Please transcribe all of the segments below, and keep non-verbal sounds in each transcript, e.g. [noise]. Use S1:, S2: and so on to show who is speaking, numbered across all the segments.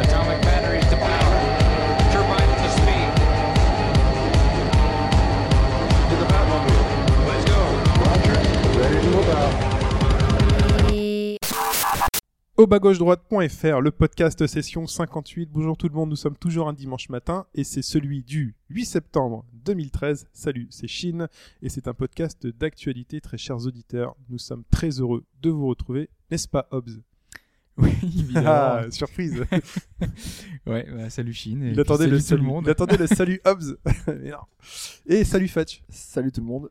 S1: Atomic batteries to power. Turbines to speed. To the Batmobile. Let's go.
S2: I, I,
S3: Au bas-gauche-droite.fr, le podcast session 58. Bonjour tout le monde, nous sommes toujours un dimanche matin et c'est celui du 8 septembre 2013. Salut, c'est Chine et c'est un podcast d'actualité, très chers auditeurs. Nous sommes très heureux de vous retrouver, n'est-ce pas Hobbs
S4: [laughs] Oui, évidemment. [laughs]
S3: Ah, surprise
S4: ouais, bah, salut Chine. et
S3: Il
S4: puis
S3: attendait
S4: salut
S3: le
S4: tout
S3: salut,
S4: le monde.
S3: il attendait le
S4: [laughs]
S3: salut Hobbs [laughs] Merde. Et salut Fatch,
S5: Salut tout le monde.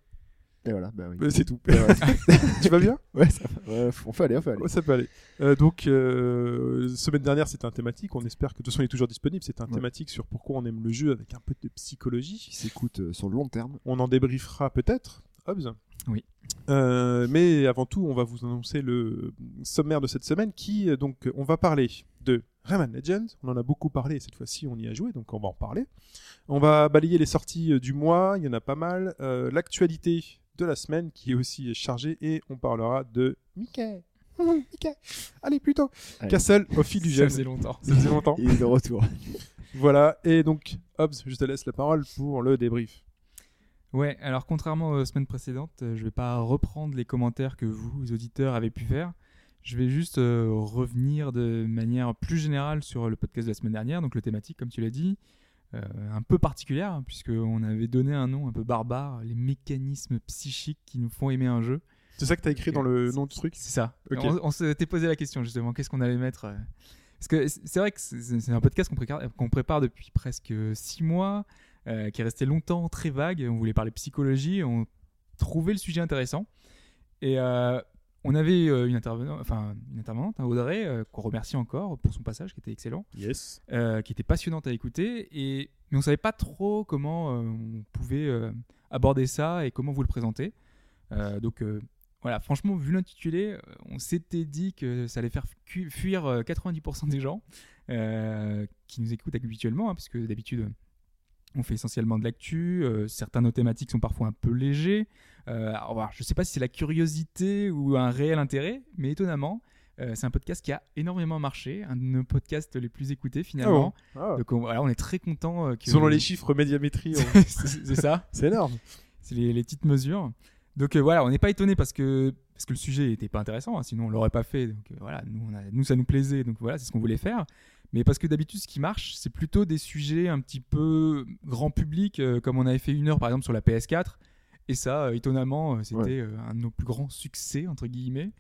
S5: Et voilà, bah oui.
S3: Euh, c'est tout.
S5: Ouais, ouais,
S3: tu vas bien
S5: ouais, ça va. Ouais, on fait aller, on fait aller.
S3: Ouais, Ça peut aller. Euh, donc, euh, semaine dernière, c'était un thématique. On espère que, de toute façon, il est toujours disponible. C'était un
S5: Ouais.
S3: thématique sur pourquoi on aime le jeu avec un peu de psychologie.
S5: Qui s'écoute euh, sur le long terme.
S3: On en débriefera peut-être, Hobbs.
S4: Oui.
S3: Euh, mais avant tout, on va vous annoncer le sommaire de cette semaine qui, euh, donc, on va parler de Rayman Legends. On en a beaucoup parlé, cette fois-ci, on y a joué, donc on va en parler. On va balayer les sorties euh, du mois, il y en a pas mal. Euh, L'actualité de la semaine qui est aussi chargée et on parlera de Mickey. [laughs] Mmh, Mickey. Allez, plutôt.
S5: Allez.
S3: Castle au fil du
S4: Ça
S3: gel.
S4: faisait longtemps.
S3: Ça faisait
S4: [laughs]
S3: longtemps.
S5: Il est
S3: [laughs]
S5: de retour.
S3: voilà, et donc, Hobbs, je te laisse la parole pour le débrief.
S4: Ouais, alors contrairement aux semaines précédentes, euh, je vais pas reprendre les commentaires que vous, les auditeurs, avez pu faire. Je vais juste euh, revenir de manière plus générale sur le podcast de la semaine dernière, donc le thématique, comme tu l'as dit, euh, un peu particulière, puisqu'on avait donné un nom un peu barbare, les mécanismes psychiques qui nous font aimer un jeu.
S3: C'est ça que tu as écrit dans le nom du truc
S4: C'est ça.
S3: Ok.
S4: On, on s'était posé la question justement, qu'est-ce qu'on allait mettre euh, Parce que c'est c'est vrai que c'est- c'est c'est un podcast qu'on prépare, qu'on prépare depuis presque six mois, euh, qui est resté longtemps très vague. On voulait parler psychologie, on trouvait le sujet intéressant. Et euh, on avait euh, une, intervenante, enfin, une intervenante, hein, Audrey, euh, qu'on remercie encore pour son passage qui était excellent,
S3: Yes.
S4: euh, qui était passionnante à écouter. Et, mais on savait pas trop comment euh, on pouvait euh, aborder ça et comment vous le présenter. Euh, donc euh, voilà, franchement, vu l'intitulé, euh, on s'était dit que ça allait faire cu- fuir euh, 90% des gens euh, qui nous écoutent habituellement, hein, parce que d'habitude, euh, on fait essentiellement de l'actu, euh, certains de nos thématiques sont parfois un peu légers. Euh, alors, voilà, je ne sais pas si c'est la curiosité ou un réel intérêt, mais étonnamment, euh, c'est un podcast qui a énormément marché, un de nos podcasts les plus écoutés finalement.
S3: Ah.
S4: Donc on, voilà, on est très content que...
S3: Selon
S4: [laughs]
S3: les chiffres médiamétrie, on-
S4: c'est c'est ça
S3: euh, [laughs] c'est énorme.
S4: c'est les, les petites mesures. Donc euh, voilà, on n'est pas étonné parce que parce que le sujet n'était pas intéressant, hein, sinon on l'aurait pas fait. Donc euh, voilà, nous, on a- nous ça nous plaisait, donc voilà, c'est ce qu'on voulait faire. Mais parce que d'habitude, ce qui marche, c'est plutôt des sujets un petit peu grand public, euh, comme on avait fait une heure par exemple sur la PS4. Et ça, euh, étonnamment, euh, c'était
S5: Ouais.
S4: euh, un de nos plus grands succès entre guillemets.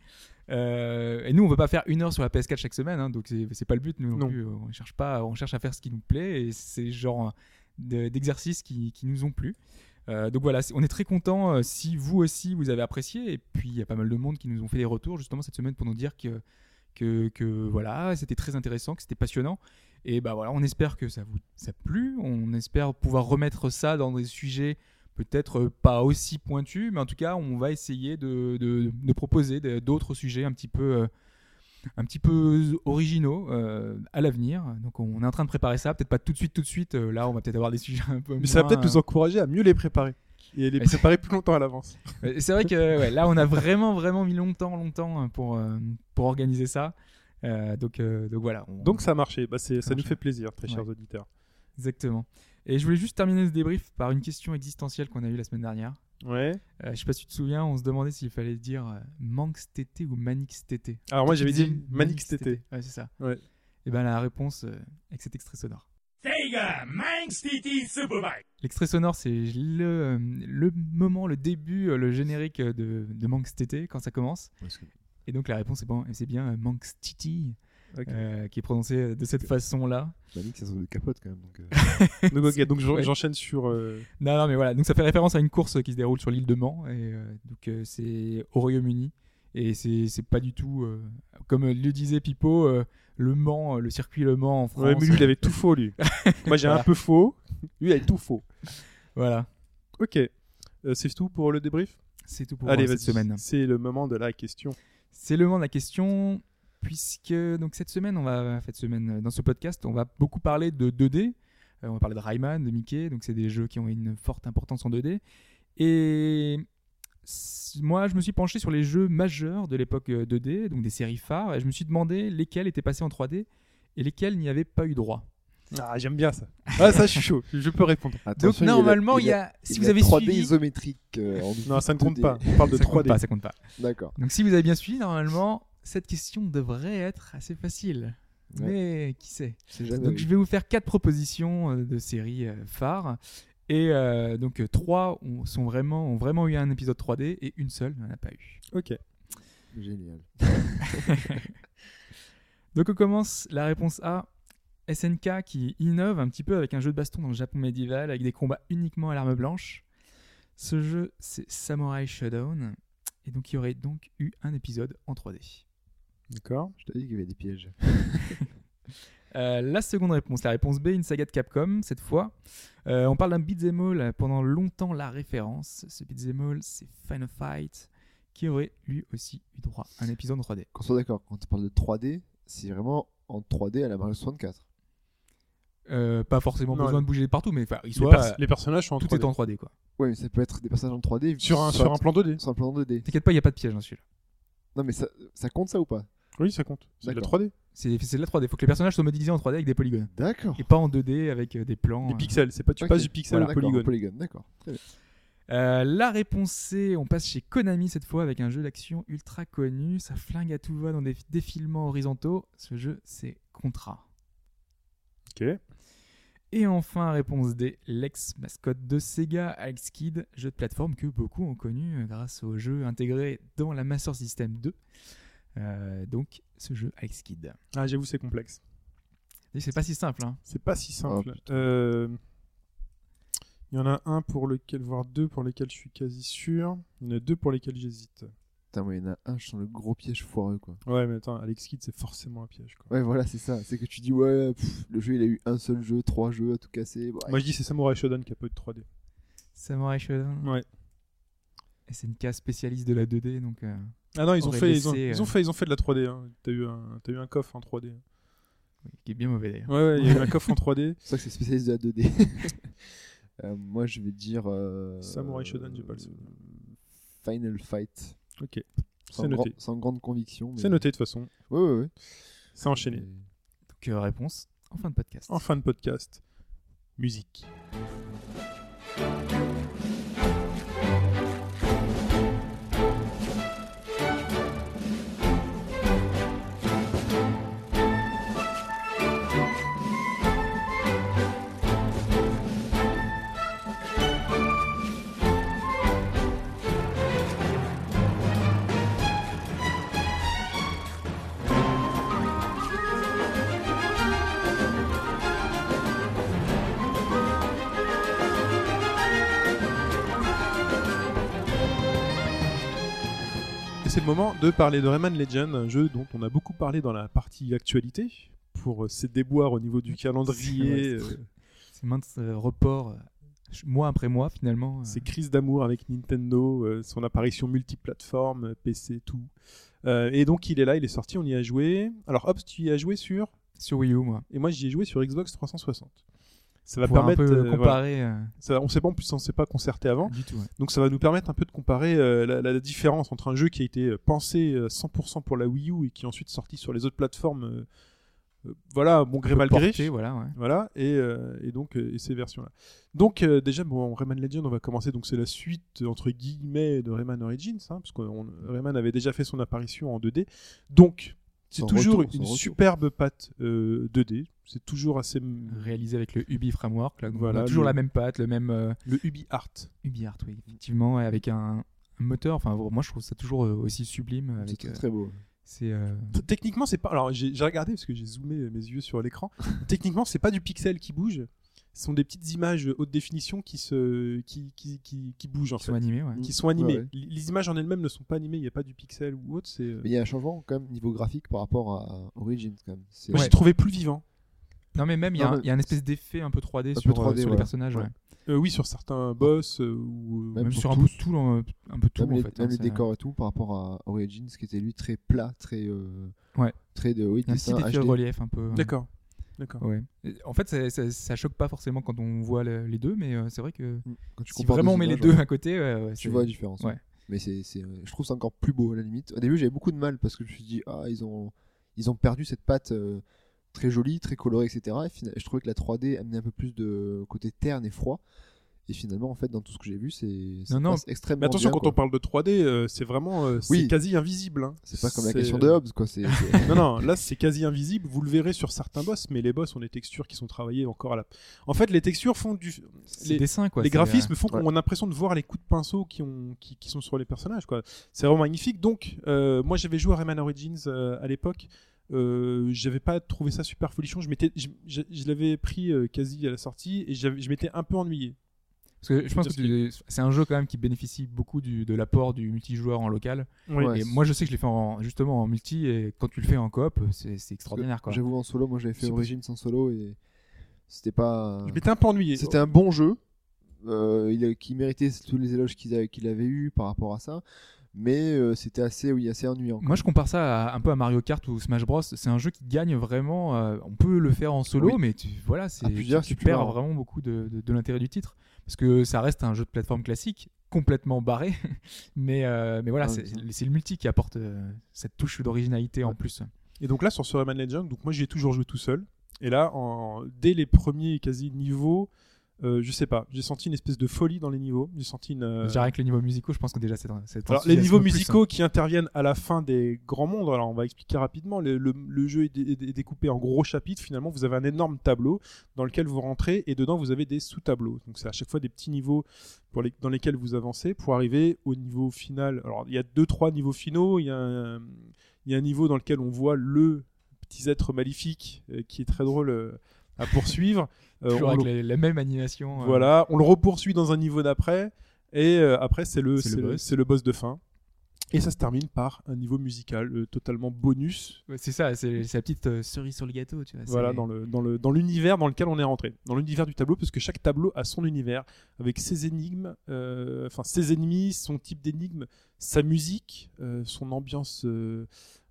S4: Euh, et nous, on veut pas faire une heure sur la PS4 chaque semaine, hein, donc c'est c'est pas le but. Nous, non
S3: Non.
S4: plus. Euh, on cherche pas, on cherche à faire ce qui nous plaît et c'est genre euh, de- d'exercices qui, qui nous ont plu. Euh, donc voilà, c'est- on est très content si vous aussi vous avez apprécié. Et puis il y a pas mal de monde qui nous ont fait des retours justement cette semaine pour nous dire que, que, que voilà, c'était très intéressant, que c'était passionnant. Et bah voilà, on espère que ça vous ça a plu. On espère pouvoir remettre ça dans des sujets peut-être pas aussi pointus, mais en tout cas, on va essayer de, de- de proposer de- d'autres sujets un petit peu. euh, un petit peu originaux euh, à l'avenir. Donc on est en train de préparer ça, peut-être pas tout de suite, tout de suite. Euh, là, on va peut-être avoir des [laughs] sujets un peu.
S3: Mais ça va
S4: moins,
S3: peut-être nous
S4: euh,
S3: encourager à mieux les préparer. Et les
S4: Mais c'est-
S3: préparer plus longtemps à l'avance.
S4: euh, C'est vrai que ouais, là, on a vraiment, vraiment mis longtemps, longtemps euh, pour, euh, pour organiser ça. Euh, donc, euh, donc voilà. on-
S3: Donc ça a marché. Bah, c'est- ça,
S4: Ça
S3: nous
S4: marche.
S3: fait plaisir, très chers auditeurs.
S4: exactement. Et je voulais juste terminer ce débrief par une question existentielle qu'on a eue la semaine dernière.
S3: Ouais.
S4: Euh, je sais pas si tu te souviens, on se demandait s'il fallait dire euh, Manx TT ou Manix TT.
S3: Alors Ah, moi j'avais
S4: Tu
S3: dit
S4: disais
S3: Manix TT.
S4: Ouais, c'est ça.
S3: Ouais.
S4: Et ben la réponse euh, avec cet extrait sonore.
S1: Sega Manx TT Superbike.
S4: L'extrait sonore, c'est le, euh, le moment, le début, euh, le générique euh, de, de Manx TT quand ça commence. Et donc la réponse est, bon, c'est bien euh, Manx TT.
S3: Ok.
S4: euh, qui est prononcé de cette
S5: Ok.
S4: façon-là.
S5: Manique, bah, ça sent de capote quand même. Donc, euh,
S3: Donc, ok, donc j'en-
S4: Ouais.
S3: j'enchaîne sur. euh,
S4: Non, non, mais voilà. Donc ça fait référence à une course euh, qui se déroule sur l'île de Mans. Et euh, donc euh, c'est au Royaume-Uni. Et c'est c'est pas du tout. euh, comme le disait Pipo, euh, le Mans, euh, le circuit Le Mans en France.
S3: Ouais, mais lui il avait tout faux [laughs] lui. moi j'ai un
S4: Voilà.
S3: peu faux. Lui il avait tout faux.
S4: Voilà.
S3: Ok. Euh, c'est tout pour le débrief
S4: C'est tout pour
S3: Allez,
S4: euh, cette
S3: vas-y.
S4: semaine.
S3: C'est le moment de la question.
S4: C'est le moment de la question. Puisque donc cette semaine, on va, cette semaine, euh, dans ce podcast, on va beaucoup parler de 2D. Euh, on va parler de Rayman, de Mickey, donc c'est des jeux qui ont une forte importance en 2D. Et s- moi, je me suis penché sur les jeux majeurs de l'époque euh, 2D, donc des séries phares, et je me suis demandé lesquels étaient passés en 3D et lesquels n'y avaient pas eu droit.
S3: Ah, j'aime bien ça. Ah, ça, je suis chaud. [laughs] Je peux répondre.
S4: Donc
S5: Attention, il y a la-
S4: normalement, il y a, si vous avez
S5: 3D
S4: suivi,
S5: isométrique. euh, en
S3: Non, [laughs] ça ne
S5: 2D.
S3: compte pas. On parle de
S4: ça compte
S3: 3D.
S4: pas, ça compte pas.
S5: D'accord.
S4: Donc si vous avez bien suivi, normalement, cette question devrait être assez facile.
S5: Ouais.
S4: Mais qui sait
S5: C'est jamais.
S4: Donc je vais vous faire quatre propositions euh, de séries euh, phares. Et euh, donc euh, trois ont, sont vraiment, ont vraiment eu un épisode 3D et une seule n'en a pas eu.
S3: Ok.
S5: Génial.
S4: Donc on commence la réponse A. SNK qui innove un petit peu avec un jeu de baston dans le Japon médiéval avec des combats uniquement à l'arme blanche. Ce jeu, c'est Samurai Shodown. Et donc il y aurait donc eu un épisode en 3D.
S3: D'accord.
S5: Je t'avais dit qu'il y avait des pièges.
S4: Euh, la seconde réponse, la réponse B, une saga de Capcom cette fois. Euh, on parle d'un beat'em all pendant longtemps la référence. Ce beat'em all, c'est Final Fight, qui aurait lui aussi eu droit à un épisode en 3D.
S5: Qu'on soit d'accord, quand on parle de 3D, c'est vraiment en 3D à la Mario 64.
S4: Euh, pas forcément
S3: Non,
S4: besoin
S3: le-
S4: de bouger partout, mais enfin, il
S3: Les,
S4: soit,
S3: pers-
S4: euh,
S3: les personnages sont en
S4: tout
S3: 3D.
S4: est en 3D quoi.
S5: Ouais, mais ça peut être des personnages en 3D.
S3: Sur un,
S5: soit-
S3: sur un plan 2D.
S5: Sur un plan 2D.
S4: T'inquiète pas, il n'y a pas de piège dans celui-là.
S5: Non, mais ça, ça compte ça ou pas
S3: Oui, ça compte. C'est de la
S5: D'accord.
S3: 3D.
S4: C'est c'est de la 3D. Il faut que les personnages soient modélisés en 3D avec des polygones.
S5: D'accord.
S4: Et pas en 2D avec euh, des plans.
S3: Des
S4: euh.
S3: pixels. C'est pas, tu
S5: Ok.
S3: passes du pixel
S5: Ouais,
S3: au
S5: d'accord,
S3: polygone.
S5: polygone. D'accord. Très bien.
S4: Euh, la réponse C, on passe chez Konami cette fois avec un jeu d'action ultra connu. Ça flingue à tout va dans des défilements horizontaux. Ce jeu, c'est Contra.
S3: Ok.
S4: Et enfin, réponse D, l'ex-mascotte de Sega, Alex Kidd, jeu de plateforme que beaucoup ont connu euh, grâce au jeu intégré dans la Master System 2. Euh, donc, ce jeu Alex Kidd.
S3: Ah, j'avoue, c'est complexe.
S4: Et C'est pas si simple. hein.
S3: C'est pas si simple.
S5: Oh,
S3: Euh, Il y en a un pour lequel, voire deux pour lesquels je suis quasi sûr. Il y en a deux pour lesquels j'hésite.
S5: Putain, moi, il y en a un, je sens le gros piège foireux, quoi.
S3: Ouais, mais attends, Alex Kidd, c'est forcément un piège. Quoi.
S5: Ouais, voilà, c'est ça. C'est que tu dis, ouais, pff, le jeu, il a eu un seul jeu, trois jeux à tout casser. Ouais.
S3: Moi, je dis c'est Samurai Shodown qui a pas eu de 3D.
S4: Samurai Shodown.
S3: Ouais.
S4: SNK spécialiste de la 2D, donc. euh,
S3: Ah non, ils ont,
S4: Aurait
S3: fait, ils, ont,
S4: laissé,
S3: ils
S4: euh,
S3: ont fait, ils ont fait de la 3D. Hein. T'as eu un, t'as eu un coffre en 3D.
S4: oui, qui est bien mauvais d'ailleurs.
S3: Ouais, ouais, il y [laughs] a eu un coffre en 3D.
S5: C'est pour ça que c'est spécialiste de la 2D. [laughs] Euh, moi, je vais dire. euh,
S3: Samurai Shodown, j'ai pas le souvenir.
S5: Final Fight.
S3: Ok,
S5: Sans,
S3: C'est
S5: grand-
S3: noté.
S5: sans grande conviction. mais-
S3: c'est noté de toute façon.
S5: Ouais, ouais, ouais.
S3: C'est enchaîné.
S4: Donc, euh, réponse en fin de podcast.
S3: En fin de podcast, musique. Et c'est le moment de parler de Rayman Legend, un jeu dont on a beaucoup parlé dans la partie actualité pour euh, ses déboires au niveau du calendrier,
S4: C'est vrai,
S3: euh,
S4: c'est- C'est mince euh, report, euh, ch- mois après mois finalement. euh,
S3: ses crises d'amour avec Nintendo, euh, son apparition multiplateforme, euh, PC, tout. Euh, et donc il est là, il est sorti, on y a joué. Alors Hobbs, tu y as joué sur
S4: sur Wii U, moi.
S3: et moi j'y ai joué sur Xbox 360. Ça va
S4: Pour un
S3: permettre,
S4: peu
S3: euh, voilà.
S4: comparer euh,
S3: Ça, on s'est pas en plus on s'est pas concerté avant,
S4: du tout. hein. ouais.
S3: donc ça va nous permettre un peu de comparer euh, la, la différence entre un jeu qui a été euh, pensé euh, 100% pour la Wii U et qui est ensuite sorti sur les autres plateformes, euh, euh, voilà bon gré mal gré,
S4: Porté, voilà, ouais.
S3: voilà et, euh, et donc euh, et ces versions là. Donc euh, déjà bon Rayman Legend on va commencer donc c'est la suite euh, entre guillemets de Rayman Origins hein, parce que on- Rayman avait déjà fait son apparition en 2D, donc c'est
S5: Son
S3: toujours
S5: retour, son
S3: une
S5: retour.
S3: superbe patte euh, 2D, c'est toujours assez m-
S4: Réalisé avec le Ubi Framework, là, donc
S3: Voilà,
S4: on a toujours
S3: le-
S4: la même patte, le même euh,
S3: le Ubi Art.
S4: Ubi Art, oui, effectivement, ouais, avec un, un moteur. Enfin, moi, je trouve ça toujours euh, aussi sublime.
S5: C'est
S4: Avec,
S5: très,
S4: euh,
S5: très beau.
S4: c'est euh,
S3: T- Techniquement, c'est pas. Alors, j'ai j'ai regardé parce que j'ai zoomé euh, mes yeux sur
S5: [laughs]
S3: l'écran. Techniquement, c'est pas du pixel qui bouge. Ce sont des petites images euh, haute définition qui se qui qui qui, qui bougent en
S4: qui
S3: fait,
S4: sont animés, ouais.
S3: qui sont animées.
S5: Ouais, ouais.
S3: Les- Les images en elles-mêmes ne sont pas animées. Il n'y a pas du pixel ou autre. C'est. euh,
S5: Mais il y a un changement, quand même, niveau graphique par rapport à Origins, quand même. C'est
S3: Moi,
S4: Ouais.
S3: j'ai trouvé plus vivant.
S4: Non, mais même, il y, a
S5: Non,
S4: un-
S5: mais-
S4: il y a un espèce d'effet un peu 3D,
S5: peu
S4: sur, euh,
S5: 3D,
S4: sur les
S5: ouais.
S4: personnages,
S5: Ouais.
S4: ouais.
S3: Euh, oui, sur certains boss euh, ou.
S5: Même
S4: Même
S5: pour
S4: sur un
S5: tous.
S4: peu tout, euh, un peu tout
S5: même
S4: en
S5: les-
S4: fait.
S5: même
S4: hein,
S5: le
S4: c'est-
S5: décor et tout par rapport à Origins, qui était lui très plat, très. euh,
S4: Ouais.
S5: Très de. Oui,
S4: Il y a un petit
S5: dessin
S4: effet
S5: HD.
S4: relief un peu. euh,
S3: D'accord. D'accord.
S4: Ouais. Et En fait, ça, ça, ça choque pas forcément quand on voit le- les deux, mais euh, c'est vrai que
S5: Mm. Quand tu
S4: si
S5: compares
S4: vraiment on met les
S5: images,
S4: deux
S5: ouais,
S4: à côté, ouais, ouais,
S5: tu
S4: c'est-
S5: vois la différence.
S4: Ouais.
S5: Mais c'est, c'est, euh, je trouve ça encore plus beau à la limite. Au début, j'avais beaucoup de mal parce que je me suis dit, ah, ils ont, ils ont perdu cette patte euh, très jolie, très colorée, etc. Et fina- je trouvais que la 3D amenait un peu plus de côté terne et froid. Et finalement, en fait, dans tout ce que j'ai vu, c'est, ça
S4: Non, non.
S5: passe extrêmement
S3: Mais attention,
S5: bien,
S3: quand
S5: quoi.
S3: on parle de 3D, euh, c'est vraiment euh, c'est
S5: Oui.
S3: quasi invisible. hein.
S5: C'est pas comme la question de Hobbes, quoi. C'est, c'est-
S3: Non, non, là c'est quasi invisible. Vous le verrez sur certains boss, mais les boss ont des textures qui sont travaillées encore à la. En fait, les textures font du.
S4: c'est
S3: les-
S4: dessin quoi.
S3: les
S4: c'est, euh,
S3: graphismes font
S5: ouais.
S3: qu'on a l'impression de voir les coups de pinceau qui, ont, qui, qui sont sur les personnages. quoi. C'est vraiment magnifique. Donc, euh, moi, j'avais joué à Rayman Origins euh, à l'époque. Euh, j'avais pas trouvé ça super folichon. Je, m'étais- je, je- je l'avais pris euh, quasi à la sortie et j'avais- je m'étais un peu ennuyé.
S4: Parce que je pense que tu- c'est un jeu quand même qui bénéficie beaucoup du, de l'apport du multijoueur en local.
S5: Ouais,
S4: et
S5: c'est-
S4: moi je sais que je l'ai fait en, justement en multi et quand tu le fais en coop, c'est c'est extraordinaire quoi.
S5: J'avoue, en solo, moi, j'avais fait
S3: C'est
S5: Origins en solo et c'était pas.
S3: Je m'étais un peu ennuyé.
S5: C'était un bon jeu euh, il a- qui méritait tous les éloges qu'il a- qu'il avait eu par rapport à ça, mais euh, c'était assez, oui, assez ennuyant.
S4: Moi, je compare ça à- un peu à Mario Kart ou Smash Bros. C'est un jeu qui gagne vraiment. euh, on peut le faire en solo,
S5: Oui.
S4: mais tu, voilà, c'est
S5: À plusieurs,
S4: tu, tu
S5: c'est plus
S4: perds
S5: marrant.
S4: vraiment beaucoup de, de- de l'intérêt du titre parce que ça reste un jeu de plateforme classique, complètement barré. [laughs] mais euh, mais voilà,
S5: Ah,
S4: c'est
S5: c'est ça.
S4: c'est le multi qui apporte euh, cette touche d'originalité en plus.
S3: Et donc là, sur ce Rayman Legend, donc moi, j'y ai toujours joué tout seul. Et là, en- dès les premiers quasi niveaux, euh, je sais pas, j'ai senti une espèce de folie dans les niveaux. J'ai senti une. euh,
S4: Déjà avec les niveaux musicaux, je pense que déjà c'est un- c'est un
S3: Alors, les niveaux
S4: enthousiasme plus, hein.
S3: musicaux qui interviennent à la fin des grands mondes, alors on va expliquer rapidement. Le, le- le jeu est, dé- est découpé en gros chapitres. Finalement, vous avez un énorme tableau dans lequel vous rentrez et dedans vous avez des sous-tableaux. Donc, c'est à chaque fois des petits niveaux pour les- dans lesquels vous avancez pour arriver au niveau final. Alors, il y a deux, trois niveaux finaux. Il y a un, il y a un niveau dans lequel on voit le petit être maléfique euh, qui est très drôle euh, à poursuivre.
S4: hein.
S3: Euh,
S4: Toujours
S3: on
S4: avec
S3: le-
S4: la, la même animation. euh,
S3: voilà, on le repoursuit dans un niveau d'après, et euh, après c'est le,
S4: C'est le
S3: c'est le,
S4: boss.
S3: c'est le boss de fin. Et ça se termine par un niveau musical euh, totalement bonus,
S4: ouais, c'est ça, c'est c'est la petite euh, cerise sur le gâteau, tu vois. c'est- Ah,
S3: voilà, dans le dans le dans l'univers dans lequel on est rentré, dans l'univers du tableau, parce que chaque tableau a son univers avec ses énigmes, euh, enfin ses ennemis, son type d'énigmes, sa musique, euh, son ambiance euh,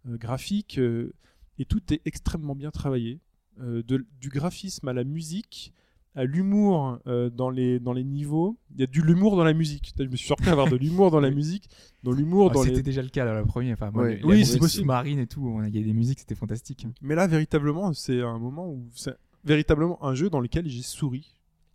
S3: euh, graphique, euh, et tout est extrêmement bien travaillé, Euh, de- du graphisme à la musique, à l'humour euh, dans, les, dans les niveaux. Il y a de l'humour dans la musique. Putain, Je me suis surpris à avoir
S4: [laughs]
S3: de l'humour dans la musique, dans l'humour
S4: Ah,
S3: dans
S4: c'était
S3: les...
S4: déjà le cas dans la première. Enfin, moi,
S5: Ouais.
S4: les- la
S3: Oui,
S4: musique
S3: c'est possible.
S4: Marine et tout, on a- il y a des musiques, c'était fantastique.
S3: Mais là, véritablement, c'est un moment où c'est véritablement un jeu dans lequel j'ai souri.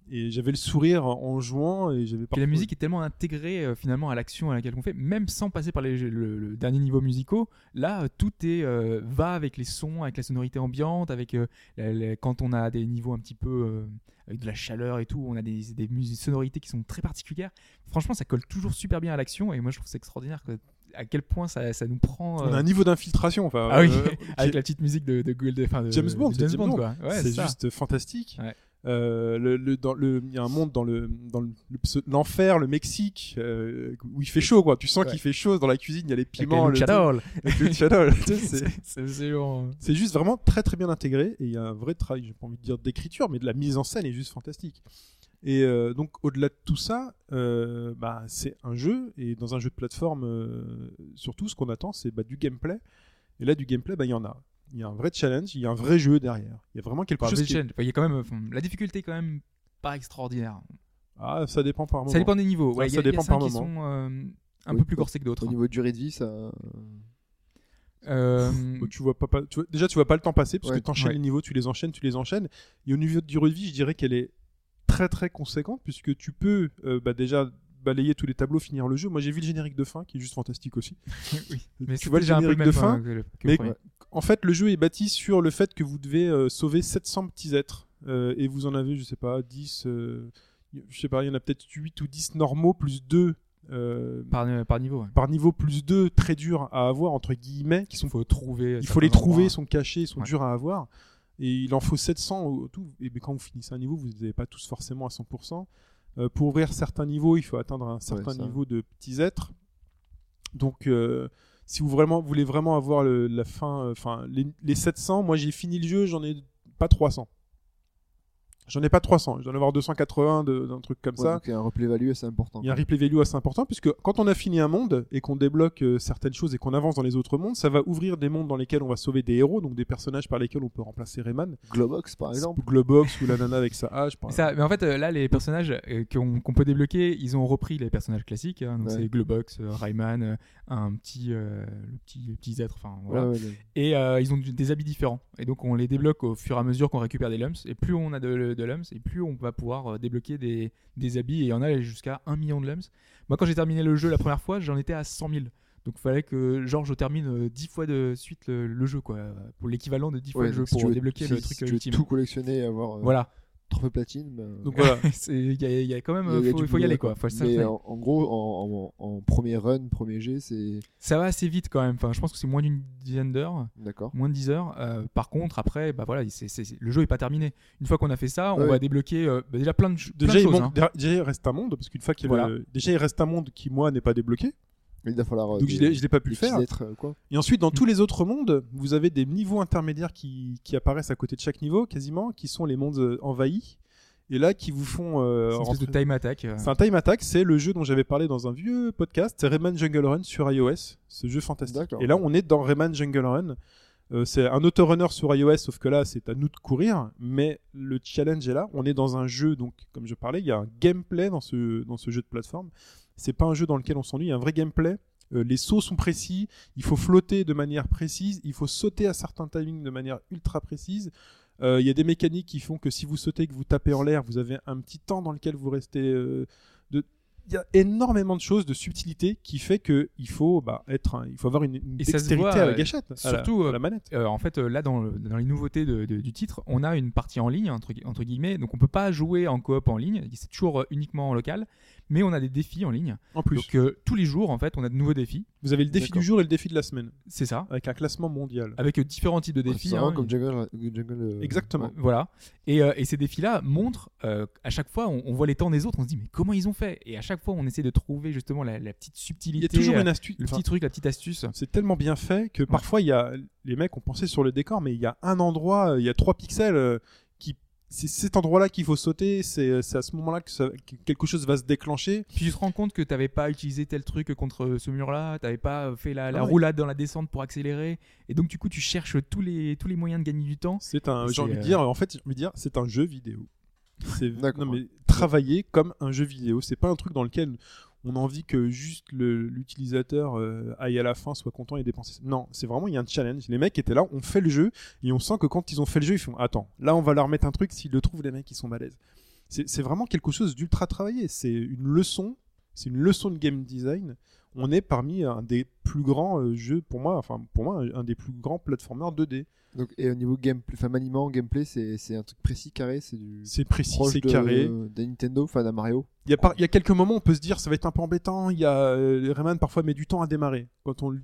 S3: Et j'avais le sourire en jouant et j'avais
S4: Puis
S3: parfois-
S4: la musique est tellement intégrée euh, finalement à l'action à laquelle on fait, même sans passer par les, le, le dernier niveau musicaux. Là, euh, tout est euh, va avec les sons, avec la sonorité ambiante, avec euh, la- la- quand on a des niveaux un petit peu euh, avec de la chaleur et tout, on a des, des mus- sonorités qui sont très particulières. Franchement, ça colle toujours super bien à l'action et moi je trouve c'est extraordinaire que- à quel point ça, ça nous prend.
S3: On
S4: euh,
S3: a un niveau d'infiltration. Enfin,
S4: ah oui,
S3: euh,
S4: [laughs] avec
S3: qui-
S4: la petite musique de, de, Gould- enfin, de-
S3: James Bond,
S4: de
S3: c'est James Bond.
S4: quoi. Ouais,
S3: c'est
S4: ça.
S3: juste fantastique.
S4: Ouais.
S3: Euh, le, le- dans le- il y a un monde dans le dans le- le pse- l'enfer, le, Mexique, euh, où il fait chaud quoi. Tu sens
S4: Ouais.
S3: qu'il fait chaud dans la cuisine. Il y a les
S4: Avec
S3: piments,
S4: les [laughs] Luchador.
S3: le, le Luchador, [laughs] tu sais, c'est-
S4: [laughs] C'est- C'est absolument.
S3: C'est juste vraiment très très bien intégré et il y a un vrai travail, j'ai pas envie de dire d'écriture, mais de la mise en scène est juste fantastique. Et euh, donc au-delà de tout ça, euh, bah, c'est un jeu et dans un jeu de plateforme, euh, surtout ce qu'on attend, c'est bah, du gameplay. Et là, du gameplay, bah, il y en a. Il y a un vrai challenge, il y a un vrai jeu derrière. Il y a vraiment quelque
S4: Enfin,
S3: chose
S4: Bridge
S3: qui...
S4: End, enfin, il y a quand même enfin, la difficulté est quand même pas extraordinaire.
S3: Ah, ça dépend par moment.
S4: Ça dépend des niveaux.
S3: Ça,
S4: Ouais, il y
S3: ça
S4: a- il y a
S3: dépend
S4: certains
S3: par
S4: qui sont euh, un
S5: Oui,
S4: peu plus
S5: oui.
S4: corsés que d'autres.
S5: Au niveau de durée de vie, ça. euh,
S4: Euh,
S3: [laughs] Bon, tu vois pas, pas- tu vois- déjà, tu vois pas le temps passer parce
S5: Ouais.
S3: que tu enchaînes
S4: Ouais.
S3: les niveaux, tu les enchaînes, tu les enchaînes. Et au niveau de durée de vie, je dirais qu'elle est très très conséquente puisque tu peux euh, bah, déjà balayer tous les tableaux, finir le jeu. Moi, j'ai vu le générique de fin qui est juste fantastique aussi.
S4: [laughs] oui. Mais
S3: tu
S4: c'est
S3: vois le
S4: déjà un peu le
S3: générique de
S4: même
S3: fin,
S4: euh, que le- que le
S3: mais-
S4: premier.
S3: En fait, le jeu est bâti sur le fait que vous devez euh, sauver 700 petits êtres Euh, et vous en avez, je sais pas, 10, euh, je sais pas, il y en a peut-être 8 ou 10 normaux plus 2
S4: par, euh, par niveau. ouais.
S3: par niveau plus 2 très durs à avoir entre guillemets qui sont
S4: Il faut
S3: Il
S4: trouver. certains
S3: faut les trouver,
S4: endroits.
S3: ils sont cachés, ils sont
S4: Ouais.
S3: durs à avoir. Et il en faut 700 au tout. Et ben, quand vous finissez un niveau, vous n'avez pas tous forcément à 100%. Euh, pour ouvrir certains niveaux, il faut atteindre un certain
S5: ça.
S3: niveau de petits êtres. Donc, euh, si vous vraiment, voulez vraiment avoir le- la fin, euh, enfin les, les 700, moi j'ai fini le jeu, j'en ai pas 300. J'en ai pas 300, je dois en avoir 280 de- d'un truc comme ça.
S5: donc il y a un replay value assez important.
S3: Il y a un replay value assez important puisque quand on a fini un monde et qu'on débloque euh, certaines choses et qu'on avance dans les autres mondes, ça va ouvrir des mondes dans lesquels on va sauver des héros, donc des personnages par lesquels on peut remplacer Rayman,
S5: Globox par exemple.
S3: Globox ou la nana avec sa hache. par
S4: Mais [laughs] ça- mais en fait, euh, là, les personnages euh, qu'on qu'on peut débloquer, ils ont repris les personnages classiques. hein. donc
S5: Ouais.
S4: c'est Globox, euh, Rayman, euh, un petit, euh, le petit, les petits êtres. Enfin,
S5: Ouais,
S4: voilà.
S5: ouais, ouais.
S4: Et euh, ils ont du- des habits différents. Et donc on les débloque au fur et à mesure qu'on récupère des lumps. Et plus on a de, de lumps, et plus on va pouvoir euh, débloquer des, des habits. Et il y en a jusqu'à 1 million de lumps. Moi, quand j'ai terminé le jeu la première fois, j'en étais à 100 000. Donc il fallait que genre je termine euh, 10 fois de suite le, le jeu, quoi. Pour l'équivalent de 10 fois
S5: Ouais,
S4: le jeu
S5: donc, si
S4: pour
S5: tu veux-
S4: débloquer
S5: si-
S4: le truc euh,
S5: si tu veux
S4: ultime.
S5: tout collectionner et avoir euh,
S4: Voilà. [laughs]
S5: trophée platine. bah,
S3: Donc euh, voilà.
S4: C'est- Il y, a- il y a quand même.
S5: il y a- il y a
S4: faut,
S5: du
S4: faut y
S5: boulot,
S4: aller,
S5: quoi.
S4: quoi. Faut
S5: Mais euh,
S4: s'entraîner.
S5: en, en gros, en, en- en premier run, premier G, c'est.
S4: Ça va assez vite quand même. Enfin, je pense que c'est moins d'une dizaine d'heures.
S5: D'accord.
S4: moins de 10 heures. Euh, par contre, après, bah voilà, c'est- c'est- c'est- le jeu est pas terminé. Une fois qu'on a fait ça, on
S5: Ouais.
S4: va débloquer euh, bah déjà plein de, ch- plein
S3: Déjà
S4: de
S3: il,
S4: choses.
S3: manque-
S4: hein.
S3: déjà, il reste un monde parce qu'une fois qu'il y a
S4: Voilà.
S3: le- déjà il reste un monde qui moi n'est pas débloqué,
S5: Il va falloir. euh,
S3: donc
S5: des-
S3: je l'ai- je l'ai pas pu
S5: des
S3: le faire.
S5: petits êtres, euh, quoi.
S3: Et ensuite, dans tous les autres mondes, vous avez des niveaux intermédiaires qui, qui apparaissent à côté de chaque niveau, quasiment, qui sont les mondes euh, envahis, et là qui vous font. euh,
S4: C'est une espèce de
S3: rentrer-
S4: time attack. euh.
S3: C'est un time attack, c'est le jeu dont j'avais parlé dans un vieux podcast, c'est Rayman Jungle Run sur iOS, ce jeu fantastique.
S5: D'accord.
S3: Et là, on est dans Rayman Jungle Run. Euh, c'est un autorunner sur iOS, sauf que là, c'est à nous de courir, mais le challenge est là. On est dans un jeu, donc, comme je parlais, il y a un gameplay dans ce, dans ce jeu de plateforme. C'est pas un jeu dans lequel on s'ennuie, il y a un vrai gameplay. Euh, les sauts sont précis, il faut flotter de manière précise, il faut sauter à certains timings de manière ultra précise. Euh, Il y a des mécaniques qui font que si vous sautez, que vous tapez en l'air, vous avez un petit temps dans lequel vous restez. euh, de... Il y a énormément de choses, de subtilité qui fait que il faut bah, être, un- il faut avoir une, une
S4: Et ça se
S3: dextérité
S4: voit,
S3: à la
S4: euh,
S3: gâchette, à la-
S4: surtout,
S3: à
S4: euh,
S3: la manette.
S4: Euh, en fait, euh, là, dans, le- dans les nouveautés de- de- du titre, on a une partie en ligne, entre, gui- entre guillemets. Donc, on peut pas jouer en coop en ligne. C'est toujours euh, uniquement en local. Mais on a des défis en ligne.
S3: En plus,
S4: Donc, euh, tous les jours, en fait, on a de nouveaux défis.
S3: vous avez le défi
S5: D'accord.
S3: du jour et le défi de la semaine,
S4: C'est ça.
S3: avec un classement mondial.
S4: Avec euh, différents types de défis.
S5: C'est vraiment
S4: hein.
S5: comme Jungle. Jungle, euh,
S3: Exactement.
S5: ouais.
S4: Voilà. Et, euh, et ces défis-là montrent, euh, à chaque fois, on, on voit les temps des autres, on se dit, mais comment ils ont fait Et à chaque fois, on essaie de trouver justement la, la petite
S3: Il
S4: subtilité,
S3: y a toujours
S4: euh,
S3: une astuce.
S4: le
S3: enfin,
S4: petit truc, la petite astuce.
S3: C'est tellement bien fait que parfois il y a les mecs ont pensé sur le décor, mais il y a un endroit, euh, il y a trois pixels euh, qui c'est cet endroit-là qu'il faut sauter. C'est euh, c'est à ce moment-là que, ça- que quelque chose va se déclencher.
S4: Puis tu te rends compte que t'avais pas utilisé tel truc contre ce mur-là, t'avais pas fait la, la
S3: Ah ouais.
S4: roulade dans la descente pour accélérer. Et donc, du coup, tu cherches tous les, tous les moyens de gagner du temps.
S3: C'est un,
S4: C'est,
S3: j'ai envie de
S4: euh,
S3: dire, en fait, j'ai envie de dire, c'est un jeu vidéo. C'est
S5: D'accord.
S3: non, mais travailler comme un jeu vidéo. C'est pas un truc dans lequel on a envie que juste le- l'utilisateur euh, aille à la fin, soit content et dépense. Non, c'est vraiment il y a un challenge. Les mecs étaient là, on fait le jeu et on sent que quand ils ont fait le jeu, ils font attends, là on va leur mettre un truc. S'ils le trouvent, les mecs ils sont balèzes. C'est c'est vraiment quelque chose d'ultra travaillé. C'est une leçon. C'est une leçon de game design. On est parmi un des plus grands euh, jeux pour moi, enfin pour moi, un des plus grands platformers 2D.
S5: Donc, et au niveau gameplay, enfin maniement, gameplay, c'est c'est un truc précis, carré, c'est du.
S3: C'est précis,
S5: proche
S3: c'est
S5: de-
S3: carré.
S5: D'un Nintendo, enfin d'un Mario.
S3: Il y, a par- il y a quelques moments, on peut se dire, ça va être un peu embêtant. Il y a euh, Rayman parfois met du temps à démarrer. Quand on, l-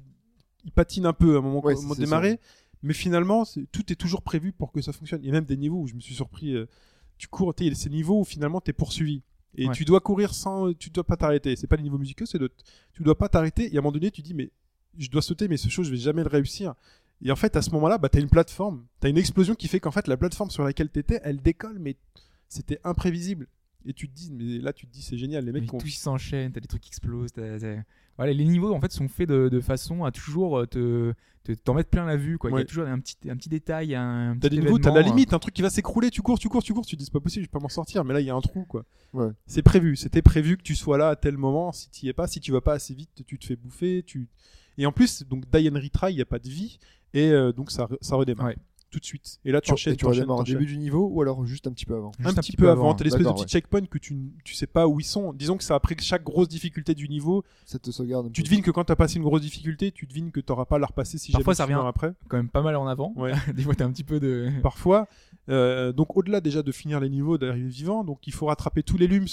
S3: il patine un peu à un moment,
S5: Ouais,
S3: au moment de
S5: c'est ça.
S3: démarrer, mais finalement, c'est- tout est toujours prévu pour que ça fonctionne. Il y a même des niveaux où je me suis surpris. euh, tu cours, tu sais, il y a ces niveaux où finalement t'es poursuivi et
S4: Ouais.
S3: tu dois courir sans, tu dois pas t'arrêter. C'est pas les niveaux musicaux, c'est d'autres. Tu dois pas t'arrêter. Et à un moment donné, tu dis, mais je dois sauter, mais ce show, je vais jamais le réussir. Et en fait, à ce moment-là, bah, t'as une plateforme, t'as une explosion qui fait qu'en fait, la plateforme sur laquelle t'étais, elle décolle, mais c'était imprévisible. Et tu te dis, mais là, tu te dis, c'est génial, les mecs
S4: Mais
S3: qui ont
S4: tout s'enchaîne, t'as des trucs qui explosent. t'as- t'as- Voilà, les niveaux en fait sont faits de, de façon à toujours euh, te te- t'en mettre plein la vue. Quoi. Il y
S3: Ouais.
S4: a toujours un petit, un petit détail, un, un
S3: T'as
S4: petit
S3: des niveaux, t'as la
S4: événement, euh,
S3: limite, un truc qui va s'écrouler, tu cours, tu cours, tu cours, tu te dis c'est pas possible, je peux pas m'en sortir, mais là il y a un trou quoi.
S5: Ouais.
S3: C'est prévu, c'était prévu que tu sois là à tel moment, si t'y es pas, si tu vas pas assez vite, tu te fais bouffer, tu. Et en plus, donc die and retry, il y a pas de vie, et euh, donc ça, re- ça redémarre
S4: Ouais.
S3: tout de suite. Et là tu enchaînes,
S5: et tu
S3: tu enchaînes,
S5: redémarres au
S3: t'enchaînes.
S5: début du niveau ou alors juste un petit peu avant.
S4: juste
S3: Un petit, peu avant, t'as l'espèce de
S5: D'accord,
S3: petit checkpoint que tu, n- tu sais pas où ils sont. Disons que ça après chaque grosse difficulté du niveau,
S5: Ça te sauvegarde un
S3: tu
S5: peu.
S3: devines que quand t'as passé une grosse difficulté, tu devines que t'auras pas à la repasser si
S4: Parfois,
S3: jamais
S4: ça
S3: tu meurs
S4: revient.
S3: après.
S4: quand même pas mal en avant.
S3: Ouais.
S4: [laughs] des fois, t'as un petit peu de.
S3: parfois. Euh, donc au-delà déjà de finir les niveaux, d'arriver vivant, donc il faut rattraper tous les lums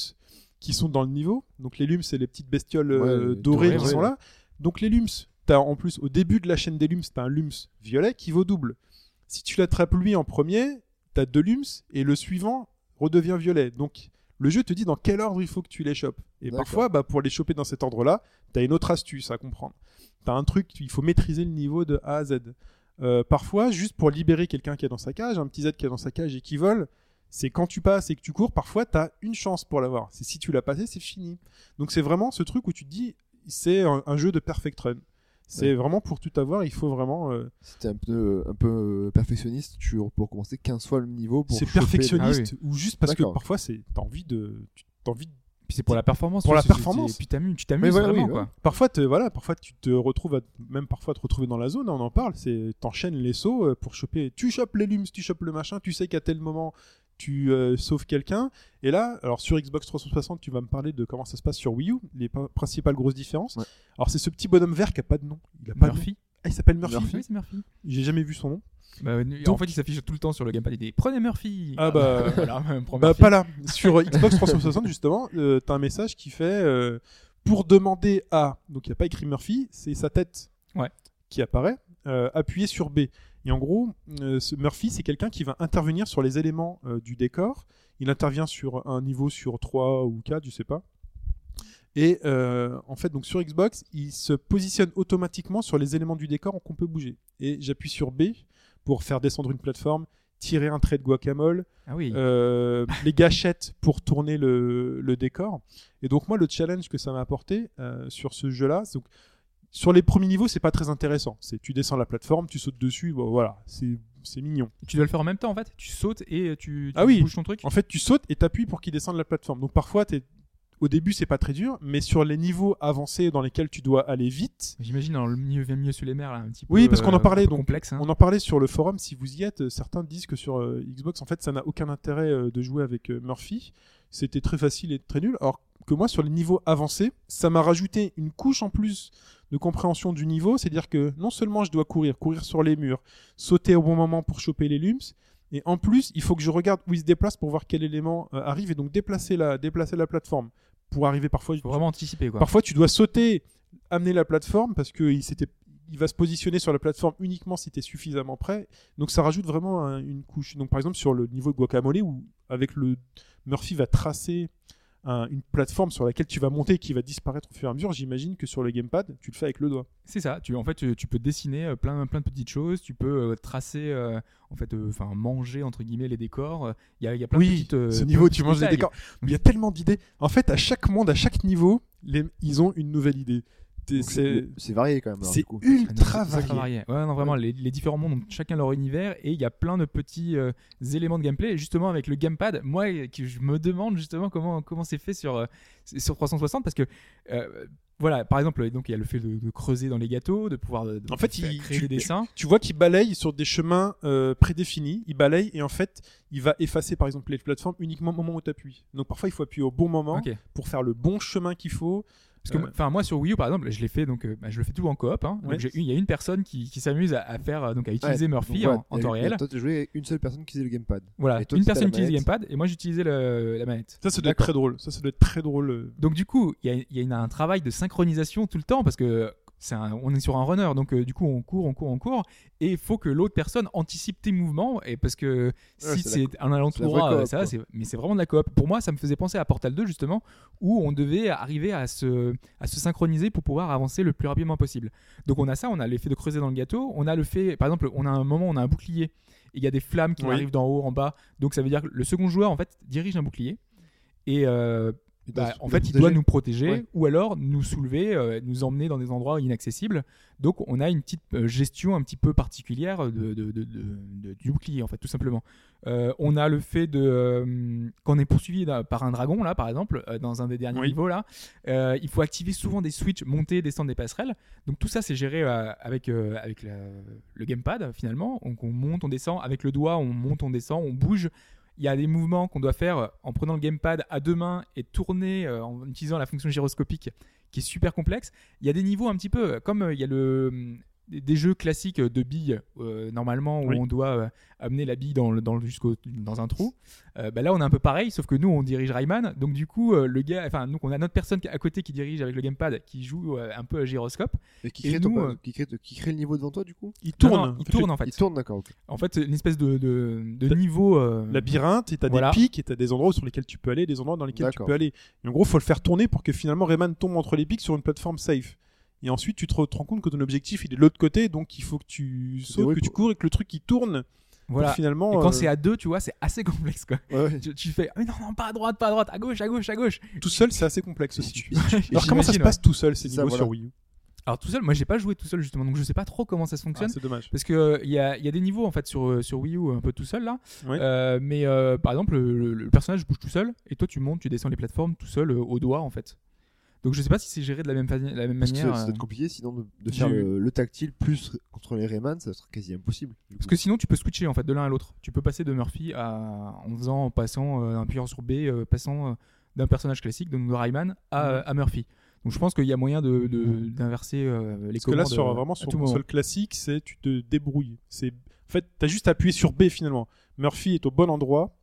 S3: qui sont dans le niveau. Donc les lums, c'est les petites bestioles euh,
S5: Ouais,
S3: dorées,
S5: les
S4: dorées,
S3: qui
S4: ouais.
S3: sont là. Donc les lums, t'as en plus au début de la chaîne des lums, t'as un lums violet qui vaut double. Si tu l'attrapes lui en premier, t'as deux lums et le suivant redevient violet. Donc le jeu te dit dans quel ordre il faut que tu les chopes. Et
S5: D'accord.
S3: parfois, bah, pour les choper dans cet ordre-là, t'as une autre astuce à comprendre. T'as un truc, il faut maîtriser le niveau de A à Z. Euh, parfois, juste pour libérer quelqu'un qui est dans sa cage, un petit Z qui est dans sa cage et qui vole, c'est quand tu passes et que tu cours, parfois tu as une chance pour l'avoir. C'est si tu l'as passé, c'est fini. Donc c'est vraiment ce truc où tu te dis, c'est un, un jeu de perfect run. C'est
S5: Ouais.
S3: vraiment pour tout avoir, il faut vraiment. euh,
S5: Si t'es un peu, un peu perfectionniste, tu peux recommencer 15 fois le niveau pour.
S3: c'est
S5: choper-
S3: perfectionniste ou juste parce que
S5: D'accord.
S3: parfois c'est t'as envie de tu- t'as envie de-
S4: Puis c'est pour la performance.
S3: Pour la
S4: tu vois, c'est-
S3: performance.
S4: c'est- Puis t'amuses, tu t'amuses
S5: Mais voilà,
S4: vraiment
S5: oui,
S4: quoi.
S5: ouais.
S3: parfois te, voilà parfois tu te retrouves à, même parfois te retrouver dans la zone hein, on en parle c'est t'enchaînes les sauts euh, pour choper tu chopes les lumes tu chopes le machin tu sais qu'à tel moment tu euh, sauves quelqu'un et là alors sur Xbox 360 tu vas me parler de comment ça se passe sur Wii U les pa- principales grosses différences
S5: Ouais.
S3: alors c'est ce petit bonhomme vert qui a pas de nom il a pas de nom.
S4: Bah, Murphy.
S3: Ah, il s'appelle Murphy,
S4: Oui, c'est Murphy.
S3: j'ai jamais vu son nom
S4: Bah, en fait, il s'affiche tout le temps sur le gamepad. Il dit Prenez Murphy.
S3: Ah
S5: [laughs]
S3: bah,
S4: [laughs] voilà, prends
S3: Bah,
S4: Murphy.
S3: pas là. Sur Xbox 360, justement, euh, t'as un message qui fait euh, pour demander à. Donc, il n'y a pas écrit Murphy, c'est sa tête
S4: Ouais.
S3: qui apparaît. euh, appuyez sur B. Et en gros, euh, ce Murphy, c'est quelqu'un qui va intervenir sur les éléments euh, du décor. Il intervient sur un niveau sur 3 ou 4, je sais pas. Et euh, en fait, donc sur Xbox, il se positionne automatiquement sur les éléments du décor qu'on peut bouger. Et j'appuie sur B pour faire descendre une plateforme, tirer un trait de guacamole,
S4: Ah oui.
S3: euh, les gâchettes pour tourner le, le décor. Et donc moi, le challenge que ça m'a apporté euh, sur ce jeu-là, c'est donc sur les premiers niveaux, c'est pas très intéressant. C'est tu descends la plateforme, tu sautes dessus, bon, voilà, c'est c'est mignon.
S4: Tu dois le faire en même temps en fait. Tu sautes et euh, tu, tu
S3: Ah oui.
S4: bouges ton truc.
S3: En fait, tu sautes et t'appuies pour qu'il descende la plateforme. Donc parfois, t'es- au début, c'est pas très dur, mais sur les niveaux avancés dans lesquels tu dois aller vite,
S4: J'imagine dans le milieu, milieu sur les mers là, un petit peu.
S3: Oui, parce qu'on en
S4: euh, un
S3: parlait,
S4: peu
S3: donc,
S4: Complexe. hein.
S3: On en parlait sur le forum, si vous y êtes, euh, certains disent que sur euh, Xbox, en fait, ça n'a aucun intérêt euh, de jouer avec euh, Murphy. C'était très facile et très nul. Alors que moi, sur les niveaux avancés, ça m'a rajouté une couche en plus de compréhension du niveau. C'est-à-dire que non seulement je dois courir, courir sur les murs, sauter au bon moment pour choper les lums, et en plus, il faut que je regarde où il se déplace pour voir quel élément euh, arrive, et donc déplacer la, déplacer la plateforme pour arriver parfois.
S4: Faut vraiment anticiper quoi.
S3: Parfois, tu dois sauter, amener la plateforme parce que il s'était il va se positionner sur la plateforme uniquement si tu es suffisamment prêt. Donc ça rajoute vraiment un- une couche. Donc par exemple sur le niveau de guacamole où avec le Murphy va tracer un- une plateforme sur laquelle tu vas monter et qui va disparaître au fur et à mesure, j'imagine que sur le gamepad, tu le fais avec le doigt.
S4: C'est ça. Tu en fait tu, tu peux dessiner euh, plein plein de petites choses. Tu peux euh, tracer euh, en fait euh, enfin manger entre guillemets les décors. Il y a, il y a plein de petites. euh,
S3: ce
S4: plein
S3: niveau,
S4: de
S3: tu
S4: petits
S3: manges des
S4: détails.
S3: décors. Mais Il y a tellement d'idées. En fait, à chaque monde, à chaque niveau, les- ils ont une nouvelle idée. T'es-
S5: Ah, Donc,
S3: C'est
S5: C'est c'est varié quand même. alors,
S3: c'est
S5: du coup.
S4: Ah non,
S3: ultra
S4: c'est- c'est
S3: varié.
S4: Ouais, non, vraiment, les, les différents mondes ont chacun leur univers et il y a plein de petits euh, éléments de gameplay. Et justement, avec le gamepad, moi, euh, qui- je me demande justement comment comment c'est fait sur euh, sur 360 parce que euh, voilà, par exemple, donc il y a le fait de, de creuser dans les gâteaux, de pouvoir de- de
S3: En fait,
S4: faire-
S3: il-
S4: créer
S3: tu-
S4: des dessins.
S3: Tu vois qu'il balaye sur des chemins euh, prédéfinis, il balaye et en fait, il va effacer par exemple les plateformes uniquement au moment où tu appuies. Donc parfois, il faut appuyer au bon moment
S4: Ok.
S3: pour faire le bon chemin qu'il faut.
S4: Parce que,
S3: Euh,
S4: moi- enfin, moi sur Wii U par exemple, je l'ai fait donc, euh, bah, je le fais toujours en coop. hein. Donc,
S3: Ouais.
S4: j'ai une- il y a une personne qui, qui s'amuse à, à faire euh, donc à utiliser
S5: Donc,
S4: Murphy
S5: voilà,
S4: en, en
S5: t'as-
S4: temps réel.
S5: Toi, t'as joué avec une seule personne qui faisait le gamepad.
S4: Voilà,
S5: et toi,
S4: une
S5: tu fais la
S4: personne utilise le
S5: manette.
S4: gamepad et moi j'utilisais le- la manette.
S3: Ça, ça doit être très drôle. Ça, ça doit être très drôle. euh.
S4: Donc du coup, il y a, il y a une- un travail de synchronisation tout le temps parce que c'est un- on est sur un runner, donc euh, du coup on court, on court, on court, et il faut que l'autre personne anticipe tes mouvements, et parce que
S5: Ouais,
S4: si
S5: Ah, c'est
S4: c'est un alentour,
S5: vraie
S4: euh,
S5: coop,
S4: ça,
S5: quoi.
S4: c'est, mais c'est vraiment de la coop. Pour moi, ça me faisait penser à Portal 2 justement, où on devait arriver à se, à se synchroniser pour pouvoir avancer le plus rapidement possible. Donc on a ça, on a l'effet de creuser dans le gâteau, on a le fait, par exemple, on a un moment, on a un bouclier, et il y a des flammes qui
S3: Oui.
S4: arrivent d'en haut, en bas, donc ça veut dire que le second joueur en fait dirige un bouclier. Et euh,
S5: Il doit
S4: bah,
S5: se-
S4: en fait, il
S5: protéger.
S4: doit nous protéger
S5: Ouais.
S4: ou alors nous soulever, euh, nous emmener dans des endroits inaccessibles. Donc, on a une petite euh, gestion un petit peu particulière de, de- de- de- de- du bouclier, en fait, tout simplement. Euh, on a le fait de. euh, quand on est poursuivi d'un- par un dragon, là, par exemple, euh, dans un des derniers
S3: Oui.
S4: niveaux, là, euh, il faut activer souvent des switches, monter, descendre des passerelles. Donc, tout ça, c'est géré euh, avec, euh, avec la- le gamepad, finalement. Donc, on monte, on descend. Avec le doigt, on monte, on descend, on bouge il y a des mouvements qu'on doit faire euh, en prenant le gamepad à deux mains et tourner euh, en utilisant la fonction gyroscopique qui est super complexe. Il y a des niveaux un petit peu euh, comme euh, il y a le hum, des des jeux classiques euh, de billes euh, normalement où
S3: Oui.
S4: on doit euh, amener la bille dans le, dans le- jusqu'au dans un trou. Euh, bah là on est un peu pareil sauf que nous on dirige Rayman donc du coup euh, le gars enfin donc on a notre personne qui- à côté qui dirige avec le gamepad qui joue euh, un peu à gyroscope.
S5: Et qui
S4: Et
S5: crée, ton-
S4: nous, euh,
S5: qui, crée, qui crée le niveau devant toi, du coup
S3: Il tourne.
S4: Non, non, il tourne en fait.
S5: Il tourne, d'accord. ok.
S4: En fait une espèce de de, de
S3: La-
S4: niveau euh,
S3: Mmh. labyrinthe et t'as
S4: Voilà.
S3: des pics et t'as des endroits sur lesquels tu peux aller, des endroits dans lesquels tu
S5: D'accord.
S3: peux aller. Et en gros, faut le faire tourner pour que finalement Rayman tombe entre les pics sur une plateforme safe. Et ensuite, tu te re- te rends compte que ton objectif il est de l'autre côté, donc il faut que tu sautes,
S5: vrai
S3: que tu
S5: que-
S3: cours et que le truc il tourne.
S4: Voilà.
S3: Pour finalement.
S4: Et quand
S3: euh,
S4: c'est à deux, tu vois, c'est assez [laughs] complexe quoi.
S5: ouais, ouais.
S4: Tu, tu fais, Ah, mais non, non, pas à droite, pas à droite, à gauche, à gauche, à gauche.
S3: tout seul, c'est assez complexe
S5: Et
S3: aussi.
S5: tu-
S3: Alors comment ça se
S4: j'imagine,
S3: passe tout seul ces
S5: C'est ça,
S3: niveaux
S5: voilà.
S3: sur Wii U
S4: Alors tout seul, moi j'ai pas joué tout seul justement, donc je sais pas trop comment ça se
S3: Ah,
S4: fonctionne.
S3: C'est dommage.
S4: parce que euh, il y, a, il y a des niveaux en fait sur, euh, sur Wii U un peu tout seul là.
S3: Oui.
S4: Euh, mais euh, par exemple, le, le personnage bouge tout seul et toi tu montes, tu descends les plateformes tout seul euh, au doigt en fait. Donc je sais pas si c'est géré de la même, fa- la même
S5: Parce que
S4: manière.
S5: ça
S4: euh,
S5: doit être compliqué sinon de, de
S4: du-
S5: faire le, le tactile plus contre les Rayman, ça serait quasi impossible. du
S4: Parce
S5: coup.
S4: que sinon, tu peux switcher en fait de l'un à l'autre. Tu peux passer de Murphy à en faisant, en passant, euh, en appuyant sur B, euh, passant euh, d'un personnage classique, donc de Rayman, à,
S3: Mhm.
S4: euh, à Murphy. Donc je pense qu'il y a moyen de de- d'inverser euh, les
S3: Parce que là,
S4: commandes,
S3: sur,
S4: euh,
S3: vraiment
S4: à
S3: sur
S4: tout
S3: console
S4: moment.
S3: classique, c'est tu te débrouilles. C'est en fait, t'as juste à appuyer sur B finalement. Murphy est au bon endroit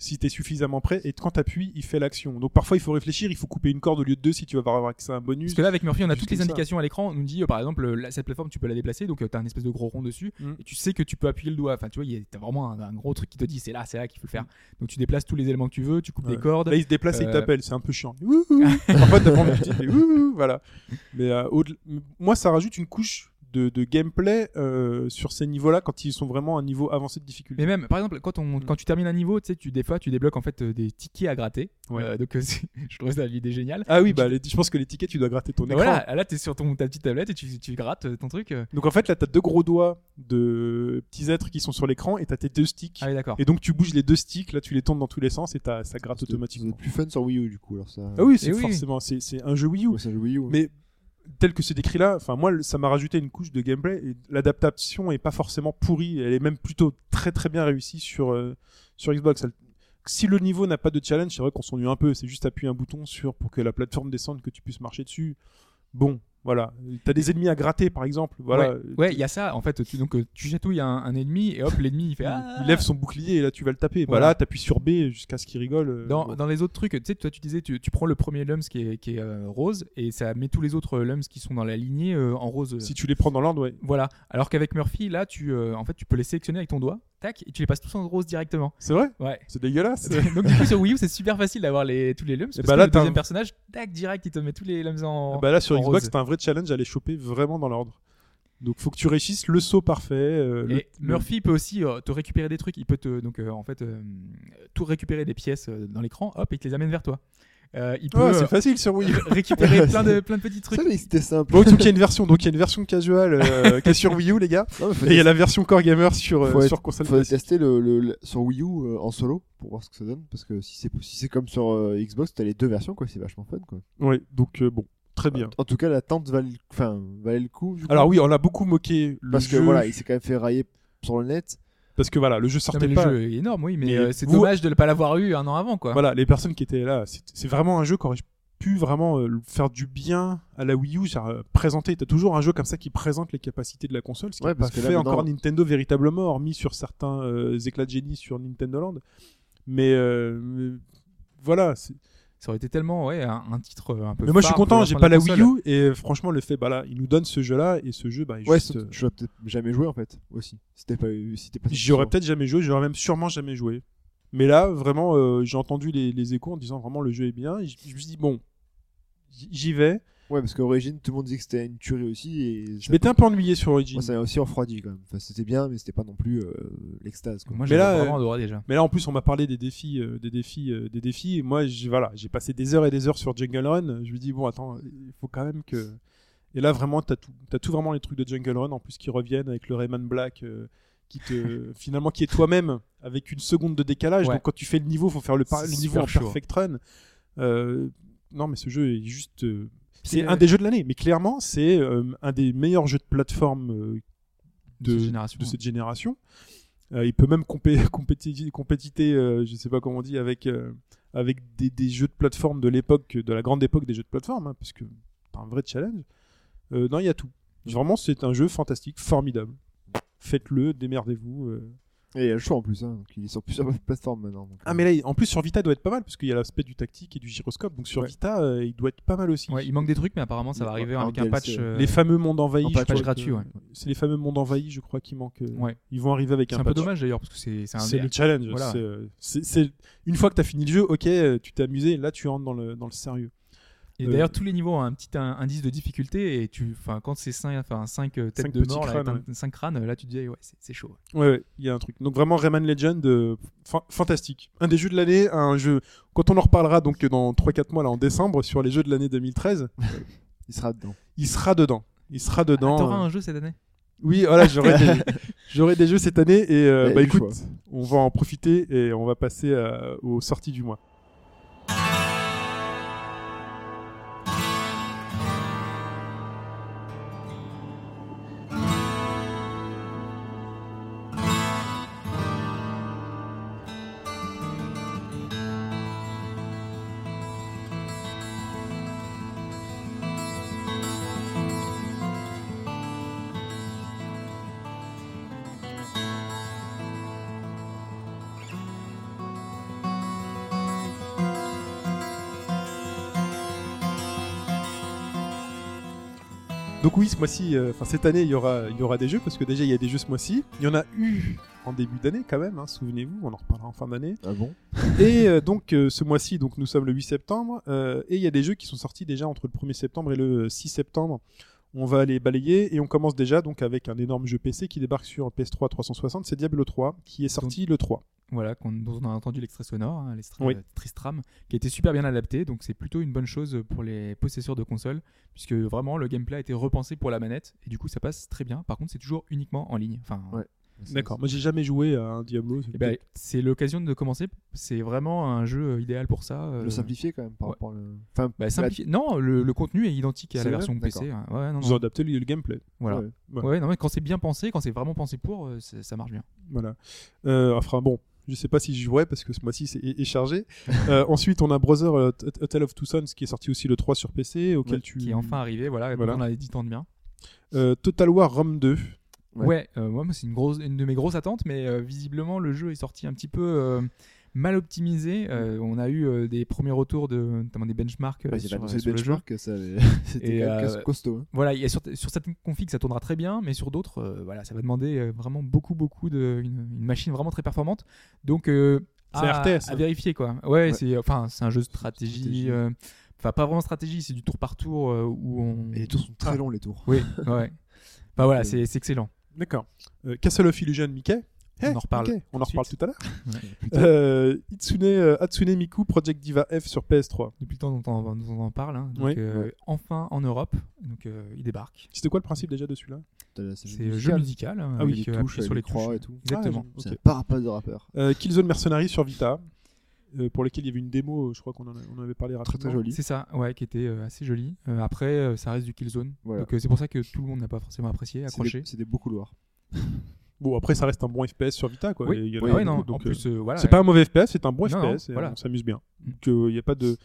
S3: si t'es suffisamment prêt et quand t'appuies, il fait l'action. Donc parfois, il faut réfléchir. Il faut couper une corde au lieu de deux si tu veux avoir accès à un bonus.
S4: Parce que là, avec Murphy, on a
S3: Juste
S4: toutes les
S3: comme ça.
S4: indications à l'écran. On nous dit, euh, par exemple, euh, là, cette plateforme, tu peux la déplacer. Donc, tu as un espèce de gros rond dessus.
S3: Mm.
S4: Et tu sais que tu peux appuyer le doigt. Enfin, tu vois, tu as vraiment un, un gros truc qui te dit, c'est là, c'est là qu'il faut le faire. Donc, tu déplaces tous les éléments que tu veux. Tu coupes
S3: Mhm. Ouais.
S4: des cordes.
S3: Là, il se déplace et il
S4: Euh,
S3: t'appelle, c'est un peu chiant. Ouh, ouh. [laughs] Parfois, t'as pas envie de dire, mais ouh, ouh, voilà. Mais euh, au-delà- moi, ça rajoute une couche de, de gameplay euh, sur ces niveaux-là quand ils sont vraiment à un niveau avancé de difficulté.
S4: Mais même, par exemple, quand, on,
S3: Mm.
S4: quand tu termines un niveau, tu sais, tu, des fois, tu débloques en fait euh, des tickets à gratter.
S3: Ouais.
S4: Euh, donc, euh, [laughs] c'est- je trouve ça l'idée géniale.
S3: Ah oui, bah, les- je pense que les tickets, tu dois gratter ton
S4: Mais
S3: écran.
S4: voilà, là, tu es sur ton, ta petite tablette et tu, tu grattes euh, ton truc. euh.
S3: Donc en fait, là, t'as deux gros doigts de petits êtres qui sont sur l'écran et t'as tes deux sticks.
S4: Ah oui, d'accord.
S3: Et donc tu bouges les deux sticks, là, tu les tournes dans tous les sens et t'as- ça gratte
S5: Ça doit- ça doit
S3: automatiquement.
S5: être plus fun sur Wii U du coup. Alors ça...
S3: Ah oui, c'est
S4: Et Eh oui.
S3: forcément, c'est c'est un jeu Wii U.
S5: Ouais, c'est un jeu Wii U. hein.
S3: Mais tel que c'est décrit là, enfin moi le- ça m'a rajouté une couche de gameplay. et L'adaptation est pas forcément pourrie, elle est même plutôt très très bien réussie sur euh, sur Xbox. Elle- si le niveau n'a pas de challenge, c'est vrai qu'on s'ennuie un peu. C'est juste appuyer un bouton sur pour que la plateforme descende, que tu puisses marcher dessus. Bon, voilà. T'as des ennemis à gratter par exemple. Voilà.
S4: Ouais, Ouais, il y a ça. En fait, tu, donc, euh, tu chatouilles un, un ennemi et hop, l'ennemi, il fait. Ah
S3: [laughs] Il lève son bouclier et là tu vas le taper. Bah
S4: Voilà.
S3: là t'appuies sur B jusqu'à ce qu'il rigole. euh,
S4: Dans,
S3: bon.
S4: dans les autres trucs, tu sais, toi tu disais, tu, tu prends le premier Lums qui est, qui est, euh, rose et ça met tous les autres Lums qui sont dans la lignée euh, en rose.
S3: Si tu les prends dans l'ordre, ouais.
S4: Voilà. Alors qu'avec Murphy, là, tu, euh, en fait, tu peux les sélectionner avec ton doigt, tac, et tu les passes tous en rose directement.
S3: C'est vrai.
S4: Ouais.
S3: [laughs] C'est dégueulasse.
S4: Donc du coup sur Wii U, c'est super facile d'avoir les, tous les Lums. Parce
S3: bah là,
S4: que le
S3: t'as un-
S4: deuxième personnage, tac, direct, il te met tous les Lums en.
S3: bah là sur
S4: en
S3: Xbox
S4: rose.
S3: c'est un vrai challenge à les choper vraiment dans l'ordre donc faut que tu réussisses le saut parfait euh, le-
S4: Et Murphy peut aussi euh, te récupérer des trucs. Il peut te donc euh, en fait euh, tout récupérer des pièces euh, dans l'écran, hop, et il te les amène vers toi. Euh, il peut
S3: Ah, c'est
S4: euh,
S3: facile sur Wii
S4: [laughs]
S3: [laughs]
S4: récupérer plein de plein de petits trucs.
S5: Ça, mais c'était simple.
S3: bon donc il y a une version donc il y a une version casual
S4: [laughs]
S3: euh, qui est sur Wii U les gars
S5: Non, mais faut
S3: et il y a la version core gamer sur euh,
S5: Faut être-
S3: sur console
S5: Faudrait
S3: classique.
S5: tester le, le- le- sur Wii U euh, en solo pour voir ce que ça donne parce que si c'est si c'est comme sur euh, Xbox t'as les deux versions quoi c'est vachement fun quoi.
S3: ouais donc euh, bon très
S4: Ah,
S3: bien
S5: En tout cas la tente valait le- enfin valait le coup. du coup.
S3: alors oui on a beaucoup moqué le
S5: parce que
S3: jeu,
S5: voilà il s'est quand même fait railler sur le net.
S3: parce que voilà le jeu
S4: Non,
S3: sortait
S4: mais le
S3: pas
S4: jeu est énorme, oui, mais,
S3: Mais
S4: euh, c'est
S3: vous-
S4: dommage de ne pas l'avoir eu un an avant, quoi.
S3: voilà les personnes qui étaient là c'est c'est vraiment un jeu qui aurait pu vraiment euh, faire du bien à la Wii U genre euh, présenter t'as toujours un jeu comme ça qui présente les capacités de la console ce qui
S5: Ouais,
S3: n'a pas
S5: parce que là,
S3: fait
S5: maintenant-
S3: encore Nintendo véritablement hormis sur certains euh, éclats de génie sur Nintendo Land mais euh, mais voilà c'est-
S4: Ça aurait été tellement, ouais, un, un titre euh, un peu.
S3: mais moi je suis
S4: phare pour
S3: content j'ai
S4: fin
S3: pas
S4: de
S3: la Wii
S4: console.
S3: U et euh, franchement le fait bah là il nous donne ce jeu là et ce jeu bah est
S5: Ouais
S3: juste,
S5: surtout,
S3: euh,
S5: je l'aurais peut-être jamais joué en fait aussi. Si t'es pas eu- si t'es pas.
S3: j'y aurais peut-être jamais joué j'aurais même sûrement jamais joué mais là vraiment euh, j'ai entendu les, les échos en disant vraiment le jeu est bien Et je je me suis dit bon j- j'y vais
S5: Ouais parce qu'à Origin tout le monde disait que c'était une tuerie aussi et.
S3: Je m'étais un peu ennuyé sur Origin.
S5: Moi, ça m'a aussi refroidi quand même. Enfin, c'était bien, mais c'était pas non plus euh, l'extase. quoi.
S4: Moi,
S3: Mais
S4: j'ai
S3: là,
S4: vraiment
S3: euh,
S4: adoré déjà.
S3: mais là, en plus, on m'a parlé des défis, euh, des défis, euh, des défis. Et moi, j'ai voilà, j'ai passé des heures et des heures sur Jungle Run. Je lui dis bon, attends, il faut quand même que. Et là, vraiment, t'as tout, t'as tout vraiment les trucs de Jungle Run en plus qui reviennent avec le Rayman Black, euh, qui
S4: [laughs]
S3: te finalement qui est toi-même avec une seconde de décalage.
S4: Ouais.
S3: Donc quand tu fais le niveau, faut faire le, par-
S4: C'est
S3: le niveau
S4: super
S3: en
S4: chaud. hein.
S3: perfect run. Euh, non, mais ce jeu est juste. euh, c'est
S4: euh,
S3: un des jeux de l'année, mais clairement, c'est euh, un des meilleurs jeux de plateforme euh,
S4: De,
S3: de,
S4: cette génération. hein.
S3: de cette génération. Euh, il peut même compé [laughs] compéti- compétiter, euh, je sais pas comment on dit, avec, euh, avec des, des jeux de plateforme de l'époque, de la grande époque des jeux de plateforme, hein, parce que c'est un vrai challenge. Euh, non, il y a tout. Vraiment, c'est un jeu fantastique, formidable. Faites-le, démerdez-vous. euh.
S5: Et il y a le choix en plus, hein, donc il est sur plusieurs [laughs] plateformes maintenant. donc, euh,
S3: Ah, mais là, il- en plus, sur Vita, il doit être pas mal, parce qu'il y a l'aspect du tactique et du gyroscope. Donc sur
S5: Ouais.
S3: Vita, euh, il doit être pas mal aussi.
S4: Ouais, il manque des trucs, mais apparemment, ça va
S5: Un
S4: arriver avec un
S5: DLC,
S4: patch.
S5: ouais.
S4: euh,
S3: Les fameux mondes envahis.
S5: En
S3: je
S5: patch
S3: crois que-
S4: gratuit, ouais.
S3: C'est les fameux mondes envahis, je crois, qui manquent. euh,
S4: Ouais.
S3: Ils vont arriver avec
S4: C'est
S3: un
S4: un peu
S3: patch.
S4: dommage d'ailleurs, parce que c'est c'est un.
S3: C'est
S4: des-
S3: le challenge.
S4: Voilà.
S3: c'est, euh, c'est- c'est- une fois que tu as fini le jeu, ok, euh, tu t'es amusé, là tu rentres dans le, dans le sérieux.
S4: Et
S3: Euh,
S4: d'ailleurs, tous les niveaux ont un petit un- indice de difficulté. Et tu, enfin, quand c'est 5 enfin, cinq, euh, têtes
S3: Cinq
S4: de
S3: petits
S4: mort, là,
S3: crânes,
S4: t'as- cinq crânes, là, tu te dis, ouais, c'est c'est chaud.
S3: Ouais, ouais, il y a un truc. Donc vraiment Rayman Legend, euh, fa- fantastique. Un des jeux de l'année, un jeu. Quand on en reparlera donc dans 3-4 mois là en décembre sur les jeux de l'année 2013,
S5: Il sera dedans.
S3: il sera dedans. Il sera dedans.
S4: Ah, T'auras
S3: euh.
S4: un jeu cette année
S3: Oui, voilà, j'aurai
S4: [laughs]
S3: des, j'aurai des jeux cette année et euh,
S5: Ouais,
S3: bah
S5: du
S3: écoute,
S5: choix.
S3: on va en profiter et on va passer euh, aux sorties du mois. Donc oui, ce mois-ci, euh, enfin cette année, il y aura, il y aura des jeux parce que déjà il y a des jeux ce mois-ci. Il y en a eu en début d'année quand même. hein, Souvenez-vous, on en reparlera en fin d'année.
S5: Ah bon
S3: Et euh, donc euh, ce mois-ci, donc nous sommes le 8 septembre, euh, et il y a des jeux qui sont sortis déjà entre le 1er septembre et le euh, 6 septembre. On va les balayer et on commence déjà donc avec un énorme jeu PC qui débarque sur PS3 360, c'est Diablo 3 qui est sorti le 3.
S4: voilà, qu'on- dont on a entendu l'extrait sonore, hein, l'extrait
S3: Oui.
S4: euh, Tristram, qui a été super bien adapté, donc c'est plutôt une bonne chose pour les possesseurs de consoles, puisque vraiment le gameplay a été repensé pour la manette, et du coup ça passe très bien. Par contre, c'est toujours uniquement en ligne. Enfin,
S5: Ouais.
S3: D'accord. Moi j'ai jamais joué à un Diablo.
S4: eh ben, c'est l'occasion de commencer. C'est vraiment un jeu euh, idéal pour ça. euh,
S5: Le simplifier quand même par
S4: ouais.
S5: rapport. au- Enfin,
S4: bah, simplifié. Non, le, le contenu est identique à
S5: C'est
S4: la
S5: vrai
S4: version PC. hein. Ouais, non, non.
S3: Ils ont adapté le, le gameplay.
S4: Voilà.
S5: ouais.
S3: Ouais.
S4: Ouais, non, mais quand c'est bien pensé, quand c'est vraiment pensé pour, euh, c'est- ça marche bien.
S3: Voilà. Euh, enfin bon, je sais pas si j'y jouerai parce que ce mois-ci c'est est- est
S4: [laughs]
S3: chargé. Euh, ensuite on a Brother euh, T- A Tale of Two Sons qui est sorti aussi le 3 sur PC auquel
S5: Ouais,
S3: tu
S4: Qui est enfin arrivé, voilà,
S3: Mm. Voilà.
S4: on a dit tant de bien.
S3: Euh, Total War Rome 2.
S5: Ouais.
S4: Ouais, euh, ouais, moi, c'est une, grosse, une de mes grosses attentes, mais euh, visiblement le jeu est sorti un petit peu euh, mal optimisé. Euh, on a eu euh, des premiers retours de notamment des benchmarks euh,
S5: Bah, il
S4: sur,
S5: a annoncé
S4: sur
S5: le
S4: le jeu.
S5: benchmark, ça avait-
S4: Et,
S5: [laughs] c'était quand même
S4: euh,
S5: costaud. hein.
S4: Voilà, il y a sur, sur certaines configs ça tournera très bien, mais sur d'autres, euh, voilà, ça va demander euh, vraiment beaucoup, beaucoup de une, une machine vraiment très performante. Donc euh,
S3: C'est
S4: à,
S3: RTS,
S4: à
S3: hein.
S4: vérifier quoi. Ouais,
S5: Ouais.
S4: c'est enfin c'est un jeu de stratégie.
S5: Stratégie.
S4: euh, Enfin, pas vraiment stratégie, c'est du tour par tour euh, où on.
S5: Et les tours sont très
S3: Ah.
S5: longs, les tours.
S4: Oui,
S5: [laughs]
S4: ouais. Enfin voilà,
S5: Euh,
S4: c'est c'est excellent.
S3: D'accord. Euh, Castle of Illusion Mickey.
S4: On
S3: Eh,
S4: en reparle
S3: ok, On
S4: tout
S3: en
S4: de suite.
S3: reparle tout à
S4: [laughs]
S3: l'heure.
S5: Putain.
S3: Euh, Itsune, euh, Hatsune Miku Project Diva F sur PS3.
S4: depuis le temps dont on, dont on en parle. hein. Donc,
S3: Oui.
S4: euh, Enfin en Europe, donc euh, il débarque.
S3: C'était quoi le principe déjà de celui-là
S5: T'as la-
S4: C'est le jeu musical hein,
S3: Ah oui,
S4: avec
S5: les
S4: euh,
S5: touches,
S4: appui sur
S5: les
S4: les
S5: croix
S4: touches.
S5: et tout.
S4: Exactement.
S3: Ah,
S5: C'est
S3: j'ai-
S5: un
S3: ok.
S5: parapluie de rappeur.
S3: Euh, Killzone Mercenary sur Vita, euh, pour lequel il y avait une démo, euh, je crois qu'on en, a- on en avait parlé
S5: Très
S3: rapidement.
S5: très joli.
S4: C'est ça, ouais, qui était euh, assez joli. Euh, après, euh, ça reste du Killzone.
S5: Voilà.
S4: Donc euh, c'est pour ça que tout le monde n'a pas forcément apprécié,
S5: C'est des-
S4: accroché.
S5: C'est des beaux couloirs.
S3: Bon, après, ça reste un bon FPS sur Vita, quoi.
S4: Oui,
S3: Et il y en a
S4: Ouais,
S3: beaucoup,
S4: non,
S3: donc, euh,
S4: en plus, euh, voilà.
S3: C'est pas un mauvais FPS, c'est un bon
S4: Non,
S3: FPS,
S4: non,
S3: et
S4: voilà.
S3: on s'amuse bien.
S4: Mm.
S3: Donc, euh, il y a pas de.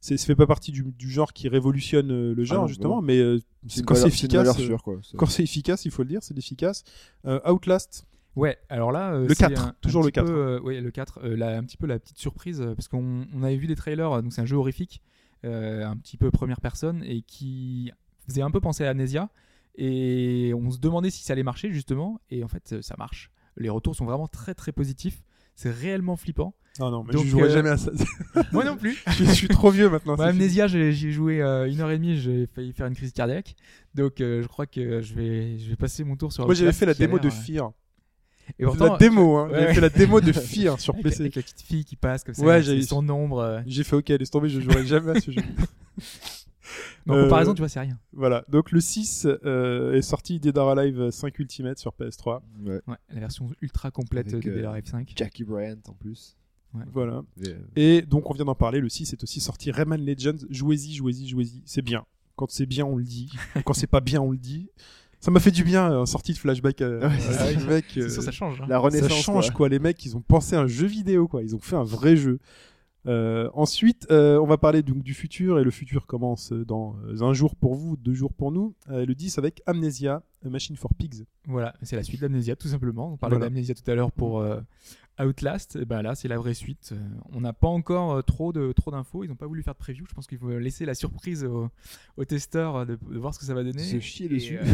S3: C'est, ça fait pas partie du, du genre qui révolutionne euh, le genre,
S5: Ah non,
S3: justement,
S5: vraiment.
S3: mais euh,
S5: une
S3: quand c'est
S5: valeur- une
S3: efficace.
S5: valeur
S3: euh,
S5: sûre, quoi. C'est-
S3: Quand c'est efficace, il faut le dire, c'est efficace. Euh, Outlast,
S4: Ouais, alors là, euh,
S3: Le
S4: c'est
S3: 4,
S4: un- un
S3: toujours le
S4: petit peu,
S3: 4.
S4: euh, ouais, le 4, euh, la- un petit peu la petite surprise, euh, parce qu'on on avait vu des trailers, euh, donc c'est un jeu horrifique, euh, un petit peu première personne, et qui faisait un peu penser à Amnesia, et on se demandait si ça allait marcher justement, et en fait euh, ça marche. Les retours sont vraiment très très positifs, c'est
S3: [laughs]
S4: réellement flippant.
S3: Non, non, mais
S4: Donc,
S3: je jouerai
S4: euh, Bah,
S3: jamais à ça. [laughs]
S4: Moi non plus
S3: je, suis- je suis trop vieux maintenant.
S4: Moi,
S3: c'est fini.
S4: Amnesia, j'ai- j'y ai joué euh, une heure et demie, j'ai failli faire une crise cardiaque, donc euh, je crois que je vais, je vais passer mon tour sur...
S3: Moi, j'avais
S4: Outlast,
S3: fait la
S4: qui a
S3: démo
S4: l'air,
S3: de
S4: euh,
S3: Fear.
S4: Et
S3: la
S4: pourtant,
S3: démo, hein. J'avais
S4: ouais.
S3: fait la démo
S4: [laughs]
S3: de Fear sur
S4: avec,
S3: PC.
S4: avec la petite fille qui passe comme ça,
S3: Ouais,
S4: avec
S3: j'avais-
S4: son ombre... euh,
S3: J'ai fait OK, laisse tomber, je jouerai jamais à ce jeu. [laughs]
S4: Mais en
S3: Euh,
S4: comparaison, tu vois, c'est rien.
S3: Voilà. Donc, le 6 euh, est sorti Dead or Alive 5 Ultimate sur PS3.
S5: Ouais.
S4: Ouais, la version ultra complète
S5: Avec,
S4: de
S5: euh,
S4: DLRF 5.
S5: Jackie Bryant en plus.
S3: Voilà.
S5: Et, euh,
S3: Et donc, on vient d'en parler. Le 6 est aussi sorti Rayman Legends. Jouez-y, jouez-y, jouez-y. C'est bien. Quand c'est bien, on le
S5: [laughs]
S3: dit. Quand c'est pas bien, on le dit. Ça m'a fait du bien, euh, sortie de flashback euh,
S5: Ouais, c'est
S3: avec, euh,
S4: C'est sûr, ça change. hein.
S5: La
S3: ça
S5: renaissance.
S3: change
S5: quoi.
S3: quoi. les mecs ils ont pensé à un jeu vidéo quoi ils ont fait un vrai jeu Euh, ensuite euh, on va parler donc du futur et le futur commence dans euh, un jour pour vous deux jours pour nous Euh, le 10 avec Amnesia A Machine for Pigs
S4: Voilà, c'est la suite d'Amnesia, tout simplement. On parlait
S3: Voilà.
S4: d'Amnesia tout à l'heure pour euh, Outlast. Et ben là, c'est la vraie suite. Euh, on n'a pas encore euh, trop de trop d'infos. Ils n'ont pas voulu faire de preview. Je pense qu'il faut laisser la surprise aux, aux testeurs euh, [laughs] de, de voir ce que ça va donner.
S5: Se chier
S4: Et,
S5: dessus.
S4: euh,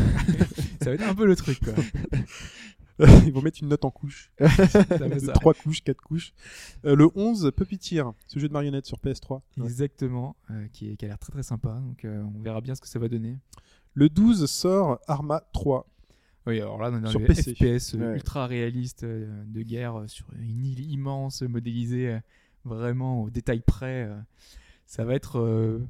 S4: ça va être un peu le truc. Quoi. [laughs]
S3: Ils vont mettre une note en [laughs] couche.
S4: Ça fait
S3: de
S4: ça.
S3: 3 couches, 4 couches. Euh, le 11, Puppy Tear, ce jeu de marionnettes sur PS3.
S4: Exactement, euh, qui, est- qui a l'air très très sympa. Donc euh, on verra bien ce que ça va donner.
S3: Le 12 sort Arma 3.
S4: Oui, alors là, on est dans
S3: Sur
S4: le
S3: PC.
S4: FPS euh,
S5: Ouais.
S4: ultra réaliste euh, de guerre euh, sur une île immense euh, modélisée euh, vraiment au détail près. euh. Ça va être euh,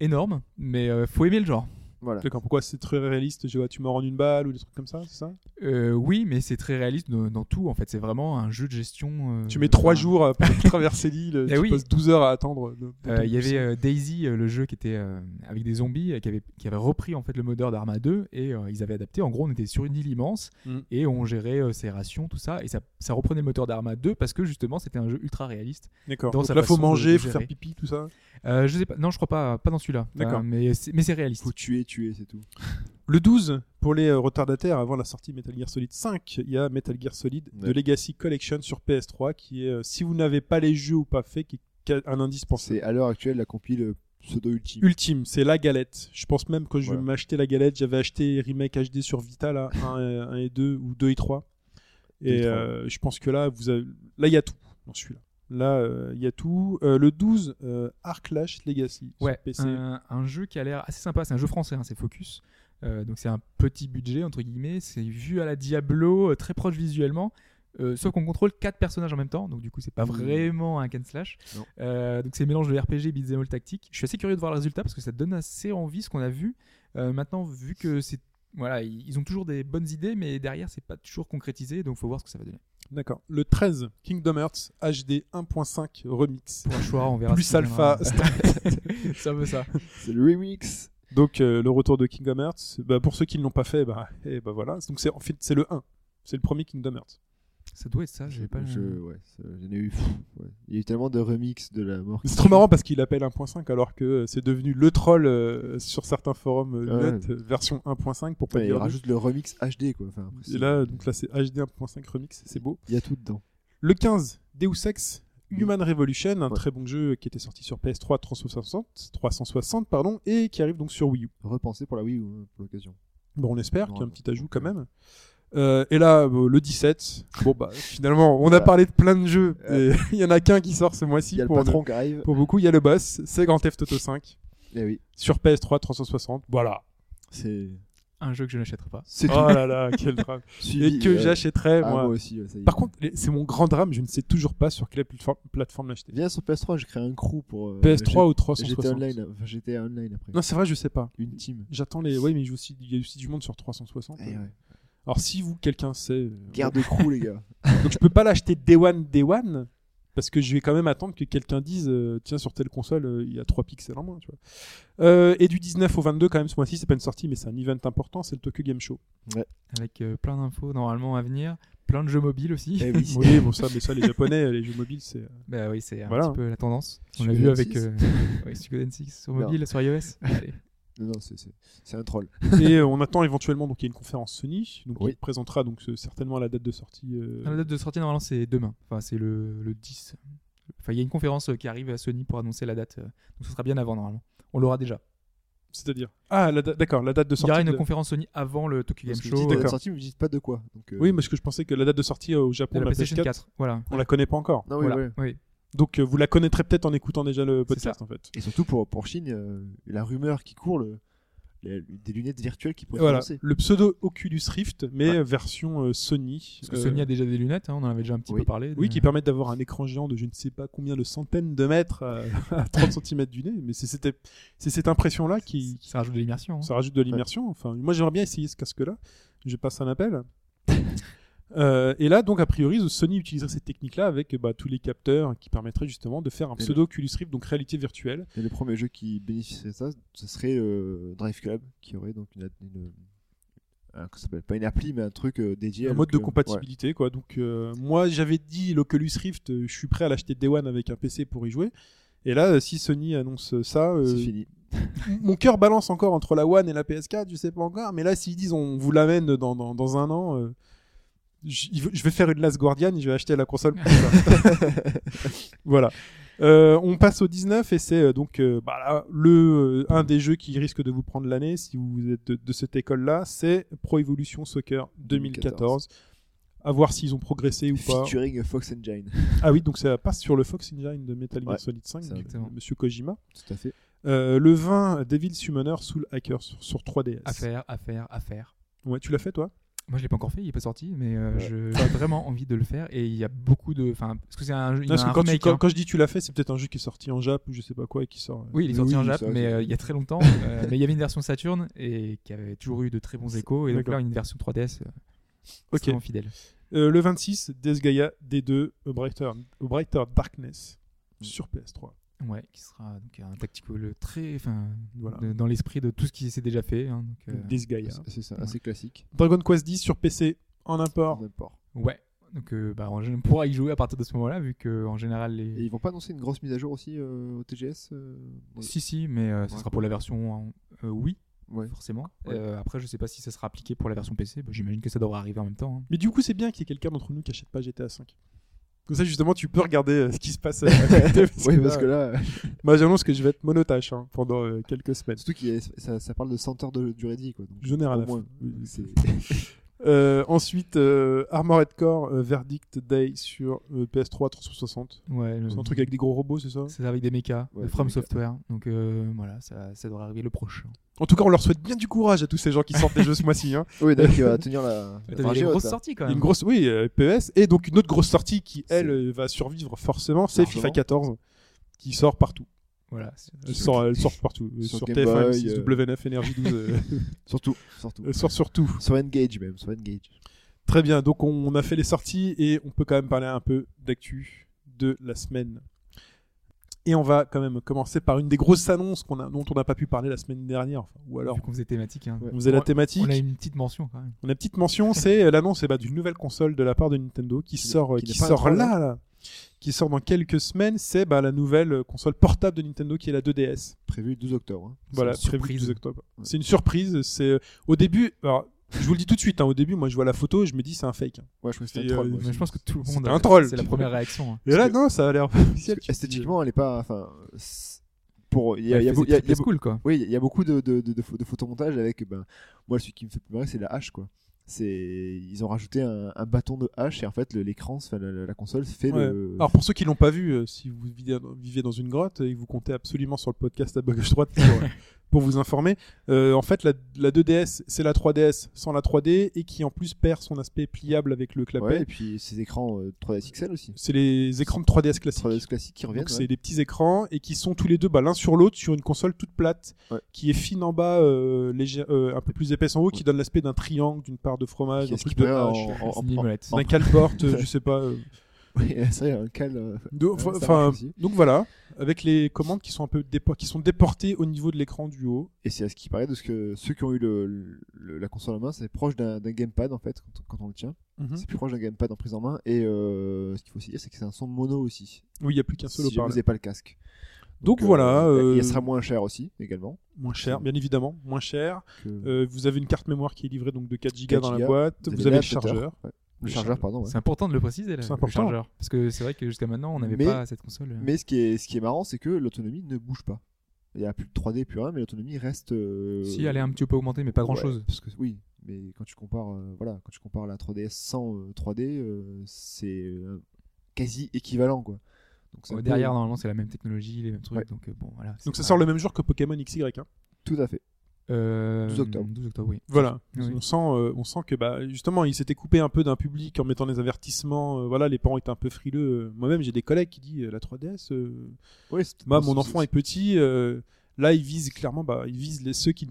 S4: énorme, mais euh, faut aimer le genre.
S5: Voilà.
S3: D'accord, pourquoi c'est très réaliste Je vois, tu me rends une balle ou des trucs comme ça, c'est ça
S4: Euh, oui, mais c'est très réaliste dans, dans tout en fait. C'est vraiment un jeu de gestion. euh,
S3: Tu mets 3
S4: enfin,
S3: jours
S4: [laughs]
S3: pour traverser l'île,
S4: Eh
S3: tu
S4: oui.
S3: passes 12 heures à attendre. de- de
S4: Euh,
S3: ton
S4: Il y
S3: bus.
S4: avait euh, Daisy, euh, le jeu qui était euh, avec des zombies, euh, qui, avait, qui avait repris en fait le modeur d'Arma 2 et euh, ils avaient adapté. En gros, on était sur une île immense
S3: Mm.
S4: et on gérait euh, ses rations, tout ça. Et ça, ça reprenait le moteur d'Arma 2 parce que justement, c'était un jeu ultra réaliste.
S3: D'accord.
S4: dans
S3: Donc
S4: sa
S3: là, faut
S4: façon de-
S3: manger,
S4: de
S3: faut
S4: gérer.
S3: faire pipi, tout ça.
S4: Euh, je sais pas, non, je crois pas, pas dans celui-là.
S3: D'accord.
S4: Euh, mais c'est mais c'est réaliste.
S5: Faut tuer, tuer, c'est tout.
S3: Le 12, pour les euh, retardataires, avant la sortie de Metal Gear Solid 5, il y a Metal Gear Solid The
S5: Ouais.
S3: Legacy Collection sur PS3, qui est, euh, si vous n'avez pas les jeux ou pas fait, qui est ca- un indispensable.
S5: C'est à l'heure actuelle la compile euh, pseudo ultime.
S3: Ultime, c'est la galette. Je pense même que je vais
S5: Voilà.
S3: m'acheter la galette. J'avais acheté Remake HD sur Vita, là, 1, et 2, ou 2 et 3.
S5: Deux
S3: Et
S5: et trois.
S3: euh, je pense que là, vous avez... là, il y a tout dans celui-là. Là, euh, il y a tout. Euh, le 12, euh, Arclash Legacy sur
S4: Ouais,
S3: PC.
S4: un, un jeu qui a l'air assez sympa. C'est un jeu français, hein, c'est Focus. Euh, donc c'est un petit budget entre guillemets. C'est vu à la Diablo, euh, très proche visuellement. Euh, sauf qu'on contrôle quatre personnages en même temps, donc du coup c'est pas
S5: Mmh.
S4: vraiment un can slash.
S5: Non.
S4: Euh, donc c'est un mélange de RPG, beat'em all tactique. Je suis assez curieux de voir le résultat parce que ça donne assez envie ce qu'on a vu. Euh, maintenant vu que c'est voilà, i- ils ont toujours des bonnes idées, mais derrière c'est pas toujours concrétisé, donc faut voir ce que ça va donner.
S3: D'accord. Le 13, Kingdom Hearts HD 1.5 Remix.
S4: Pour un choix, on verra.
S3: Plus
S4: ce qui viendra.
S3: alpha,
S4: [laughs] ça veut ça.
S5: C'est le remix.
S3: Donc euh, le retour de Kingdom Hearts, bah, pour ceux qui ne l'ont pas fait, bah, eh, bah, voilà. Donc c'est en fait c'est le 1, c'est le premier Kingdom Hearts.
S4: Ça doit être
S3: Ah,
S4: ça. J'ai pas. le-
S5: Je, euh, ouais, ça- j'en ai eu. pff, ouais. Il y a eu tellement de remix de la mort.
S3: C'est trop marrant parce qu'il appelle 1.5 alors que euh, c'est devenu le troll euh, sur certains forums euh,
S5: Ah Ouais.
S3: net, euh, version 1.5 pour pas
S5: Ouais, il
S3: dire deux.
S5: rajoute le remix HD quoi. Enfin, après,
S3: Et
S5: c'est-
S3: là donc là c'est HD 1.5 remix, c'est beau.
S5: il y a tout dedans.
S3: Le 15, Deus Ex Human Revolution, un
S5: Ouais.
S3: très bon jeu qui était sorti sur PS3 360, 360 pardon, et qui arrive donc sur Wii U.
S5: Repensé pour la Wii ou pour l'occasion.
S3: Bon, on espère qu'il y a un
S5: Ouais.
S3: petit ajout quand même. Euh, et là, bon, le 17, bon
S5: [laughs]
S3: bah finalement, on a parlé de plein de jeux. et [laughs] Il y en a qu'un qui sort ce
S5: Il
S3: mois-ci
S5: y a le
S3: pour,
S5: patron qui arrive.
S3: pour beaucoup. Il y a le boss, c'est Grand Theft Auto 5
S5: Eh oui,
S3: sur PS3 360.
S5: [laughs]
S3: Voilà.
S5: c'est
S4: Un jeu que je n'achèterai pas.
S5: c'est
S3: Oh
S5: tout.
S3: là là, quel drame.
S5: Suivi,
S3: Et que
S5: euh,
S3: j'achèterais
S5: ah,
S3: moi.
S5: moi aussi. ouais, ça y est.
S3: Par contre, les- c'est mon grand drame, je ne sais toujours pas sur quelle plateforme, plateforme l'acheter.
S5: viens sur PS3, je crée un crew pour. euh,
S3: PS3 ou
S5: G- J'étais
S3: 360
S5: online, enfin, j'étais online après.
S3: Non, c'est vrai, je sais pas.
S5: Une team.
S3: J'attends les. Oui, mais il y a aussi- il y a aussi du monde sur 360.
S5: Eh ouais.
S3: Alors, si vous, quelqu'un sait. euh,
S5: Guerre de crew, les gars.
S3: [laughs] Donc je peux pas l'acheter day one, day one, parce que je vais quand même attendre que quelqu'un dise euh, tiens sur telle console euh, il y a 3 pixels en moins. Tu vois. Euh, et du 19 au 22 quand même ce mois-ci c'est pas une sortie mais c'est un event important, c'est le Tokyo Game Show.
S4: avec euh, plein d'infos normalement à venir, plein de jeux mobiles aussi.
S5: Eh oui.
S3: Oui bon ça mais ça les Japonais les jeux mobiles c'est euh,
S4: [laughs] Bah oui, c'est un
S3: Voilà.
S4: petit peu la tendance. On l'a
S5: Suikoden
S4: vu avec
S5: 6.
S4: euh, ouais, Suikoden 6 sur
S5: Non.
S4: mobile, sur iOS. Allez.
S5: Non, non, c'est- c'est c'est un troll.
S3: et euh, on attend éventuellement donc il y a une conférence Sony donc
S5: Oui.
S3: il présentera donc ce- certainement la date de sortie. euh,
S4: La date de sortie normalement c'est demain. Enfin c'est le, le 10. Enfin il y a une conférence euh, qui arrive à Sony pour annoncer la date. euh, Donc ce sera bien avant normalement. On l'aura déjà.
S3: C'est-à-dire ah la da- d'accord la date de
S4: Il
S3: sortie.
S4: y aura une
S3: de-
S4: conférence Sony avant le Tokyo
S5: Parce
S4: Game
S5: que
S4: Show
S5: vous
S4: euh,
S5: dites la
S3: d'accord.
S5: sortie, mais vous dites pas de quoi. Donc, euh,
S3: Oui parce que je pensais que la date de sortie euh, au Japon de
S4: de la PlayStation 4. Voilà.
S3: on la connaît pas encore.
S5: Non, Ah oui,
S4: Voilà.
S5: ouais.
S4: Oui.
S3: Donc euh, vous la connaîtrez peut-être en écoutant déjà le podcast en fait.
S5: Et surtout pour, pour Chine, euh, la rumeur qui court, le, la- des lunettes virtuelles qui pourraient
S3: Voilà,
S5: se lancer.
S3: le pseudo Oculus Rift, mais version euh, Sony.
S4: Parce que
S3: Euh,
S4: Sony a déjà des lunettes, hein, on en avait déjà un petit
S5: oui.
S4: peu parlé.
S3: Oui,
S4: de-
S3: qui permettent d'avoir un écran géant de je ne sais pas combien de centaines de mètres euh, [laughs] à 30 cm du nez. Mais c'est c'était- c'est cette impression-là qui.
S4: ça rajoute de l'immersion. hein.
S3: Ça rajoute de l'immersion. Enfin, moi, j'aimerais bien essayer ce casque-là. Je passe un
S5: [laughs]
S3: appel. Euh, et là, donc, a priori, Sony utiliserait cette technique-là avec bah, tous les capteurs qui permettraient justement de faire un
S5: Et
S3: pseudo Oculus Rift, donc réalité virtuelle.
S5: Et le premier jeu qui bénéficierait de ça, ce serait euh, Drive Club, qui aurait donc une. une- un- comment ça s'appelle Pas une appli, mais un truc euh, dédié.
S3: un
S5: alors
S3: mode de
S5: que- ouais.
S3: compatibilité quoi donc euh, moi j'avais dit l'Oculus Rift euh, je suis prêt à l'acheter Day One avec un PC pour y jouer et là euh, si Sony annonce ça euh,
S5: C'est fini.
S3: mon cœur balance encore entre la One et la PS4 je sais pas encore mais là s'ils disent on vous l'amène dans, dans, dans un an euh, je il veut- je vais faire une Last Guardian et je vais acheter la console pour ça. voilà Euh, on passe au 19 et c'est euh, donc euh, bah, là, le euh, un des jeux qui risque de vous prendre l'année si vous êtes de, de cette école là c'est Pro Evolution Soccer 2014. à voir s'ils ont progressé ou pas.
S5: Featuring Fox
S3: [laughs]
S5: Engine.
S3: Ah oui, donc ça passe sur le Fox Engine de Metal Gear
S5: Ouais,
S3: Solid 5,
S5: ça,
S3: de
S4: exactement.
S3: Monsieur Kojima.
S5: Tout à fait.
S3: Euh, le 20, Devil Summoner Soul Hacker sur, sur 3DS.
S4: À faire, à faire, à faire.
S3: Ouais, tu l'as fait toi
S4: Moi, je l'ai pas encore fait, il est pas sorti, mais euh,
S5: Ouais.
S4: je- j'ai vraiment [laughs] envie de le faire. Et il y a beaucoup de, enfin, parce que c'est un jeu, il y
S3: Non,
S4: a
S3: parce
S4: un
S3: que quand, tu-
S4: remake,
S3: quand-
S4: hein.
S3: quand je dis tu l'as fait, c'est peut-être un jeu qui est sorti en Jap ou je sais pas quoi et qui sort. euh,
S4: Oui, il est
S5: Mais
S4: sorti
S5: oui,
S4: en Jap,
S5: ça,
S4: mais
S5: c'est-
S4: euh, il y a très longtemps. euh,
S3: [laughs]
S4: mais il y avait une version Saturn et qui avait toujours eu de très bons échos. Et donc
S3: D'accord.
S4: là, une version 3DS euh,
S3: Ok.
S4: extrêmement fidèle.
S3: Euh, le 26, Death Gaia D2 A Brighter, A Brighter Darkness
S4: Mm.
S3: sur PS3.
S4: Ouais, qui sera donc un tactical très, enfin,
S3: Voilà.
S4: de- dans l'esprit de tout ce qui s'est déjà fait. hein, donc, euh,
S3: Death Gaia.
S5: C'est- C'est ça, assez classique.
S3: Dragon Quest 10 sur PC en import.
S5: N'importe.
S4: ouais. Donc, euh, bah, on, on pourra y jouer à partir de ce moment-là, vu que en général
S5: Et
S4: les.
S5: ils vont pas annoncer une grosse mise à jour aussi euh, au TGS euh, dans-
S4: Si, si, mais euh, ça
S5: Ouais.
S4: sera pour la version euh, oui,
S5: Ouais.
S4: forcément.
S5: Ouais.
S4: Euh, après, je sais pas si ça sera appliqué pour la version PC. Bah, J'imagine que ça devrait arriver en même temps. hein.
S3: Mais du coup, c'est bien qu'il y ait quelqu'un d'entre nous qui achète pas GTA 5. Comme ça, justement, tu peux regarder euh, ce qui se
S4: [laughs]
S3: passe. euh, à côté, parce
S5: Oui,
S3: que
S5: parce
S3: là, euh,
S5: que là,
S3: Moi, j'annonce que je vais être monotache hein, pendant euh, quelques semaines.
S5: [laughs] surtout qu'il y a- ça, ça parle de 100 heures de durée de vie. Quoi, donc,
S3: J'en ai rien à
S5: au
S3: foutre.
S5: moins,
S3: Ah, Oui,
S5: c'est-
S3: Euh, ensuite, euh, Armored Core euh, Verdict Day sur euh, PS3 360.
S4: Ouais.
S3: C'est
S4: le-
S3: un truc avec des gros robots, c'est ça
S4: C'est hein. avec des mechas
S5: Ouais,
S4: de
S5: des
S4: From
S5: mechas.
S4: Software. Donc euh, voilà, ça, ça devrait arriver le prochain.
S3: En tout cas, on leur souhaite bien du courage à tous ces gens qui sortent des jeux ce mois-ci. [laughs] Hein.
S5: [laughs] Oui, d'accord, il
S3: [laughs]
S5: va tenir la. la
S4: T'as
S5: dragée
S4: une
S5: haute,
S4: grosse
S5: là.
S4: sortie quand
S3: Une
S4: même.
S3: grosse, oui, euh, PES. Et donc une autre grosse sortie qui,
S5: C'est-
S3: elle, euh, va survivre forcément, c'est
S5: Largement.
S3: FIFA 14, qui sort partout.
S4: Voilà. c'est- [laughs]
S3: Elle sort, elle sort partout. Euh, Sur,
S5: Sur Game
S3: TF1,
S5: Boy,
S3: M6,
S5: euh.
S3: W9, Energy 12, euh,
S5: Surtout, surtout.
S3: [laughs] elle sort surtout.
S5: Sur Engage même, sur Engage.
S3: Très bien, donc on a fait les sorties et on peut quand même parler un peu d'actu de la semaine. Et on va quand même commencer par une des grosses annonces qu'on a, dont on n'a pas pu parler la semaine dernière. Enfin, ou alors,
S4: Vu qu'on faisait thématique. hein.
S5: Ouais.
S3: on faisait la thématique.
S4: On a une petite mention quand même.
S3: On a une petite mention, c'est euh, l'annonce eh ben, d'une nouvelle console de la part de Nintendo qui
S5: Qui-
S3: sort, euh,
S5: qui
S3: qui
S5: n'est pas un
S3: sort
S5: troll,
S3: là, là, qui sort dans quelques semaines. C'est bah, la nouvelle euh, console portable de Nintendo qui est la 2DS.
S5: Prévu le 12 octobre. hein.
S3: Voilà,
S4: C'est une
S3: prévu le
S4: surprise.
S3: 12 octobre.
S5: Ouais.
S3: C'est une surprise. C'est euh, au début. Alors, je vous le dis tout de suite. hein, au début, moi, je vois la photo, et je me dis c'est un fake. hein.
S5: Ouais, je crois que
S3: Et,
S5: c'était un troll.
S3: euh,
S5: moi,
S4: Mais
S5: aussi.
S4: je pense que tout le
S3: c'est
S4: monde.
S3: un troll.
S4: C'est la première réaction. hein.
S3: Et là,
S5: Parce que-
S3: non, ça a l'air
S5: Parce
S3: officiel.
S5: que Esthétiquement, elle est pas. Enfin. c'est- Pour. Il y a,
S4: Ouais,
S5: il y a,
S4: c'est-
S5: beau- il y a-
S4: c'est
S5: il y a beau-
S4: cool quoi.
S5: Oui, il y a beaucoup de, de, de, de pho- de photomontages avec. Ben, moi, celui qui me fait plus marrer, c'est la hache, quoi. C'est, ils ont rajouté un, un bâton de hache et en fait, le- l'écran, enfin, la, la- la console fait
S3: Ouais.
S5: le.
S3: Alors pour ceux qui l'ont pas vu, euh, si vous vivez, vivez dans une grotte euh, et que vous comptez absolument sur le podcast à gauche droite pour,
S5: [laughs]
S3: euh, pour vous informer, euh, en fait la, la 2DS c'est la 3DS sans la 3D et qui en plus perd son aspect pliable avec le clapet.
S5: ouais, et puis ces écrans euh, 3DS XL aussi.
S3: C'est les écrans de 3DS classiques.
S5: 3DS classique qui reviennent.
S3: Donc c'est
S5: ouais.
S3: des petits écrans et qui sont tous les deux bah, l'un sur l'autre sur une console toute plate
S5: Ouais.
S3: qui est fine en bas, euh, légère- euh, un peu plus épaisse en haut, qui
S5: Ouais.
S3: donne l'aspect d'un triangle, d'une part de fromage,
S5: Qui
S3: d'un
S5: est-ce qui
S3: truc de
S5: peut en-
S3: hache,
S5: en-
S4: C'est
S5: en-
S4: une limonette.
S3: d'un cale-porte, euh, je sais pas. euh,
S5: [laughs] Oui, c'est vrai, un cal. euh,
S3: De-
S5: Ouais, ça marche
S3: enfin,
S5: aussi.
S3: donc voilà, avec les commandes qui sont un peu dépo- qui sont déportées au niveau de l'écran du haut.
S5: Et c'est à ce qui paraît de ce que ceux qui ont eu le, le- la console en main, c'est proche d'un d'un gamepad en fait, quand, quand on le tient.
S4: Mhm.
S5: C'est plus proche d'un gamepad en prise en main. Et euh, ce qu'il faut aussi dire, c'est que c'est un son mono aussi.
S3: Oui, il y a plus qu'un seul
S5: si jamais vous
S3: haut-parleur.
S5: n'avez pas le casque.
S3: Donc voilà,
S5: euh,
S3: euh,
S5: Il sera moins cher aussi, également.
S3: moins cher, bien évidemment, moins cher.
S5: que-
S3: Euh, vous avez une carte mémoire qui est livrée donc de 4 Go
S5: 4
S3: dans la
S5: gigas.
S3: boîte.
S5: Vous
S3: Vous, avez
S5: avez
S3: le
S5: l'adaptateur.
S3: chargeur.
S5: Le chargeur, pardon. ouais.
S4: C'est important de le préciser là.
S3: C'est
S4: le
S3: important.
S4: chargeur. Parce que c'est vrai que jusqu'à maintenant, on n'avait
S5: Mais-
S4: pas cette console. euh,
S5: Mais ce qui est, ce qui est marrant, c'est que l'autonomie ne bouge pas. Il n'y a plus de 3D, plus rien, mais l'autonomie reste. euh,
S4: Si elle est un petit peu augmentée, mais pas grand chose.
S5: ouais, parce que oui, mais quand tu compares, euh, voilà, quand tu compares la 3DS sans euh, 3D, euh, c'est euh, quasi équivalent, quoi. Donc c'est un peu-
S4: derrière, normalement, c'est la même technologie, les mêmes trucs.
S5: Ouais.
S4: Donc euh, bon, voilà. c'est
S3: Donc ça
S4: pas-
S3: sort le même jour que Pokémon XY. hein.
S5: Tout à fait.
S4: Euh,
S5: 12 octobre.
S4: 12 octobre, oui.
S3: Voilà.
S4: Oui.
S3: On sent, euh, on sent que bah justement, il s'était coupé un peu d'un public en mettant des avertissements. euh, voilà, les parents étaient un peu frileux. Euh, Moi-même, j'ai des collègues qui disent euh, la 3DS. euh,
S5: Ouais, c'est-
S3: Moi, mon enfant est petit. euh, là, ils visent clairement, bah, ils visent les ceux qui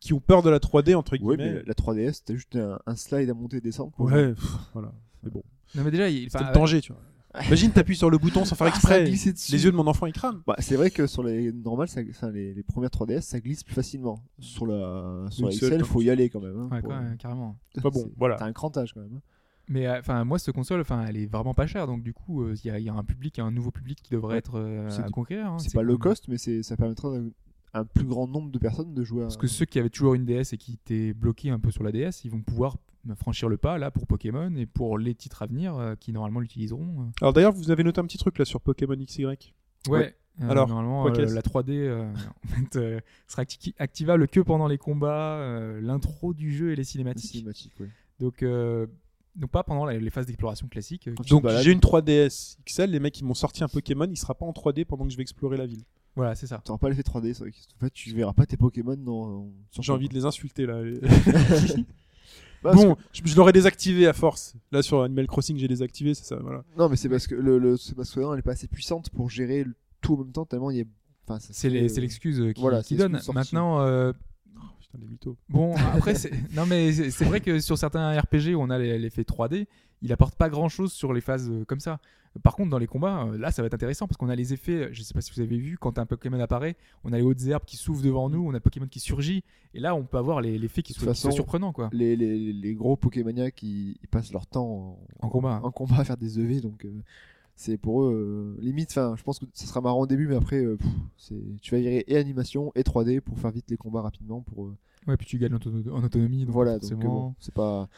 S3: qui ont peur de la 3D entre
S5: Ouais,
S3: guillemets.
S5: mais la 3DS, t'as juste un, un slide à monter et descendre. quoi.
S3: Ouais, pff, voilà.
S4: Non, mais déjà, il
S3: C'est
S4: enfin,
S3: le danger, tu vois. Imagine, t'appuies sur le bouton sans faire
S5: Ah, ça
S3: exprès.
S5: a glissé dessus.
S3: Les yeux de mon enfant, ils crament.
S5: Bah, c'est vrai que sur les normales, ça- enfin, les, les premières 3DS, ça glisse plus facilement. Sur la, sur
S3: Une
S5: la
S3: seule,
S5: XL,
S3: quoi.
S5: faut y aller quand même. hein,
S4: Ouais,
S5: pour-
S4: quand même, carrément.
S3: Pas bon,
S5: C'est-
S3: voilà.
S5: T'as un crantage quand même. hein.
S4: Mais euh, enfin, moi, cette console, enfin, elle est vraiment pas chère. Donc du coup, euh, il y a- il y, a un public, un nouveau public qui devrait
S5: Ouais.
S4: être euh,
S5: C'est
S4: à
S5: de-
S4: conquérir. hein.
S5: c'est pas
S4: comme-
S5: low cost, mais c'est- ça permettra à un plus grand nombre de personnes de jouer à.
S4: Parce que ceux qui avaient toujours une DS et qui étaient bloqués un peu sur la DS, ils vont pouvoir franchir le pas là pour Pokémon et pour les titres à venir euh, qui normalement l'utiliseront. euh.
S3: Alors d'ailleurs, vous avez noté un petit truc là sur Pokémon XY.
S4: Ouais. Euh,
S3: Alors,
S4: normalement,
S3: quoi
S4: euh,
S3: qu'est-ce
S4: la 3D euh, [laughs] en fait, euh, sera acti- activable que pendant les combats, euh, l'intro du jeu et les
S5: la
S4: cinématiques.
S5: cinématique, ouais.
S4: Donc, euh, Donc pas pendant la- les phases d'exploration classiques. euh, qui-
S3: Donc
S5: balades.
S3: j'ai une 3DS XL, les mecs ils m'ont sorti un Pokémon, il sera pas en 3D pendant que je vais explorer la ville.
S4: Voilà, c'est ça.
S5: T'auras pas l'effet 3D, c'est vrai. que- En fait, tu verras pas tes Pokémon dans. sur
S3: J'ai
S5: ton-
S3: envie de les insulter là.
S5: Bah, [laughs] parce
S3: bon, je, je l'aurais désactivé à force. Là sur Animal Crossing, j'ai désactivé, c'est ça, voilà.
S5: que- Non, mais c'est parce que le, le, c'est parce que, non, elle est pas assez puissante pour gérer le tout en même temps, tellement il y a. Enfin, ça
S4: C'est
S5: serait,
S4: les-
S5: euh,
S4: c'est l'excuse euh, qui,
S5: voilà,
S4: qui
S5: c'est
S4: donne.
S5: l'excuse sortie.
S4: Maintenant, euh,
S3: Oh, putain, les mythos.
S4: bon, après, c'est- [laughs] non mais c'est c'est vrai que sur certains RPG où on a les- l'effet 3D, il apporte pas grand chose sur les phases euh, comme ça. Par contre, dans les combats, euh, là, ça va être intéressant parce qu'on a les effets. Je sais pas si vous avez vu, quand un Pokémon apparaît, on a les hautes herbes qui s'ouvrent devant nous, on a Pokémon qui surgit, et là, on peut avoir les, les faits qui
S5: De
S4: sont,
S5: toute
S4: qui sont
S5: façon,
S4: surprenants, quoi.
S5: Les, les, les gros Pokémania qui ils passent leur temps
S4: En combat.
S5: en combat à faire des EV, donc euh, c'est pour eux euh, limite. Enfin, je pense que ça sera marrant au début, mais après, euh, pff, c'est- tu vas virer et animation et 3D pour faire vite les combats rapidement. Pour euh,
S4: Ouais, puis tu gagnes en auto- en autonomie. Donc
S5: voilà, donc euh,
S4: forcément...
S5: bon, c'est pas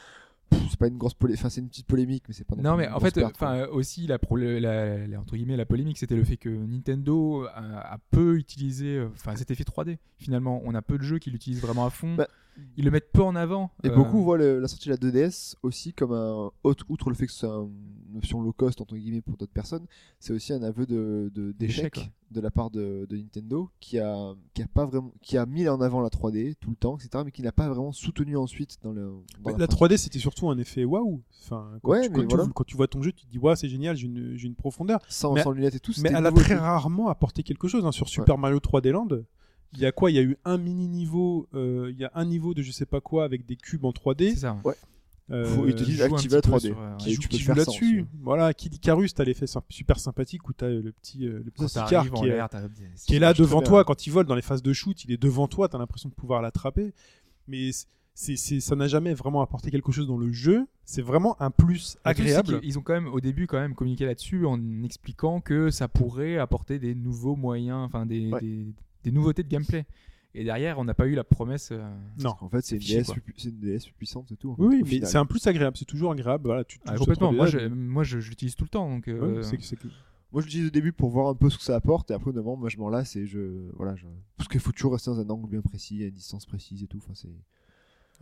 S5: pff, c'est pas une grosse polé- enfin c'est une petite polémique, mais c'est pas
S4: Non
S5: plus
S4: mais
S5: une
S4: en
S5: grosse
S4: fait,
S5: perte, quoi.
S4: enfin euh, aussi la, pro- la- la- la- entre guillemets la polémique, c'était le fait que Nintendo a, a peu utilisé, euh, enfin cet effet 3D. Finalement, on a peu de jeux qui l'utilisent vraiment à fond.
S5: Bah,
S4: Ils le mettent peu en avant.
S5: Et
S4: Euh,
S5: beaucoup voient le- la sortie de la 2DS aussi comme un autre- outre le fait que c'est un- une option low cost entre guillemets pour d'autres personnes, c'est aussi un aveu de de- d'échec
S4: D'échec, ouais.
S5: de la part de, de Nintendo qui a qui a pas vraiment qui a mis en avant la 3D tout le temps etc mais qui n'a pas vraiment soutenu ensuite dans le dans
S3: La 3D c'était surtout un effet waouh. Enfin, quand,
S5: Bah, Ouais,
S3: tu,
S5: mais
S3: quand tu-
S5: voilà.
S3: quand tu vois ton jeu, tu te dis waouh c'est génial, j'ai une, j'ai une profondeur.
S5: sans,
S3: mais-
S5: sans lunettes et tout
S3: Mais
S5: c'était
S3: elle a
S5: nouveau.
S3: très rarement apporté quelque chose hein. sur Super Mario 3D Land. Il y a quoi Il y a eu un mini niveau, euh, il y a un niveau de je sais pas quoi avec des cubes en 3D.
S4: c'est ça.
S3: Euh,
S5: Faut utiliser-
S4: Ils jouent un petit
S5: activer la
S4: peu
S5: 3D.
S4: sur, euh,
S5: Et
S3: qui joue,
S5: tu peux
S3: qui
S5: faire
S3: joue
S5: ça hein.
S3: là-dessus.
S5: ensuite.
S3: voilà, Kid Icarus, t'as l'effet sym- super sympathique où t'as euh, le petit, euh, le
S4: quand
S3: petit
S4: t'arrives
S3: car
S4: en
S3: qui est,
S4: l'air, t'as-
S3: qui est là
S5: très
S3: devant
S5: bien.
S3: toi quand il vole dans les phases de shoot, il est devant toi, t'as l'impression de pouvoir l'attraper, mais c'est- c'est- c'est- ça n'a jamais vraiment apporté quelque chose dans le jeu. C'est vraiment un plus
S4: Le truc, c'est
S3: agréable.
S4: qu'ils- Ils ont quand même au début quand même communiqué là-dessus en expliquant que ça pourrait apporter des nouveaux moyens, enfin des,
S5: Ouais.
S4: des, des nouveautés de gameplay. Et derrière, on n'a pas eu la promesse. euh,
S5: en fait c'est une,
S4: Fiché,
S5: DS
S4: quoi.
S5: plus pu- c'est une DS plus puissante et tout en fait,
S3: Oui,
S5: au
S3: oui, mais
S5: final.
S3: c'est un plus agréable. C'est toujours agréable. Voilà, tu, tu
S4: ah,
S3: joues à
S4: complètement.
S3: 3D,
S4: Moi,
S3: là,
S4: je, moi, je, je l'utilise tout le temps. Donc,
S3: ouais,
S4: euh,
S3: c'est- c'est que-
S5: moi je l'utilise au début pour voir un peu ce que ça apporte et après au bout d'un moment moi je m'en lasse et je voilà je... parce qu'il faut toujours rester dans un angle bien précis à une distance précise et tout enfin c'est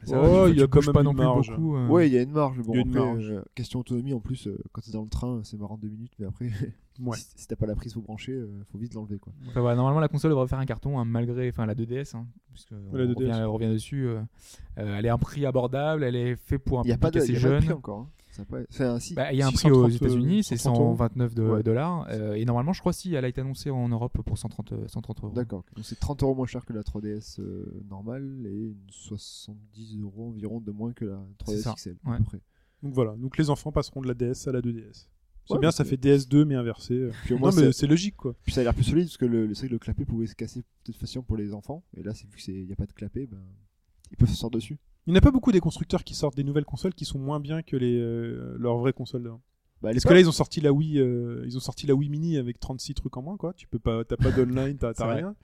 S4: ça va,
S3: Oh,
S4: tu-
S3: il y a
S4: tu
S3: quand
S4: bouges
S3: même
S4: pas
S3: une
S4: non plus
S3: marge.
S4: beaucoup. euh,
S5: Ouais, il y a une marge. Bon,
S3: Il y a une
S5: après,
S3: marge.
S5: euh, question autonomie en plus, euh, quand t'es dans le train, c'est marrant deux minutes, mais après, [laughs]
S3: Ouais.
S5: si, si t'as pas la prise ou brancher, euh, faut vite l'enlever quoi.
S4: Enfin, voilà, normalement, la console devrait faire un carton, hein, malgré enfin, la 2DS. hein, parce que
S3: La
S4: on,
S3: 2DS.
S4: Revient, on revient dessus. euh, euh, elle est à un prix abordable, elle est faite pour un
S5: Il y a
S4: public
S5: pas de,
S4: assez
S5: y a pas de
S4: jeune.
S5: prix encore. hein. Ça a pas- Enfin, si.
S4: Bah, il y a un prix
S3: 630,
S4: aux États-Unis, c'est
S3: 130.
S4: 129 de-
S5: Ouais.
S4: dollars. euh, et normalement, je crois si elle a été annoncée en Europe pour 130, euh, 130 euros.
S5: D'accord. Donc c'est 30 euros moins cher que la 3DS euh, normale et une 70 euros environ de moins que la
S4: ça.
S5: 3DS XL.
S4: Ouais.
S5: À peu près.
S3: Donc voilà. Donc les enfants passeront de la DS à la 2DS. C'est
S5: Ouais,
S3: bien,
S5: mais
S3: ça
S5: c'est-
S3: fait DS2 mais inversé.
S5: Puis au
S3: Non,
S5: moins,
S3: mais
S5: c'est-
S3: c'est logique quoi.
S5: puis ça a l'air plus solide parce que le, le, c'est vrai que le clapet pouvait se casser peut-être facilement pour les enfants. Et là, c'est vu qu'il n'y a pas de clapet, ben, ils peuvent se sortir dessus.
S3: Il n'y en a pas beaucoup des constructeurs qui sortent des nouvelles consoles qui sont moins bien que les euh, leurs vraies consoles. d'avant.
S5: Bah, à
S3: Parce
S5: l'époque-
S3: que là ils ont sorti la Wii, euh, ils ont sorti la Wii Mini avec 36 trucs en moins quoi. Tu peux pas, t'as pas d'online,
S5: [laughs]
S3: t'as, t'as
S4: C'est vrai.
S3: rien.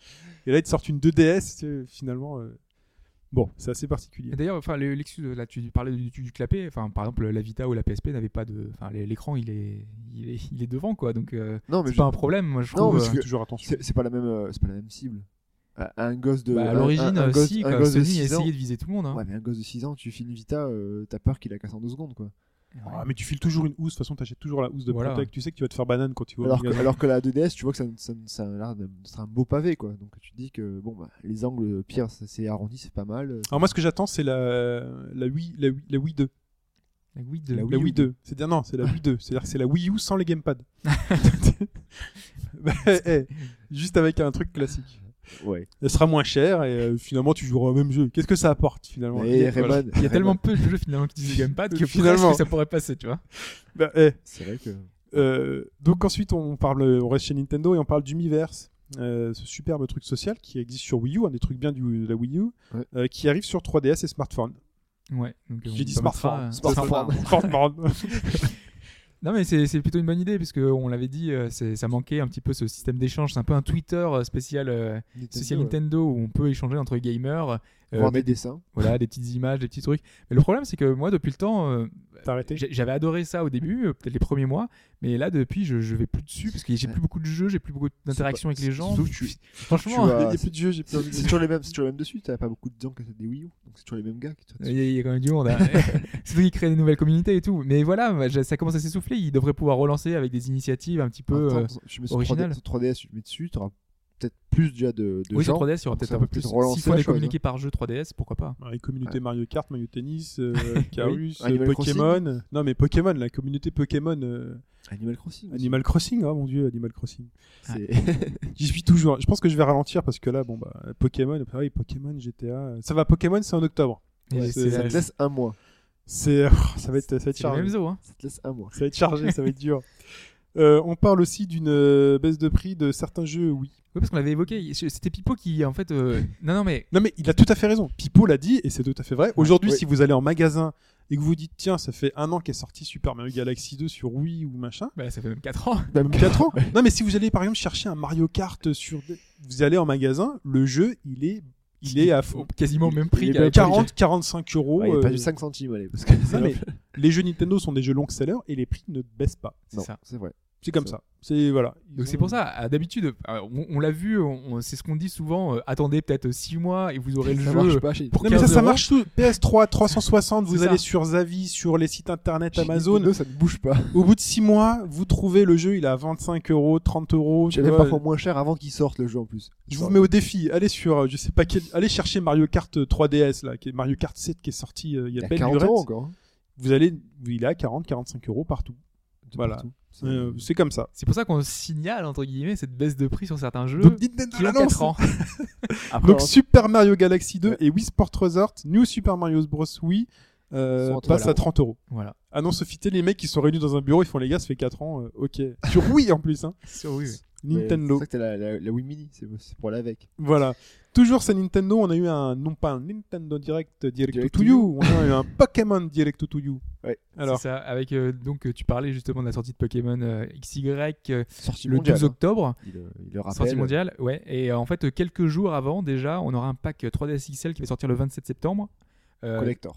S3: Et là ils te sortent une 2DS tu sais, finalement. euh, Bon, c'est assez particulier.
S4: Et D'ailleurs, enfin, le- l'excuse, là, tu parlais du, du, du clapet. Enfin, par exemple, la Vita ou la PSP n'avait pas de. Enfin, l'é- l'écran, il est, il est, il est devant, quoi. Donc, euh,
S5: Non, mais
S4: c'est
S5: je-
S4: pas un problème, moi, je
S5: Non,
S4: trouve.
S5: parce
S4: euh,
S3: Fais toujours attention.
S5: c'est c'est pas la même, euh, c'est pas la même cible. À- à Un gosse de.
S4: bah, à
S5: un-
S4: l'origine,
S5: un- un
S4: euh,
S5: gosse-
S4: si,
S5: un
S4: quoi,
S5: gosse
S4: Sony
S5: de
S4: a
S5: 6 ans-
S4: essayé de viser tout le monde. hein.
S5: Ouais, mais un gosse de 6 ans, tu files une Vita, euh, t'as peur qu'il la casse en 2 secondes, quoi.
S4: Ouais.
S3: Ah, mais tu files toujours une housse. De toute façon, t'achètes toujours la housse de
S4: Voilà.
S3: Protect. Tu sais que tu vas te faire banane quand tu vas au
S5: Alors que,
S3: magasin.
S5: alors que la 2DS, tu vois que ça, ça, ça a l'air de- ce sera un beau pavé, quoi. Donc tu te dis que, bon, bah, les angles, pire, ça c'est arrondi, c'est pas mal.
S3: Alors moi, ce que j'attends, c'est la la Wii, la Wii, la Wii 2,
S4: La Wii de-
S5: La Wii
S3: la
S5: U
S3: Wii 2. C'est-à-dire non, c'est la Wii 2. C'est-à-dire que c'est la Wii U sans les
S5: [laughs]
S3: gamepads. [laughs] Bah, eh, juste avec un truc classique.
S5: Ouais.
S3: Elle sera moins chère et euh, finalement tu joueras au même jeu. Qu'est-ce que ça apporte finalement
S5: Et
S3: Voilà.
S5: Eh,
S4: Il y
S5: Rayman,
S4: a
S5: Rayman,
S4: tellement peu de jeux finalement qui
S5: [laughs]
S4: utilisent le gamepad que
S3: Finalement.
S4: finalement ça pourrait passer, tu vois.
S3: Bah, eh,
S5: C'est vrai que.
S3: euh, donc ensuite on parle, on reste chez Nintendo et on parle d'Umiverse, euh, ce superbe truc social qui existe sur Wii U, un des trucs bien du, de la Wii U,
S5: Ouais.
S3: euh, qui arrive sur 3DS et smartphone.
S4: Ouais. Donc, on
S3: J'ai dit
S4: permettra,
S3: smartphone.
S4: euh,
S5: Smartphone.
S3: Smartphone.
S4: Non mais c'est c'est plutôt une bonne idée puisque on l'avait dit, euh, c'est- ça manquait un petit peu ce système d'échange. C'est un peu un Twitter euh, spécial euh, social
S5: ouais.
S4: Nintendo où on peut échanger entre gamers, euh,
S5: Voir des
S4: mettre-
S5: dessins.
S4: voilà des petites images, des petits trucs. Mais le problème c'est que moi depuis le temps, euh,
S3: T'as arrêté
S4: j'ai- j'avais adoré ça au début, euh, peut-être les premiers mois, Mais là, depuis, je, je vais plus dessus parce que j'ai
S5: Ouais.
S4: plus beaucoup de jeux, j'ai plus beaucoup d'interactions
S5: pas-
S4: avec les gens.
S5: surtout que tu- tu
S4: Franchement, [laughs]
S5: vas-
S3: Il n'y a plus de jeu, j'ai plus envie de
S5: C'est toujours les mêmes, c'est toujours les mêmes dessus. T'as pas beaucoup de gens qui achètent des Wii U, donc c'est toujours les mêmes gars qui te.
S4: il y, a- il y a quand même du monde. hein. [laughs] Surtout qu'ils créent des nouvelles communautés et tout. Mais voilà, moi, je- ça commence à s'essouffler. Ils devraient pouvoir relancer avec des initiatives un petit peu. euh,
S5: je mets sur
S4: original.
S5: 3DS, sur 3DS, je mets dessus, t'auras peut-être plus déjà de, de
S4: oui, sur
S5: gens.
S4: 3DS, il y aura
S5: donc
S4: peut-être
S5: ça
S4: un peu
S5: va peut-être
S4: plus.
S5: relancer
S4: S'il faut
S5: la
S4: des
S5: chose, hein.
S4: communiqués par jeu 3DS, pourquoi pas
S3: Ouais, communauté Mario Kart, Mario Tennis, euh, Carus,
S5: Oui. Animal
S3: euh, Pokémon. Non mais Pokémon, la communauté Pokémon, euh,
S5: Animal Crossing. aussi.
S3: Animal Crossing, oh mon dieu, Animal Crossing.
S4: Ah.
S5: C'est-
S3: J'y suis toujours. Je pense que je vais ralentir parce que là, bon bah Pokémon, pareil, Pokémon, GTA. euh, Ça va, Pokémon, c'est en octobre.
S4: Et
S3: Ouais,
S4: c'est-
S3: c'est-
S5: [laughs] Ça te laisse un mois.
S3: C'est, euh, [laughs] ça va être, ça va être
S4: C'est les
S3: chargé.
S4: mêmes eaux. hein.
S5: Ça te laisse un mois.
S3: Ça va être chargé, ça va être dur. Euh, on parle aussi d'une euh, baisse de prix de certains jeux, oui.
S4: Oui, parce qu'on l'avait évoqué. C'était Pipo qui, en fait.
S5: [laughs]
S4: euh, Non, non, mais.
S3: Non mais il a tout à fait raison. Pipo l'a dit et c'est tout à fait vrai. Aujourd'hui,
S5: Oui.
S3: si vous allez en magasin et que vous vous dites tiens, ça fait un an qu'est sorti Super Mario Galaxy 2 sur Wii ou machin.
S4: Bah, ça fait même 4 ans.
S5: Même
S3: 4 ans [laughs] Non, mais si vous allez par exemple chercher un Mario Kart sur. des- Vous allez en magasin, le jeu, il est, il est à fond.
S4: Quasiment au même prix
S5: il est
S4: qu'à
S5: bien
S4: l'époque.
S3: 40, 45 euros.
S5: il a
S3: euh,
S5: perdu 5 centimes,
S4: [laughs]
S5: allez, parce que
S3: non, mais les jeux Nintendo sont des jeux long sellers et les prix ne baissent pas.
S4: C'est
S5: Non,
S4: ça.
S5: c'est vrai.
S3: C'est comme
S5: C'est
S3: ça. C'est voilà. Ils
S4: Donc c'est
S3: ont-
S4: pour ça, ah, d'habitude, euh, on, on l'a vu, on- on- c'est ce qu'on dit souvent, euh, attendez peut-être 6 mois et vous aurez le
S5: ça
S4: jeu.
S5: marche pas chez
S4: pour
S3: Non mais ça,
S4: 15
S3: ça
S4: euros.
S3: marche tout. PS3 360, vous
S4: C'est
S3: allez
S4: ça.
S3: sur Zavi, sur les sites internet
S5: [laughs] chez
S3: Amazon.
S5: Nintendo, ça ne bouge
S4: [laughs]
S5: pas.
S3: Au bout de 6 mois, vous trouvez le jeu, il est à 25 euros, 30 euros. tu
S5: J'ai même
S3: vois.
S5: parfois moins cher avant qu'il sorte le jeu en plus.
S3: Je vous mets au défi. Allez sur, euh, je sais pas quel, allez chercher Mario Kart euh, 3DS là, qui est Mario Kart 7 qui est sorti euh, il y a,
S5: il y a
S3: belle
S5: 40
S3: lurette.
S5: euros encore. hein,
S3: Vous allez, il est à 40, 45 euros partout.
S5: de
S3: Voilà.
S5: partout. C'est-
S3: Euh, c'est comme ça.
S4: C'est pour ça qu'on signale, entre guillemets, cette baisse de prix sur certains jeux
S3: Donc Nintendo
S5: ah
S4: qui ont
S3: l'annonce.
S4: 4 ans.
S5: Après, hein,
S3: Donc
S5: alors,
S3: Super Mario Galaxy 2
S5: Ouais.
S3: et Wii Sport Resort, New Super Mario Bros. Wii euh,
S5: Sont à
S3: passe
S5: 30
S3: à 30 euros.
S4: voilà.
S3: Annonce officielle, les mecs qui sont réunis dans un bureau, ils font les gars, ça fait 4 ans, euh, ok. [laughs] Sur Wii en plus,
S5: [laughs]
S3: hein.
S5: mais C'est
S3: Nintendo.
S5: pour ça que t'as la, la, la Wii Mini, c'est c'est pour l'avec.
S3: Voilà. Toujours c'est Nintendo, on a eu un, non pas un Nintendo Direct euh, Direct,
S5: Direct
S3: to
S5: to
S3: You, on a eu un Pokémon Direct to You.
S5: Ouais.
S3: Alors,
S4: C'est ça, avec, euh, donc euh, tu parlais justement de la sortie de Pokémon euh, XY euh,
S5: Sortie
S4: le
S5: mondiale.
S4: 12 octobre,
S5: hein. Il, euh, il le rappelle.
S4: sortie mondiale, ouais. Et euh, en fait, euh, quelques jours avant déjà, on aura un pack euh, 3DS XL qui va sortir le 27 septembre. Euh,
S5: Collector.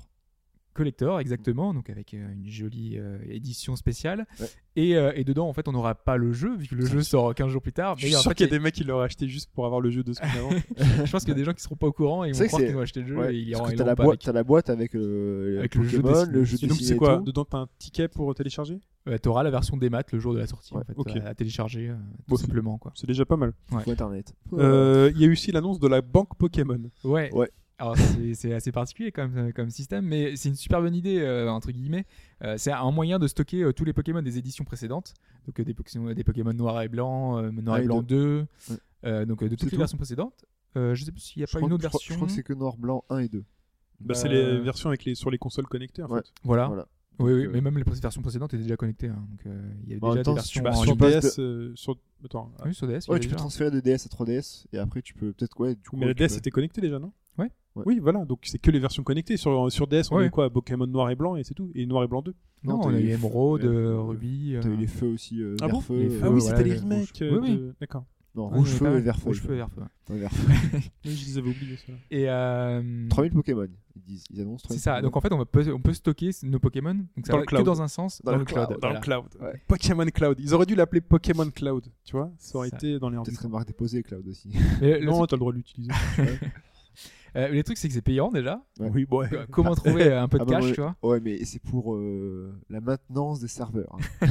S4: collector exactement donc avec euh, une jolie euh, édition spéciale
S5: Ouais.
S4: et, euh, et dedans en fait on n'aura pas le jeu vu que le jeu sort 15 jours plus tard
S3: je
S4: Ah, mais
S3: suis
S4: en
S3: sûr
S4: fait,
S3: qu'il y a des mecs qui l'auraient acheté juste pour avoir le jeu de semaines avant.
S4: [laughs] je pense qu'il y a des gens qui seront pas au courant et ils
S5: C'est
S4: vont
S5: vrai que
S4: croire
S5: c'est-
S4: qu'ils ont acheté le jeu et
S5: Ouais,
S4: ils
S5: parce
S4: iront
S5: que t'as
S4: ils
S5: la,
S4: l'auront pas
S5: boîte-
S4: avec.
S5: t'as la boîte avec, euh,
S4: Avec le jeu
S5: Pokémon,
S4: dessiné.
S5: le jeu
S3: Et donc
S5: dessiné
S3: c'est
S5: et
S3: quoi
S5: tout.
S3: Dedans t'as un ticket pour télécharger
S4: Euh, t'auras la version des maths le jour de la sortie en fait,
S3: ok.
S4: à, à télécharger euh, tout
S3: Bon, c'est-
S4: simplement quoi
S3: C'est déjà pas mal.
S5: Sur internet.
S3: Euh, Il y a eu aussi l'annonce de la banque Pokémon.
S4: ouais
S5: Ouais.
S4: alors c'est c'est assez particulier comme, comme système mais c'est une super bonne idée euh, entre guillemets Euh, c'est un moyen de stocker euh, tous les Pokémon des éditions précédentes donc euh, des, Pokémon, des Pokémon noir et blanc euh, noir
S5: Ah,
S4: et
S5: et
S4: blanc 2
S5: Ouais.
S4: euh, donc euh, de toutes les
S5: tout.
S4: versions précédentes Euh, je sais plus s'il n'y a
S5: Je
S4: pas
S5: crois
S4: une autre
S5: que- je crois-
S4: version
S5: Je crois que c'est que noir, blanc 1 et 2.
S3: Bah,
S4: Bah,
S3: c'est les versions avec les, sur les consoles connectées en
S5: Ouais.
S3: fait.
S4: Voilà.
S5: Voilà.
S4: Oui, oui,
S5: euh,
S4: mais même les pré- versions précédentes étaient déjà connectées. hein, donc euh, il y avait
S5: Bah, en
S4: déjà
S5: même temps,
S4: des
S5: si tu
S4: versions
S5: vas
S4: en
S5: sur
S3: sur
S4: ligne.
S3: DS, euh, sur... Attends, ah,
S4: Oui, sur DS. il y
S5: Ouais,
S4: avait
S5: tu peux
S4: déjà.
S5: transférer de DS à 3DS et après tu peux peut-être ouais du coup
S3: mais la
S5: tu
S3: DS
S5: peux-
S3: était connectée déjà, non
S4: Ouais.
S5: Ouais.
S3: Oui, voilà, donc c'est que les versions connectées. Sur, euh, sur DS, on
S4: Ouais.
S3: avait quoi Pokémon noir et blanc et c'est tout. Et noir et blanc 2.
S4: Non,
S5: Non,
S4: on
S5: t'as
S4: a
S5: eu
S4: eu
S5: les-
S4: Emerald,
S5: euh,
S4: euh, Ruby.
S5: T'as
S4: euh,
S5: eu les feux aussi, euh,
S3: Ah
S5: vert
S3: bon
S5: feu,
S4: Les
S5: euh,
S4: feux,
S3: ah oui,
S4: voilà,
S3: c'était les
S4: le
S3: remakes.
S4: rouge.
S3: euh,
S4: Oui, oui.
S3: de- D'accord.
S5: non,
S4: ouais, il
S5: rouge
S4: y en a
S5: feu
S4: pas
S5: et
S4: mal.
S5: vert feu.
S4: Rouge feu et vert feu. ouais.
S5: Ouais, vert feu.
S3: Je les avais oubliés, ça.
S4: Et euh,
S5: 3000 Pokémon, ils disent, ils annoncent.
S4: c'est
S5: 3000
S4: ça.
S5: Pokémon.
S4: Donc en fait, on peut, on peut stocker nos Pokémon. Donc ça
S3: Dans
S4: va
S3: le
S4: que
S3: cloud.
S4: dans un sens, dans, le cloud.
S3: Dans
S4: voilà.
S3: le cloud.
S5: Ouais.
S3: Pokémon Cloud. Ils auraient dû l'appeler Pokémon Cloud, tu vois Ça aurait
S4: Ça.
S3: été dans les rendus.
S5: peut-être une marque déposée Cloud aussi.
S4: Mais le,
S3: Non, t'as le droit de l'utiliser.
S4: euh, le truc, c'est que c'est payant déjà.
S5: Ouais.
S3: Oui, bon. ouais.
S4: Euh, Comment trouver euh, un peu de
S5: Ah bah
S4: cash,
S5: ouais.
S4: tu vois
S5: [laughs] ouais, mais c'est pour euh, la maintenance des serveurs. hein.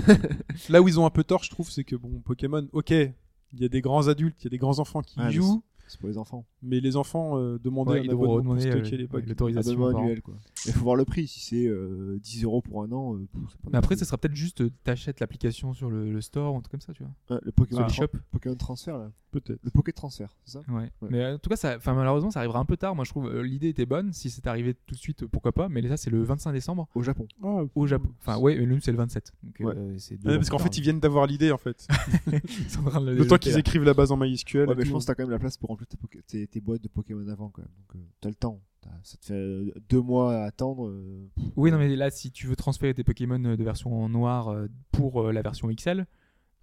S3: Là où ils ont un peu tort, je trouve, c'est que bon, Pokémon, ok, il y a des grands adultes, il y a des grands enfants qui
S5: Ouais, mais
S3: jouent,
S5: C'est pour les enfants.
S3: mais les enfants euh, demandaient
S4: Ouais,
S3: un
S4: ils devront
S3: abonnement pour
S4: demander
S3: stocker les
S4: euh,
S3: packs.
S4: l'autorisation.
S5: Abonnement
S4: par an.
S5: annuel quoi. Il faut voir le prix. Si c'est euh, 10 euros pour un an. euh, pff, c'est pas
S4: Mais après,
S5: non
S4: ce sera peut-être juste euh, t'achètes l'application sur le, le store ou un truc comme ça, tu vois.
S5: plus- Ouais, le
S4: sur
S5: Pokémon, tran-
S4: l'eShop.
S5: Pokémon transfert là.
S3: Peut-être.
S5: Le Poké transfert, c'est ça
S4: Ouais.
S5: Ouais.
S4: Mais euh, en tout cas, ça, enfin, malheureusement, ça arrivera un peu tard. Moi, je trouve euh, l'idée était bonne. Si c'est arrivé tout de suite, euh, pourquoi pas. Mais là, c'est le 25 décembre
S5: Au Japon.
S3: Ah,
S4: au Japon. Enfin, ouais, mais nous, c'est le 27. Donc, euh, c'est deux
S3: Ouais,
S4: jours
S3: parce qu'en
S4: plus
S3: fait, ils
S4: tard.
S3: viennent d'avoir l'idée, en fait.
S4: [laughs] Ils sont en train de le
S3: Le temps
S4: développer,
S3: qu'ils
S4: là.
S3: écrivent la base en MySQL.
S5: Ouais,
S3: et
S5: mais je
S3: tout.
S5: pense que t'as quand même la place pour remplir tes, Poké- tes- tes boîtes de Pokémon avant quand même. Donc euh, t'as le temps. T'as- Ça te fait euh, deux mois à attendre. euh, pff,
S4: Oui, non, mais là, si tu veux transférer tes Pokémon euh, de version en noir euh, pour euh, la version XL,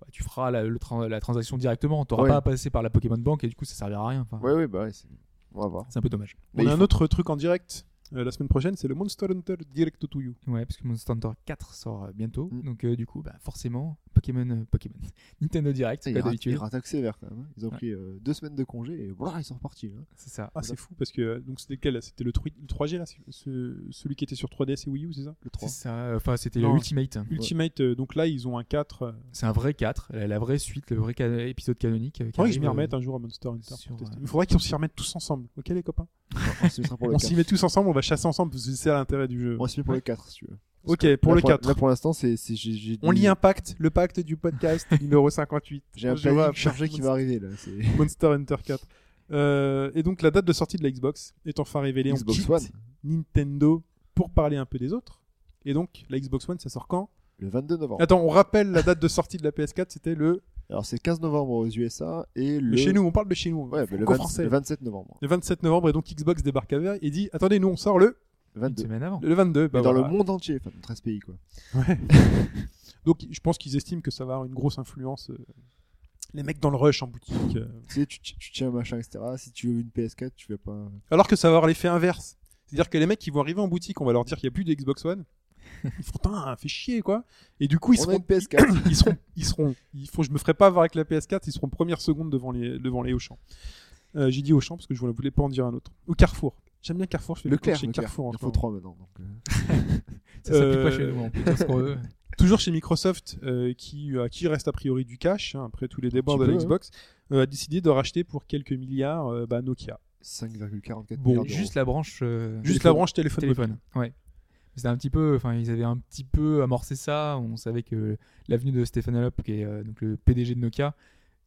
S4: bah, tu feras la, le tra- la transaction directement. T'auras
S5: Ouais.
S4: pas à passer par la Pokémon Bank et du coup, ça servira à rien. Enfin,
S5: Ouais, ouais, bah ouais, c'est- on va voir.
S4: C'est un peu dommage.
S5: Mais
S3: On a
S5: il
S3: un
S5: faut-
S3: autre truc en direct euh, la semaine prochaine, c'est le Monster Hunter Direct to You.
S4: Ouais, parce que Monster Hunter 4 sort euh, bientôt.
S5: Mm.
S4: Donc, euh, du coup, bah, forcément, Pokémon, euh, Pokémon, [laughs] Nintendo Direct, comme
S5: Ils rat- ils
S4: d'habitude.
S5: rattraquent sévère quand même. hein. Ils ont
S4: Ouais.
S5: pris euh, deux semaines de congé et voilà, ils sont repartis.
S3: [laughs]
S5: hein.
S4: C'est ça.
S3: Ah, c'est fou parce que euh, donc c'était lequel là C'était le, tru- le 3G là ce- ce- Celui qui était sur 3DS et Wii U, c'est ça
S5: Le
S4: C'est
S5: 3.
S4: ça. Enfin, c'était
S3: Non.
S4: Ultimate.
S3: Ultimate, euh, donc là ils ont un 4. euh,
S4: C'est un vrai 4, la, la vraie suite, le vrai ca- épisode canonique. euh, qui
S3: Faudrait que je m'y
S4: arrive,
S3: remette
S4: euh,
S3: un jour à Monster Hunter.
S4: sur,
S3: pour tester.
S4: euh,
S3: Il faudrait qu'on s'y remette tous ensemble, ok les copains
S5: On se mettra pour le
S3: On s'y
S5: 4.
S3: met tous ensemble, on va chasser ensemble parce que c'est ça l'intérêt du jeu.
S5: On se met pour le 4 si tu veux.
S3: Ok, pour le
S5: Là,
S3: 4.
S5: Là pour l'instant, c'est. c'est- j'ai- j'ai
S3: On
S5: des-
S3: lit un pacte, le pacte du
S5: [laughs]
S3: podcast numéro 58.
S5: J'ai un
S3: Je vois
S5: planning chargé qui va arriver là. c'est-
S3: Monster Hunter 4. Euh, et donc la date de sortie de la Xbox est enfin révélée.
S5: Xbox
S3: on quitte
S5: One.
S3: Nintendo pour parler un peu des autres. Et donc la Xbox One, ça sort quand
S5: Le 22 novembre.
S3: Attends, on rappelle la date de sortie de la PS4, c'était le...
S5: Alors c'est 15 novembre aux USA et le.
S3: le chez nous, on parle de chez nous. hein.
S5: Ouais, mais le,
S3: franco
S5: 20
S3: français.
S5: le 27 novembre.
S3: Le 27 novembre, et donc Xbox débarque à Verre et dit Attendez, nous on sort le,
S4: Une
S5: 22.
S4: semaine avant.
S3: le 22. Bah,
S5: Mais dans
S3: voilà.
S5: le monde entier, enfin dans 13 pays quoi.
S3: Donc je pense qu'ils estiment que ça va avoir une grosse influence. euh, Les mecs dans le rush en boutique. euh,
S5: Tu sais, tu, tu- tu tiens un machin, etc. Si tu veux une PS4, tu vas pas.
S3: Alors que ça va avoir l'effet inverse. C'est-à-dire que les mecs qui vont arriver en boutique, on va leur dire qu'il n'y a plus de Xbox One. Ils font, putain, fait chier, quoi. Et du coup, ils
S5: On a
S3: seront,
S5: une PS4.
S3: [coughs] ils seront, ils seront, ils font, je me ferai pas avoir avec la PS4, ils seront première seconde devant les, devant les Auchan. Euh, j'ai dit Auchan parce que je voulais pas en dire un autre. Au Carrefour. J'aime bien Carrefour, je fais
S5: Leclerc,
S3: chez
S5: Leclerc.
S3: Carrefour en
S5: Il
S3: ce
S5: faut
S3: moment.
S5: 3 maintenant. Donc, euh,
S4: Ça, ça pique
S3: Euh,
S4: pas chez nous, hein. on peut dire ce
S3: [laughs]
S4: qu'on veut.
S3: Toujours chez Microsoft, euh, qui, à qui reste a priori du cash, hein, après tous les débats
S5: petit
S3: de la
S5: peu, hein.
S3: Xbox, euh, a décidé de racheter pour quelques milliards euh, bah, Nokia.
S5: 5,44
S3: Bon,
S5: milliards d'euros.
S4: Juste la branche. euh,
S3: Juste
S5: Téléphone.
S3: la branche téléphone.
S4: téléphone. Ouais. C'était un petit peu, enfin, ils avaient un petit peu amorcé ça. On savait que l'avenue de Stéphane Allop, qui est euh, donc le PDG de Nokia,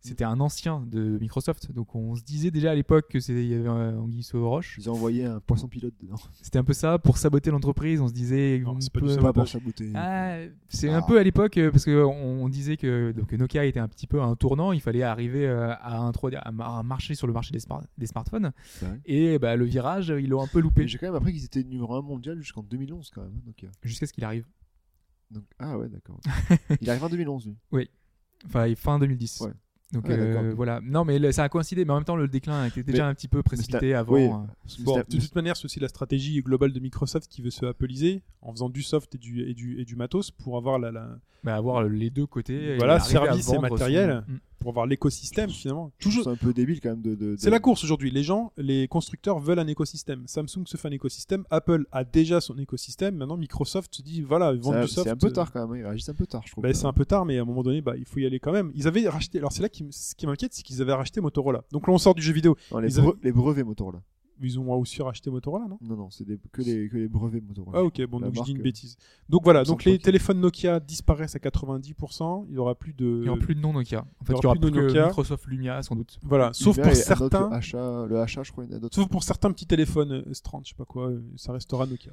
S4: c'était un ancien de Microsoft. Donc on se disait déjà à l'époque que c'était il y avait euh, Anguille sous roche.
S5: Ils ont envoyé un poisson pilote dedans.
S4: C'était un peu ça pour saboter l'entreprise. On se disait.
S3: Non,
S4: on
S3: c'est pas du
S4: peut-
S3: sabotage.
S5: [laughs] Pas pour saboter.
S4: Ah, c'est un
S5: Ah.
S4: peu à l'époque euh, parce que on on disait que donc Nokia était un petit peu à un tournant, il fallait arriver euh, à un, trois- à ma- à un marché sur le marché des, smart- des smartphones
S5: C'est vrai.
S4: et bah, le virage ils l'ont un peu
S5: Mais
S4: loupé
S5: J'ai quand même appris qu'ils étaient numéro 1 mondial jusqu'en 2011 quand même. hein, Donc, euh,
S4: jusqu'à ce qu'il arrive.
S5: donc- ah
S3: [laughs]
S5: ouais, d'accord. Il arrive en 2011 lui.
S4: Enfin, et fin 2010.
S5: Ouais.
S4: Donc
S5: Ouais,
S4: euh,
S5: d'accord.
S4: voilà. Non, mais le- ça a coïncidé, mais en même temps, le déclin était déjà un petit peu
S5: c'était-
S4: précipité avant.
S5: oui.
S4: euh.
S3: Bon,
S5: Mais
S3: de toute manière, c'est aussi la stratégie globale de Microsoft qui veut se appeliser en faisant du soft et du, et du, et du matos pour avoir, la, la-
S4: Bah, avoir les deux côtés. et
S3: Voilà,
S4: arriver à
S3: service et
S4: vendre son-
S3: matériel.
S4: Mm.
S3: pour avoir l'écosystème finalement.
S5: c'est
S3: Toujours.
S5: un peu débile quand même de. de-
S3: C'est
S5: de-
S3: la course aujourd'hui. Les gens, les constructeurs veulent un écosystème. Samsung se fait un écosystème. Apple a déjà son écosystème. Maintenant, Microsoft se dit voilà,
S5: c'est
S3: vendre
S5: un-
S3: du soft. euh,
S5: C'est un peu tard quand même. hein. Ils réagissent un peu tard, je trouve.
S3: Bah, c'est un peu tard, mais à un moment donné, bah, il faut y aller quand même. Ils avaient racheté. Alors, c'est là qui m- ce qui m'inquiète, c'est qu'ils avaient racheté Motorola. Donc là, on sort du jeu vidéo.
S5: Non, les,
S3: ils avaient-
S5: bre- les brevets Motorola.
S3: Ils ont aussi racheté Motorola, non
S5: Non, non, c'est des- que, les, que les brevets Motorola.
S3: Ah ok, bon,
S5: La
S3: donc je dis
S5: marque,
S3: une
S5: euh,
S3: bêtise. Donc voilà,
S5: me
S3: donc
S5: semble
S3: les
S5: pas qu'il-
S3: téléphones Nokia disparaissent à 90%, il n'y aura plus de...
S4: Il n'y aura plus de non Nokia. En fait,
S3: Euh, aura
S4: il y aura
S3: plus de
S4: plus que
S3: Nokia.
S4: Microsoft Lumia, sans doute.
S3: Voilà, sauf
S5: Uber
S3: pour,
S5: et Ah. un autre,
S3: certains,
S5: Le HA, le HA, je crois, il y en a d'autres.
S3: sauf pour certains petits téléphones euh, S30, je sais pas quoi, euh, ça restera Nokia.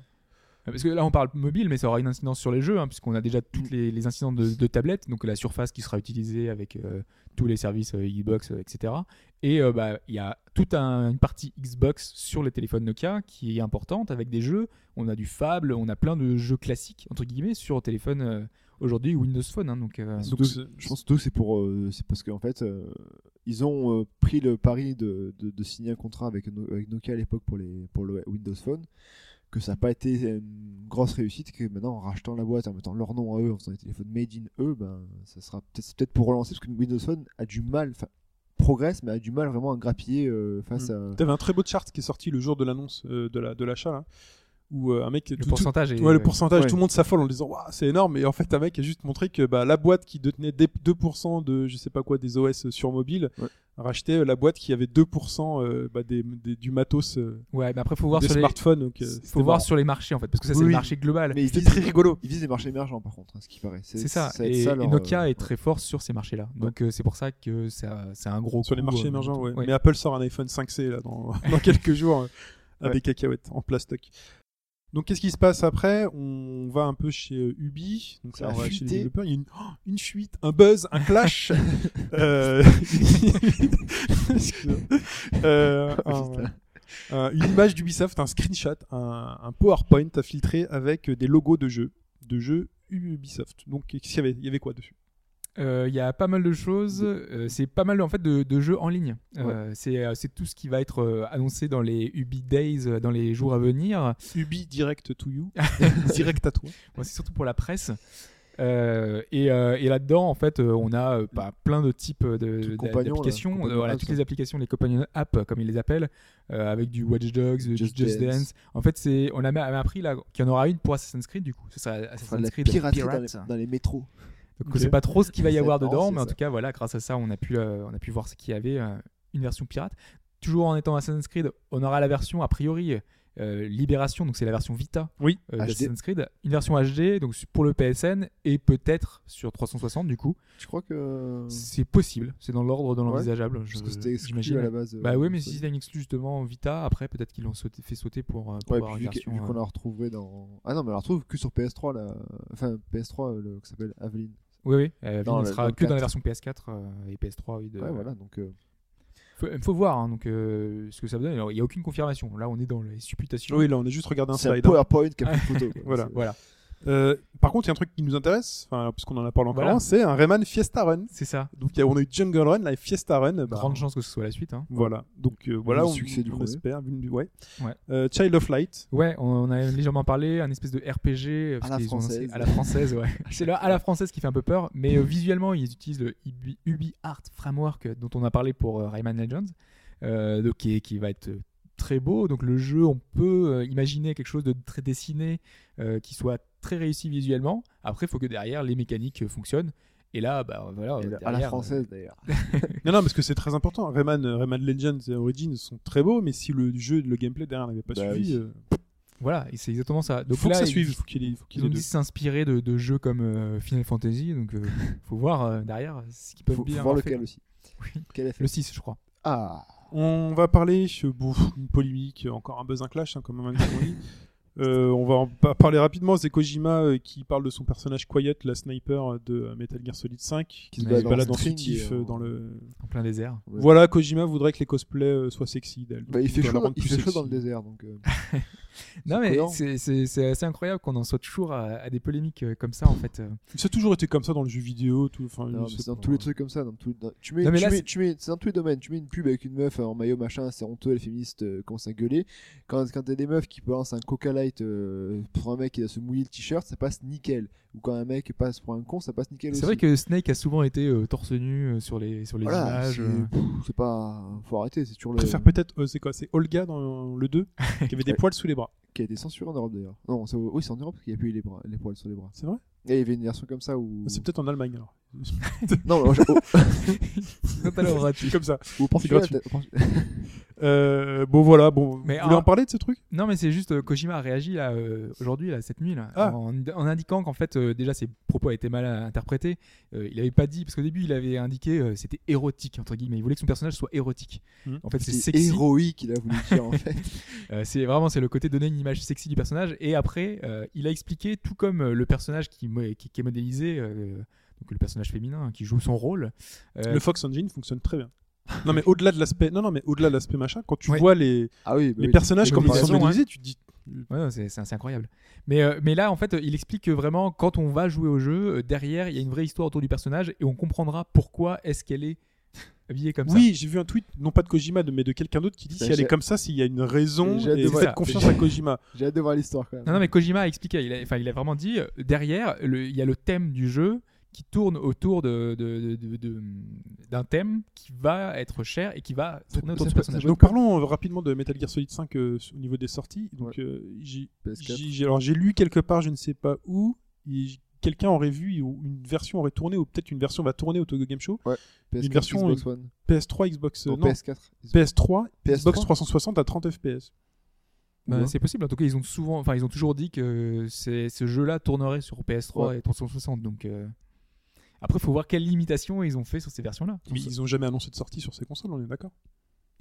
S4: Euh, Parce que là, on parle mobile, mais ça aura une incidence sur les jeux, hein, puisqu'on a déjà
S3: Mm.
S4: toutes les, les incidences de, de tablettes, donc la surface qui sera utilisée avec euh, tous les services euh, Xbox, euh, etc. Et euh, bah, il y a toute un- une partie Xbox sur les téléphones Nokia qui est importante avec des jeux. On a du Fable, on a plein de jeux classiques, entre guillemets, sur téléphone euh, aujourd'hui Windows Phone. hein, donc, euh,
S5: Bah, Surtout
S3: Donc,
S5: que-
S3: c'est-
S5: je pense surtout que c'est pour, euh, c'est parce qu'en fait, euh, ils ont euh, pris le pari de, de- de signer un contrat avec, No- avec Nokia à l'époque pour les pour le Windows Phone, que ça n'a pas été une grosse réussite, que maintenant en rachetant la boîte, en mettant leur nom à eux, en faisant des téléphones made in eux, ben ça sera peut-être c'est peut-être pour relancer parce que Windows Phone a du mal, enfin progresse, mais a du mal vraiment à grappiller euh,
S4: Mm.
S5: face à.
S3: T'avais un très beau chart qui est sorti le jour de l'annonce euh, de la- de l'achat, là, où euh, un mec...
S4: le
S3: tout- tout-
S4: pourcentage est.
S3: Ouais, le pourcentage,
S5: Ouais.
S3: tout le monde s'affole en disant Waouh, c'est énorme. Et en fait, un mec a juste montré que bah, la boîte qui détenait des- 2% de je sais pas quoi des OS sur mobile
S5: Ouais.
S3: rachetait euh, la boîte qui avait 2% euh, bah, des- des- du matos euh,
S4: Ouais, mais après, faut voir
S3: des
S4: sur les.
S3: smartphones. donc, euh,
S4: Faut
S3: c'était
S4: voir
S3: marrant.
S4: sur les marchés en fait, parce que ça
S5: Oui,
S4: c'est le
S5: oui.
S4: marché global.
S5: Mais ils
S3: C'était
S5: visent,
S3: très rigolo.
S5: ils visent les marchés émergents par contre, hein, ce qui paraît.
S4: C'est ça.
S5: va être
S4: Et, et
S5: leur,
S4: Nokia
S5: euh,
S4: est
S5: [laughs]
S4: très fort sur ces marchés-là. Donc euh, c'est pour ça que ça, c'est un gros.
S3: Sur les
S4: coup,
S3: marchés
S4: euh,
S3: émergents, ouais.
S4: ouais. [laughs]
S3: Mais Apple sort un iPhone 5C là, dans, [laughs] dans quelques jours euh, avec des cacahuètes en plastoc. Donc qu'est-ce qui se passe après On va un peu chez euh, Ubi, donc
S5: Ça
S3: là,
S5: a
S3: on va chez
S5: fuité.
S3: les développeurs. Il y a une, oh, une fuite, un buzz, un
S5: [laughs]
S3: clash. Euh, [laughs] excuse-moi. Euh,
S4: Ah,
S3: un-
S5: Oh, Putain.
S3: un- une image d'Ubisoft, un screenshot, un, un PowerPoint à filtrer avec des logos de jeux, de jeux Ubisoft. Donc qu'est-ce qu'il y avait Il y avait quoi dessus
S4: Euh, Il y a pas mal de choses. euh, c'est pas mal en fait de, de jeux en ligne. Euh, c'est euh, c'est tout ce qui va être euh, annoncé dans les Ubi Days euh, dans les jours à venir.
S3: Ubi [laughs] direct to you, direct à toi.
S4: Bon, c'est surtout pour la presse. Euh, et euh, et là-dedans, en fait, euh, on a euh, bah, plein de types de-
S5: Tout
S4: de-
S5: compagnon, là,
S4: d'applications.
S5: compagnon
S4: Euh, voilà,
S5: apps,
S4: toutes
S5: ouais.
S4: les applications, les compagnon apps, comme ils les appellent, euh, avec du Watch Dogs, du
S5: Just
S4: Just,
S5: Dance.
S4: Dance. En fait, c'est on a même appris là qu'il y en aura une pour Assassin's Creed, du coup. Ce sera
S5: Enfin, de
S4: Assassin's
S5: la
S4: Creed
S5: piraterie dans
S4: Pirate.
S5: les- dans les métros.
S4: Donc,
S3: Ok.
S4: on sait pas trop ce qu'il va y
S5: C'est
S4: avoir
S5: marrant,
S4: dedans,
S5: c'est
S4: mais en
S5: ça.
S4: tout cas, voilà, grâce à ça, on a pu, euh, on a pu voir ce qu'il y avait, euh, une version pirate. Toujours en étant Assassin's Creed, on aura la version, a priori, euh, Libération, donc c'est la version Vita
S3: Oui.
S4: euh,
S5: HD.
S4: d'Assassin's Creed. Une version HD, donc pour le PSN, et peut-être sur 360, du coup.
S5: Je crois que. euh,
S4: C'est possible, c'est dans l'ordre de
S5: Mm. Ouais.
S4: l'envisageable, je-
S5: Parce que c'était exclu
S4: j'imagine.
S5: à la base. euh,
S4: Bah oui, mais
S5: Sony.
S4: si c'était une exclu justement Vita, après peut-être qu'ils l'ont sauté- fait sauter pour, euh, pour
S5: Ouais,
S4: avoir
S5: puis
S4: une
S5: vu que-
S4: version.
S5: vu
S4: euh,
S5: qu'on la retrouverait dans. Ah non, mais on la retrouve que sur PS3, là. Enfin, PS3, euh, le, qui s'appelle Aveline.
S4: Oui, oui, euh,
S5: Dans
S4: elle ne
S5: le-
S4: sera
S5: dans le
S4: que dans la version
S5: 4.
S4: PS4 euh, et PS3. Oui, de-
S5: Ouais, voilà, donc. euh,
S4: faut, faut voir hein, donc, euh, ce que ça donne. Alors, Il n'y a aucune confirmation. Là, on est dans les supputations.
S3: Oui, là, on a juste regardé un
S5: c'est un
S3: slide. hein.
S5: PowerPoint qui a
S4: [laughs]
S5: pris une photo. quoi.
S3: Voilà.
S5: C'est-
S4: Voilà,
S3: Euh, par contre, il y a un truc qui nous intéresse, enfin, puisqu'on en a parlé encore,
S4: Voilà.
S3: un, c'est un Rayman Fiesta Run.
S4: c'est ça.
S3: Donc, il y a- on a eu Jungle Run, là, et Fiesta Run. bah,
S4: Grande chance que ce soit la suite. hein.
S3: Voilà. Donc, euh, voilà,
S5: le
S3: on,
S5: succès du
S3: on
S5: premier.
S3: espère. vu- Ouais.
S4: Ouais.
S3: Euh, Child of Light.
S4: [laughs] Ouais, on, on a légèrement parlé, un espèce de RPG euh, parce
S5: la
S4: qu'ils ont lancé
S5: française.
S4: à la française,
S5: [laughs]
S4: ouais. C'est là à la française qui fait un peu peur, mais euh, visuellement ils utilisent le Ubi, Ubi Art Framework euh, dont on a parlé pour euh, Rayman Legends, euh, donc qui, est- qui va être euh, très beau. Donc le jeu, on peut euh, imaginer quelque chose de très dessiné, euh, qui soit très réussi visuellement. Après, il faut que derrière les mécaniques euh, fonctionnent. Et là, bah voilà,
S5: Et
S4: euh,
S5: le- à la
S4: derrière,
S5: française, d'ailleurs.
S3: Non, non, parce que c'est très important. Rayman, euh, Rayman Legends et Origins sont très beaux, mais si le jeu, le gameplay derrière n'avait pas
S5: Bah
S3: suivi,
S5: oui.
S3: euh,
S4: euh, voilà, et c'est exactement ça. Donc
S3: faut
S4: là,
S3: que ça
S4: ils-
S3: suive. Faut qu'il y ait- faut qu'il
S4: Ils
S3: y
S4: ont
S3: ait les
S4: dit
S3: deux.
S4: s'inspirer de, de jeux comme euh, Final Fantasy, donc
S5: [laughs]
S4: euh, faut voir euh, derrière ce qu'ils peuvent
S5: Faut, faut
S4: bien hein.
S5: voir
S4: en
S5: lequel
S4: faire.
S5: aussi.
S4: Oui.
S5: Quel effet
S4: Le 6, je crois.
S5: Ah
S3: On va parler, euh, bon, pff, une polémique, euh, encore un buzz, un clash, hein, comme on dit.
S5: [laughs]
S3: Euh, on va en pa- parler rapidement. C'est Kojima euh, qui parle de son personnage Quiet, la sniper euh, de euh, Metal Gear Solid 5,
S5: Qui se
S4: Mais
S5: bat
S4: il
S3: qui
S5: dans
S3: balade
S5: le
S3: en
S5: string
S3: soutif
S5: et en-
S3: euh, dans le.
S4: En plein désert.
S5: Ouais.
S3: Voilà, Kojima voudrait que les cosplays euh, soient sexy d'elle.
S5: Bah, il fait
S3: Donc, doit la
S5: chaud,
S3: rendre
S5: il
S3: plus
S5: fait chaud
S3: sexy.
S5: dans le désert, donc.
S4: [laughs]
S5: euh,
S4: Non mais
S5: cohérent.
S4: c'est- c'est c'est assez incroyable qu'on en soit toujours à, à des polémiques euh, comme ça en fait. euh.
S3: Ça a toujours été comme ça dans le jeu vidéo. Tout, enfin,
S5: Non,
S3: je
S5: mais
S3: sais
S5: c'est dans
S3: pas.
S5: tous les trucs comme ça. Dans tous- dans- tu mets,
S4: Non, mais
S5: tu
S4: là,
S5: mets-
S4: c'est-
S5: tu mets- c'est dans tous les domaines. Tu mets une pub avec une meuf en maillot machin, c'est honteux, les féministes euh, commencent à gueuler. Quand, quand t'as des meufs qui balancent un coca light euh, pour un mec qui a se mouiller le t-shirt, ça passe nickel. Ou quand un mec passe pour un con, ça passe nickel aussi.
S4: C'est vrai que Snake a souvent été euh, torse nu euh, sur les sur les
S5: Voilà,
S4: images.
S5: c'est-
S4: euh.
S5: [laughs] pff, c'est pas. Faut arrêter, c'est toujours
S3: Je
S5: le.
S3: préfère peut-être, euh, c'est quoi C'est Olga dans le 2 qui avait des
S5: [laughs] Ouais.
S3: poils sous les bras.
S5: Qui a été censuré en Europe d'ailleurs. Non, c'est- oui, c'est en Europe parce qu'il n'y a plus les, bras, les poils sur les bras.
S3: C'est vrai
S5: Et il y avait une version comme ça où.
S4: Ah,
S3: C'est peut-être en Allemagne alors. [laughs]
S5: Non, mais au-
S4: [laughs] Totalement gratuit.
S3: C'est comme ça.
S5: au, au Portugal.
S3: gratuit.
S5: t'as- au Portu-
S3: Euh, bon voilà, bon.
S4: Mais
S3: vous voulez
S4: en-
S3: en parler de ce truc
S4: Non mais c'est juste euh, Kojima a réagi là euh, aujourd'hui là cette nuit là
S3: Ah.
S4: en, en indiquant qu'en fait euh, déjà ses propos avaient été mal interprétés. Euh, il avait pas dit parce qu'au début il avait indiqué euh, c'était érotique entre guillemets. Il voulait que son personnage soit érotique.
S3: Mhm.
S4: En fait c'est
S5: C'est
S4: sexy.
S5: héroïque, il a voulu dire en fait.
S4: Euh, c'est vraiment c'est le côté donner une image sexy du personnage et après euh, il a expliqué tout comme euh, le personnage qui, mo- qui, qui est modélisé euh, donc le personnage féminin hein, qui joue son rôle euh,
S3: Le Fox Engine fonctionne très bien. Non mais au-delà de l'aspect, non non mais au-delà de l'aspect machin, quand tu
S4: Ouais.
S3: vois les,
S5: Ah oui, bah
S3: les
S5: oui.
S3: personnages
S4: les hein.
S3: comme ils sont
S4: modélisations,
S3: modélisés, tu te dis
S4: Ouais, non, c'est c'est- c'est incroyable. Mais, euh, mais là, en fait, il explique que vraiment, quand on va jouer au jeu, euh, derrière, il y a une vraie histoire autour du personnage et on comprendra pourquoi est-ce qu'elle est [laughs] habillée comme ça.
S3: oui, j'ai vu un tweet non pas de Kojima mais de quelqu'un d'autre qui dit
S5: Putain,
S3: si elle est
S5: j'ai-
S3: comme ça, s'il y a une raison,
S5: J'ai hâte de
S3: et
S5: voir
S3: faites
S4: ça.
S3: confiance à
S4: [laughs]
S3: Kojima.
S5: J'ai hâte de voir l'histoire quand même.
S4: Non, non, mais Kojima a expliqué, il a, enfin, il a vraiment dit, euh, derrière, le- il y a le thème du jeu qui tourne autour de- de- de- de- de- d'un thème qui va être cher et qui va tourner autour
S5: ça
S4: du
S5: peut-
S4: personnage.
S5: ça
S3: Donc parlons euh, rapidement de Metal Gear Solid 5 euh, au niveau des sorties. Donc euh, j'ai
S5: PS4.
S3: j'ai- j'ai- alors j'ai lu quelque part, je ne sais pas où, et j- quelqu'un aurait vu ou une version aurait tourné ou peut-être une version va tourner au Togo Game Show.
S5: PS4,
S3: une version,
S5: Xbox One.
S3: PS3, Xbox, euh,
S5: Non,
S3: non,
S5: PS4.
S3: PS3,
S5: PS3.
S3: Xbox 360 à 30 FPS.
S4: Bah,
S5: Ouais.
S4: c'est possible. En tout cas, ils ont souvent, enfin, ils ont toujours dit que c'est- ce jeu-là tournerait sur PS3 et 360. Donc euh, après, faut voir quelles limitations ils ont fait sur ces versions-là.
S3: Mais ils ont jamais annoncé de sortie sur ces consoles, on est d'accord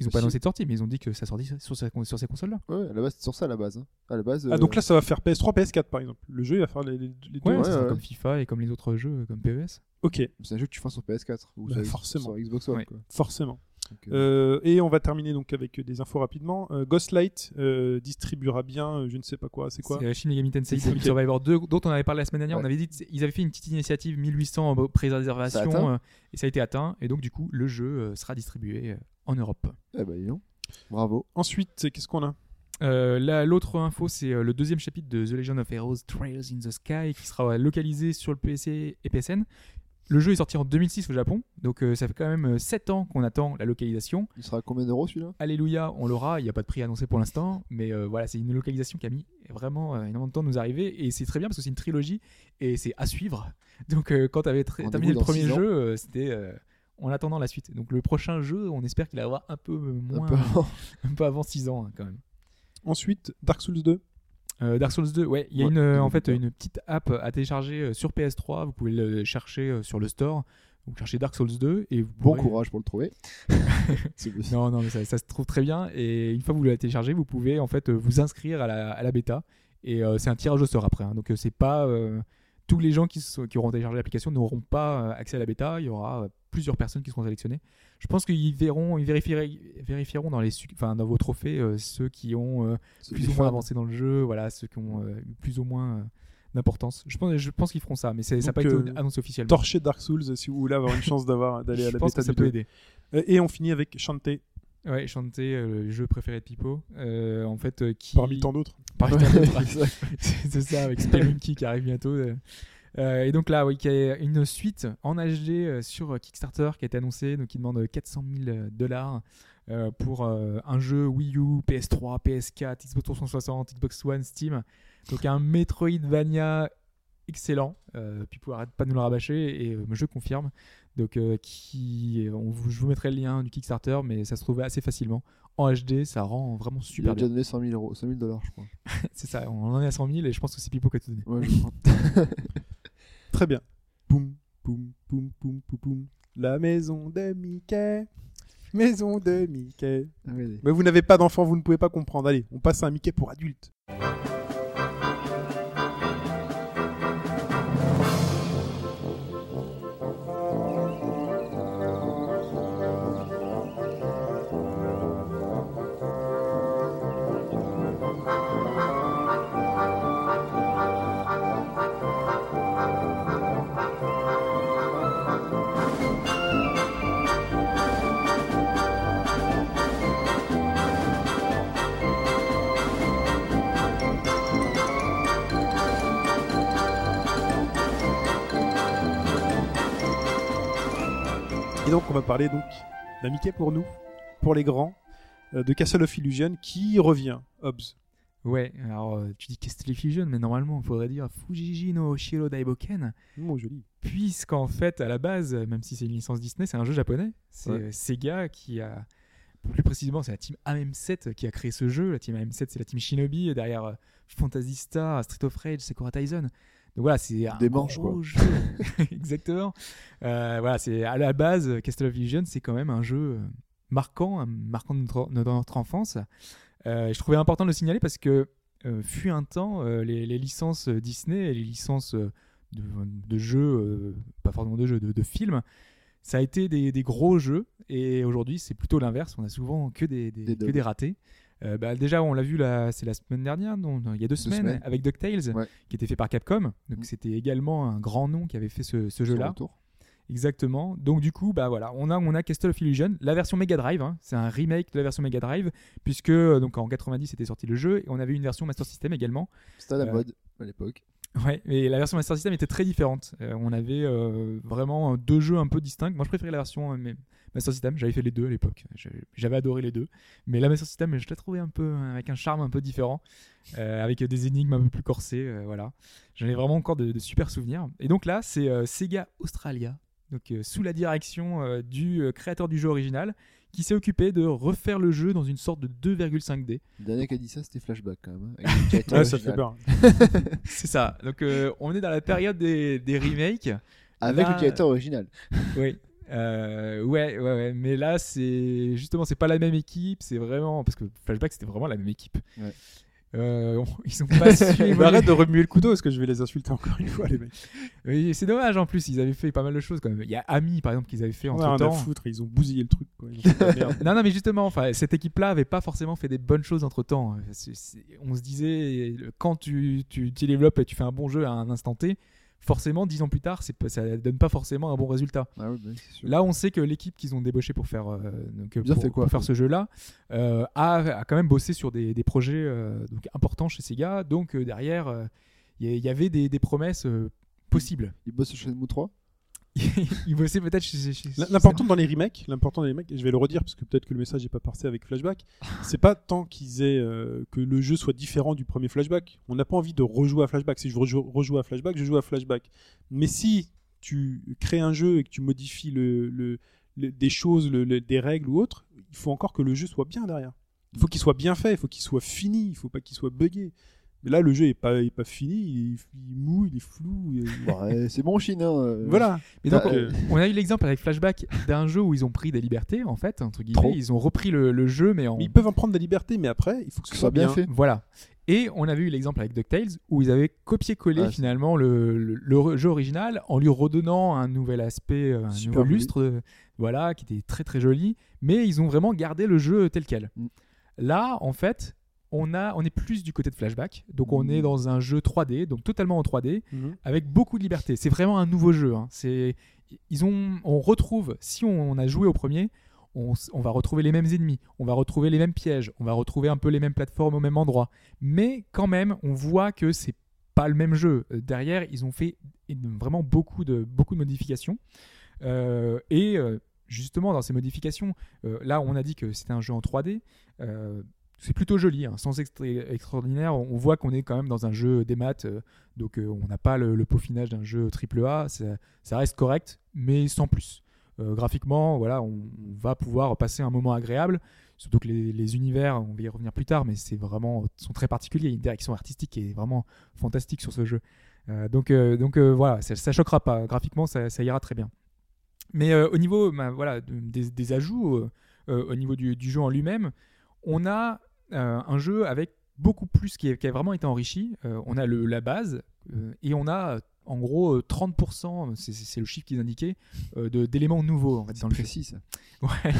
S4: Ils ont pas
S5: Si.
S4: annoncé de sortie, mais ils ont dit que ça sortit sur, ces- sur ces consoles-là.
S5: Ouais, ouais, à la base, c'est sur ça à la base. hein. À la base.
S3: Ah donc là ça va faire PS3, PS4 par exemple. Le jeu il va faire les, les- les deux.
S4: Ouais,
S5: ouais,
S4: ça sera
S5: ouais.
S4: comme FIFA et comme les autres jeux, comme E PES.
S3: Ok,
S5: c'est un jeu que tu feras sur PS4 ou
S3: Bah,
S5: sur,
S3: forcément.
S5: sur Xbox One.
S4: Ouais.
S5: quoi.
S3: forcément.
S5: Donc, euh,
S3: Euh, et on va terminer donc avec des infos rapidement. Euh, Ghostlight euh, distribuera bien, euh, je ne sais pas quoi, c'est quoi
S4: C'est euh, Shin Megami Tensei
S3: Ok.
S4: Survivor 2, dont on avait parlé la semaine dernière.
S5: Ouais.
S4: On avait dit ils avaient fait une petite initiative 1800 en
S5: Ça a
S4: préservation
S5: atteint
S4: euh, et ça a été atteint. Et donc du coup, le jeu euh, sera distribué euh, en Europe.
S5: eh ben, dis donc. Bravo.
S3: Ensuite, qu'est-ce qu'on a
S4: Euh, là, l'autre info, c'est euh, le deuxième chapitre de The Legend of Heroes Trails in the Sky qui sera euh, localisé sur le PC et PSN. Le jeu est sorti en 2006 au Japon, donc euh, ça fait quand même 7 ans qu'on attend la localisation.
S5: Il sera à combien d'euros celui-là
S4: Alléluia, on l'aura. Il n'y a pas de prix annoncé pour l'instant, mais euh, voilà, c'est une localisation qui a mis vraiment euh, énormément de temps à nous arriver. Et c'est très bien parce que c'est une trilogie et c'est à suivre. [laughs] Donc, euh, quand tu avais
S5: Rendez-vous
S4: terminé le
S5: dans
S4: premier
S5: six ans.
S4: jeu, euh, c'était euh, en attendant la suite. Donc, le prochain jeu, on espère qu'il aura un peu moins,
S5: Un peu avant.
S4: [laughs] un peu avant 6 ans hein, quand même.
S3: Ensuite, Dark Souls 2.
S4: Euh, Dark Souls 2, ouais, il y a
S5: Ouais,
S4: une, euh,
S5: je
S4: en
S5: l'ai
S4: fait
S5: pas.
S4: une petite app à télécharger euh, sur PS3. Vous pouvez le chercher euh, sur le store. Vous cherchez Dark Souls 2 et vous
S5: Bon
S4: pourrez-
S5: courage pour le trouver. C'est possible.
S4: [laughs] Non, non, mais ça, ça se trouve très bien. Et une fois que vous l'avez téléchargé, vous pouvez en fait euh, vous inscrire à la, à la bêta. Et euh, c'est un tirage au sort après. hein. Donc euh, c'est pas euh, tous les gens qui, se- qui auront téléchargé l'application n'auront pas euh, accès à la bêta. Il y aura euh, plusieurs personnes qui seront sélectionnées. Je pense qu'ils verront, ils vérifieront, vérifieront dans les, su- enfin dans vos trophées euh, ceux qui ont euh,
S5: C'est
S4: plus
S5: des
S4: ou moins
S5: fans.
S4: avancé dans le jeu, voilà, ceux qui ont euh, eu plus ou moins euh, d'importance. Je pense, je pense qu'ils feront ça, mais c'est- ça n'a pas
S3: Donc,
S4: été
S3: euh,
S4: annoncé officiellement.
S3: Torchez Dark Souls si vous voulez avoir une chance [laughs] d'avoir d'aller à
S4: Je
S3: la
S4: pense
S3: bêta
S4: que ça
S3: du
S4: peut
S3: 2.
S4: aider.
S3: Euh, Et on finit avec Shantae,
S4: Ouais, chanter euh, le jeu préféré de Pipo, euh, en fait, euh, qui
S3: parmi tant d'autres.
S4: Parmi tant
S5: Ouais,
S4: d'autres.
S5: c'est ça.
S4: [laughs] c'est ça avec Spelunky qui arrive bientôt euh. Euh, et donc là oui il y a une suite en HD euh, sur euh, Kickstarter qui a été annoncée donc qui demande euh, 400 000 dollars pour euh, un jeu Wii U PS3 PS4 Xbox 360 Xbox One Steam donc un Metroidvania excellent euh, puis pour arrête pas de nous le rabâcher et euh, je confirme donc euh, qui on vous- je vous mettrai le lien du Kickstarter mais ça se trouve assez facilement en HD ça rend vraiment
S5: Il a
S4: super
S5: déjà
S4: bien
S5: donné 100 000 euros, 100 000 dollars, je crois.
S4: c'est ça on en est à 100 000 et je pense que c'est Pipo qui a tout donné
S5: Ouais, je crois.
S3: Très bien. Poum, poum, poum, poum, poum, poum. La maison de Mickey. Maison de Mickey.
S5: Ah, ouais, ouais.
S3: Mais vous n'avez pas d'enfant, vous ne pouvez pas comprendre. Allez, on passe à un Mickey pour adulte. Et donc, on va parler donc d'un Mickey pour nous, pour les grands, euh, de Castle of Illusion qui revient, Hobbs.
S4: Ouais, alors euh, tu dis Castle Fusion, mais normalement, il faudrait dire Fujiji no Shiro Daiboken,
S3: Mon joli.
S4: puisqu'en fait, à la base, euh, même si c'est une licence Disney, c'est un jeu japonais. C'est
S5: Ouais.
S4: euh, Sega qui a, plus précisément, c'est la team AM7 qui a créé ce jeu. La team AM7, c'est la team Shinobi, et derrière euh, Fantasista, Street of Rage, Sakura Tyson. Donc voilà, c'est un
S5: Des manches,
S4: gros
S5: quoi.
S4: jeu. [laughs] Exactement. Euh, voilà, c'est à la base, euh, Castle of Illusion, c'est quand même un jeu euh, marquant, un- marquant de notre, de notre enfance. Euh, je trouvais important de le signaler parce que euh, fut un temps, euh, les, les licences euh, Disney et les licences euh, de, de jeux, euh, pas forcément de jeux, de, de films, ça a été des, des gros jeux et aujourd'hui c'est plutôt l'inverse. On a souvent que des, des-
S5: Des
S4: que
S5: dubs.
S4: des ratés. Euh, bah, déjà, on l'a vu, là, c'est la semaine dernière, non, non, il y a deux semaines,
S5: semaines.
S4: avec DuckTales,
S5: Ouais.
S4: qui était fait par Capcom. Donc,
S5: Mm.
S4: c'était également un grand nom qui avait fait ce, ce
S5: Son
S4: jeu-là.
S5: retour.
S4: Exactement. Donc du coup, bah voilà, on a on a Castle of Illusion, la version Mega Drive. hein. c'est un remake de la version Mega Drive puisque euh, donc en 90 était sorti le jeu et on avait une version Master System également.
S5: C'était à la
S4: Euh,
S5: mode à l'époque.
S4: [laughs] Ouais. Et la version Master System était très différente. Euh, on avait euh, vraiment deux jeux un peu distincts. Moi, je préférais la version euh, mais- Master System. J'avais fait les deux à l'époque. Je- J'avais adoré les deux. Mais la Master System, je l'ai trouvée un peu euh, avec un charme un peu différent, euh, avec des énigmes un peu plus corsées. euh, voilà. J'en ai vraiment encore de, de super souvenirs. Et donc là, c'est euh, Sega Australia, donc euh, sous la direction euh, du euh, créateur du jeu original, qui s'est occupé de refaire le jeu dans une sorte de 2,5D.
S5: Le dernier qui a dit ça, c'était Flashback quand même. hein, avec le directeur
S3: Ah, ça
S5: original.
S3: fait peur.
S4: C'est ça. Donc euh, on est dans la période des, des remakes.
S5: Avec
S4: Là,
S5: le directeur original.
S4: Oui. Euh, ouais, ouais, ouais. Mais là, c'est justement, c'est pas la même équipe. C'est vraiment parce que Flashback, c'était vraiment la même équipe.
S5: Ouais.
S4: Euh, on- [laughs] ils ont pas su.
S3: [laughs] Mais
S4: évoluer.
S3: arrête de remuer le couteau parce que je vais les insulter encore une fois, les mecs.
S4: Oui, c'est dommage en plus. Ils avaient fait pas mal de choses quand même. Il y a Ami par exemple qu'ils avaient fait
S3: On
S4: entre
S3: a rien à
S4: temps. hein.
S3: foutre, ils ont bousillé le truc. quoi. Ils ont fait de la merde.
S4: non, non, mais justement, enfin, cette équipe-là avait pas forcément fait des bonnes choses entre temps. On se disait, quand tu, tu, tu développes et tu fais un bon jeu à un instant T, forcément, dix ans plus tard, c'est pas- ça donne pas forcément un bon résultat.
S5: Ah oui, bah, c'est sûr.
S4: Là, on sait que l'équipe qu'ils ont débauchée pour faire, euh, donc,
S5: Ils ont
S4: pour,
S5: fait quoi
S4: pour faire ce jeu-là euh, a, a quand même bossé sur des, des projets euh, donc, importants chez Sega. Donc euh, derrière, euh, il y, il y avait des, des promesses euh, possibles. [laughs]
S5: Il bosse sur Shenmue 3
S4: Ils bossaient peut-être chez, chez- chez-
S3: L- L'important dans les remakes, l'important dans les remakes, et je vais le redire parce que peut-être que le message n'est pas passé avec Flashback, c'est pas tant qu'ils aient euh, que le jeu soit différent du premier Flashback. On n'a pas envie de rejouer à Flashback. Si je rejoue, rejoue à Flashback, je joue à Flashback. Mais si tu crées un jeu et que tu modifies le, le- le- des choses, le- le- des règles ou autre, il faut encore que le jeu soit bien derrière. Il faut qu'il soit bien fait, il faut qu'il soit fini, il faut pas qu'il soit buggé. Mais là, le jeu est pas, est pas fini, il, il mouille, il est flou. il-
S5: Ouais, C'est bon, Chine. hein, euh,
S3: Voilà.
S4: Mais donc,
S5: Bah,
S4: on-
S3: euh,
S4: on a eu l'exemple avec Flashback d'un jeu où ils ont pris des libertés, en fait, entre guillemets.
S5: Trop.
S4: Ils ont repris le, le jeu, mais en.
S3: Mais ils peuvent en prendre des libertés, mais après, il faut que ce
S5: Que ce soit bien fait.
S4: Voilà. Et on avait eu l'exemple avec DuckTales où ils avaient copié-collé
S5: Ah, c'est-
S4: finalement le, le- le re- jeu original en lui redonnant un nouvel aspect, euh, un
S5: Super
S4: nouveau
S5: joli.
S4: lustre, euh, voilà, qui était très très joli, mais ils ont vraiment gardé le jeu tel quel.
S5: Mm.
S4: Là, en fait, on, a, on est plus du côté de Flashback, donc on
S5: Mm. Mm-hmm.
S4: est dans un jeu 3D, donc totalement en 3D,
S3: Mhm.
S4: avec beaucoup de liberté. C'est vraiment un nouveau jeu. hein. C'est, ils ont, on retrouve, si on, a joué au premier, on, s- on va retrouver les mêmes ennemis, on va retrouver les mêmes pièges, on va retrouver un peu les mêmes plateformes au même endroit. Mais quand même, on voit que c'est pas le même jeu. Euh, Derrière, ils ont fait une- vraiment beaucoup de, beaucoup de modifications. Euh, et euh, justement, dans ces modifications, euh, là, on a dit que c'était un jeu en 3D. euh, c'est plutôt joli, hein, sans extra- extraordinaire. On on voit qu'on est quand même dans un jeu des maths, euh, donc euh, on n'a pas le, le peaufinage d'un jeu AAA. Ça, ça reste correct, mais sans plus. Euh, graphiquement, voilà, on, on va pouvoir passer un moment agréable. Surtout que les, les univers, on va y revenir plus tard, mais c'est vraiment sont très particuliers. Il y a une direction artistique qui est vraiment fantastique sur ce jeu. Euh, donc, euh, donc euh, voilà, ça, ça choquera pas. Graphiquement, ça, ça ira très bien. Mais euh, au niveau bah, voilà, de- des, des ajouts, euh, euh, au niveau du, du jeu en lui-même, on a euh, un jeu avec beaucoup plus qui, est- qui a vraiment été enrichi. Euh, on a le, la base euh, et on a euh, en gros euh, 30%, c'est- c'est c'est le chiffre qu'ils indiquaient, euh, de- d'éléments nouveaux en fait, dans le jeu.
S5: précis, ça.
S4: Ouais.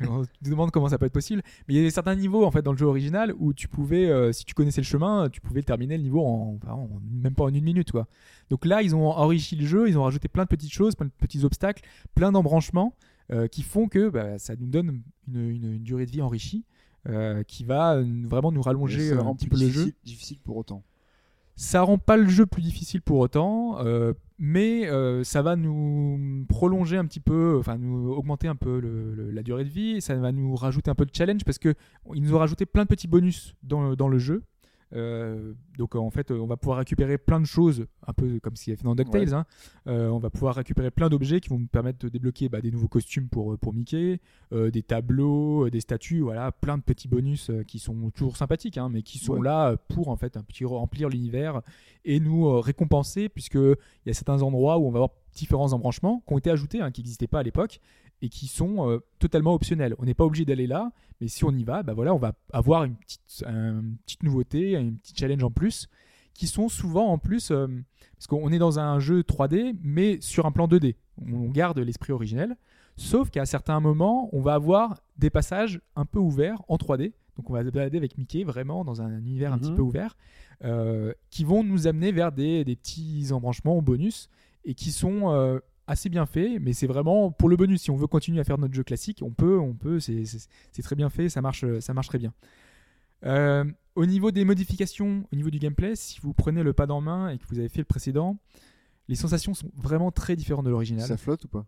S4: [laughs] on se demande comment ça peut être possible. Mais il y avait certains niveaux en fait dans le jeu original où tu pouvais, euh, si tu connaissais le chemin, tu pouvais terminer le niveau en, enfin, en- même pas en une minute quoi. Donc là, ils ont enrichi le jeu, ils ont rajouté plein de petites choses, plein de petits obstacles, plein d'embranchements euh, qui font que bah, ça nous donne une, une- une durée de vie enrichie. euh, qui va euh, vraiment nous rallonger
S5: Ça
S4: euh,
S5: rend
S4: un petit peu
S5: plus
S4: le jeu.
S5: difficile- Difficile pour autant.
S4: Ça rend pas le jeu plus difficile pour autant, euh, mais euh, ça va nous prolonger un petit peu, enfin nous augmenter un peu le- le- la durée de vie. et Ça va nous rajouter un peu de challenge parce que ils nous ont rajouté plein de petits bonus dans, dans le jeu. Euh, donc euh, en fait, euh, on va pouvoir récupérer plein de choses, un peu comme s'il y avait dans DuckTales. hein. Euh, on va pouvoir récupérer plein d'objets qui vont nous permettre de débloquer bah, des nouveaux costumes pour, pour Mickey, euh, des tableaux, euh, des statues, voilà, plein de petits bonus euh, qui sont toujours sympathiques, hein, mais qui sont
S5: Ouais.
S4: là euh, pour en fait un petit remplir l'univers et nous euh, récompenser puisque il y a certains endroits où on va avoir différents embranchements qui ont été ajoutés, hein, qui n'existaient pas à l'époque et qui sont euh, totalement optionnels. On n'est pas obligé d'aller là, mais si on y va, bah voilà, on va avoir une petite, une petite nouveauté, une petite challenge en plus, qui sont souvent en plus, euh, parce qu'on est dans un jeu 3D, mais sur un plan 2D. On garde l'esprit originel, sauf qu'à certains moments, on va avoir des passages un peu ouverts en 3D. Donc on va se balader avec Mickey vraiment dans un univers un petit
S3: Mhm.
S4: peu ouvert, euh, qui vont nous amener vers des, des petits embranchements au bonus, et qui sont euh, assez bien faits, mais c'est vraiment pour le bonus. Si on veut continuer à faire notre jeu classique, on peut, on peut, c'est- c'est c'est très bien fait, ça marche, ça marche très bien. Euh, au niveau des modifications, au niveau du gameplay, si vous prenez le pad en main et que vous avez fait le précédent, les sensations sont vraiment très différentes de l'original. Ça,
S5: Ça flotte ou pas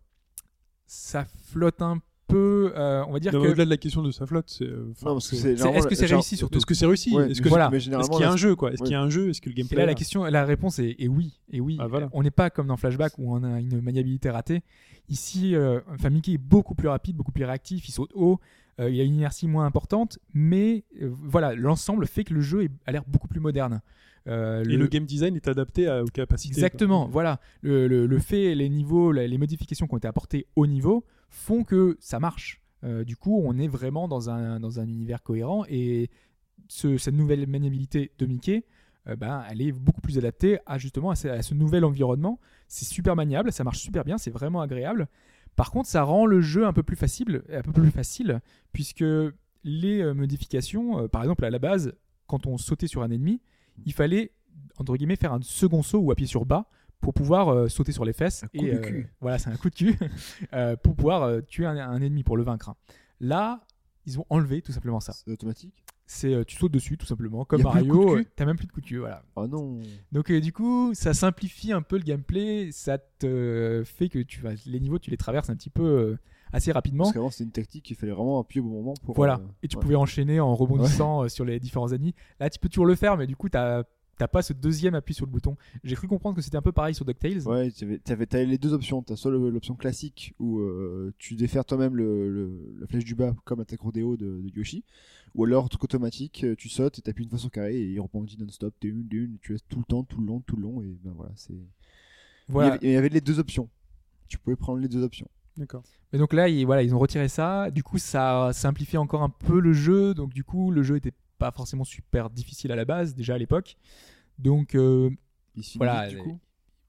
S4: flotte un peu, euh, on va dire
S3: Non, mais
S4: que
S3: Au-delà de la question de sa flotte, c'est. euh, enfin,
S5: Non, parce que
S3: c'est-
S5: c'est.
S4: c'est- est-ce que c'est réussi surtout
S3: Est-ce que c'est réussi Est-ce que-
S4: Voilà.
S5: Mais
S3: est-ce
S5: généralement,
S3: qu'il y a un
S5: là,
S3: jeu quoi Est-ce
S5: Ouais.
S3: qu'il y a un jeu Est-ce que le
S4: Et
S3: gameplay
S4: là,
S3: est
S4: la
S3: là
S4: question, la réponse est, est oui, et oui.
S3: Ah, voilà.
S4: On n'est pas comme dans Flashback où on a une maniabilité ratée. Ici, euh, enfin, Mickey est beaucoup plus rapide, beaucoup plus réactif, il saute haut, euh, il a une inertie moins importante, mais euh, voilà, l'ensemble fait que le jeu est- a l'air beaucoup plus moderne. Euh,
S3: Et le game design est adapté à- aux capacités. quoi.
S4: Exactement, voilà. Le, le- le fait, les niveaux, la- les modifications qui ont été apportées au niveau font que ça marche. Euh, du coup, on est vraiment dans un, dans un univers cohérent et ce- cette nouvelle maniabilité de Mickey, euh, ben, elle est beaucoup plus adaptée à justement à ce, à ce nouvel environnement. C'est super maniable, ça marche super bien, c'est vraiment agréable. Par contre, ça rend le jeu un peu plus facile, un peu plus facile puisque les euh, modifications, euh, par exemple à la base, quand on sautait sur un ennemi, il fallait entre guillemets faire un second saut ou appuyer sur bas pour pouvoir euh, sauter sur les fesses.
S5: Un coup
S4: et,
S5: de
S4: euh,
S5: cul.
S4: voilà, c'est un coup de cul [laughs] euh, pour pouvoir euh, tuer un, un ennemi, pour le vaincre. hein. Là, ils ont enlevé tout simplement ça.
S5: C'est automatique
S4: C'est euh, tu sautes dessus tout simplement, comme
S5: Y a plus de coup de
S4: Mario.
S5: cul
S4: euh, T'as même plus de coup de cul, voilà.
S5: Ah non
S4: Donc euh, du coup, ça simplifie un peu le gameplay, ça te euh, fait que tu vas les niveaux, tu les traverses un petit peu euh, assez rapidement.
S5: Parce qu'avant, c'était une tactique qu'il fallait vraiment appuyer au bon moment pour.
S4: Voilà.
S5: euh,
S4: Et tu
S5: ouais.
S4: pouvais enchaîner en rebondissant euh, sur les différents ennemis. Là, tu peux toujours le faire, mais du coup, t'as t'as pas ce deuxième appui sur le bouton. J'ai cru comprendre que c'était un peu pareil sur DuckTales.
S5: Ouais, t'avais, t'avais, t'avais les deux options. T'as soit le- l'option classique où euh, tu défères toi-même le, le- la flèche du bas comme l'attaque rodéo de, de Yoshi, ou alors truc automatique, euh, tu sautes et t'appuies une fois sur carré et il rebondit non-stop, t'es une, t'es une, tu laisses tout le temps, tout le long, tout le long et ben voilà. C'est...
S4: Voilà.
S5: Il, y avait, il y avait les deux options. Tu pouvais prendre les deux options.
S3: D'accord.
S4: Mais donc là, ils, voilà, ils ont retiré ça. Du coup, ça simplifiait encore un peu le jeu. Donc du coup, le jeu était pas forcément super difficile à la base, déjà à l'époque. Donc euh,
S5: Ici,
S4: Voilà,
S5: du
S4: les-
S5: coup.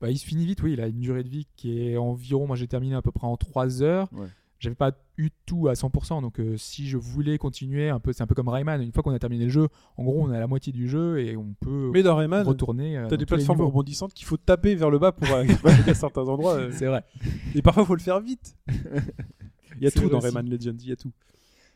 S4: bah, il se finit vite, oui. Il a une durée de vie qui est environ, moi j'ai terminé à peu près en 3 heures.
S5: Ouais.
S4: J'avais pas eu tout à 100%, donc euh, si je voulais continuer, un peu, c'est un peu comme Rayman. Une fois qu'on a terminé le jeu, en gros, on a la moitié du jeu et on peut
S3: Mais dans Rayman,
S4: retourner.
S3: t'as
S4: euh, dans
S3: des
S4: tous les
S3: plateformes
S4: niveaux.
S3: rebondissantes qu'il faut taper vers le bas pour
S5: [laughs]
S3: arriver à certains endroits. euh,
S4: C'est vrai.
S3: Et parfois, faut le faire vite. Il y a
S4: C'est
S3: tout
S4: vrai
S3: dans
S4: aussi.
S3: Rayman Legends, il y a tout.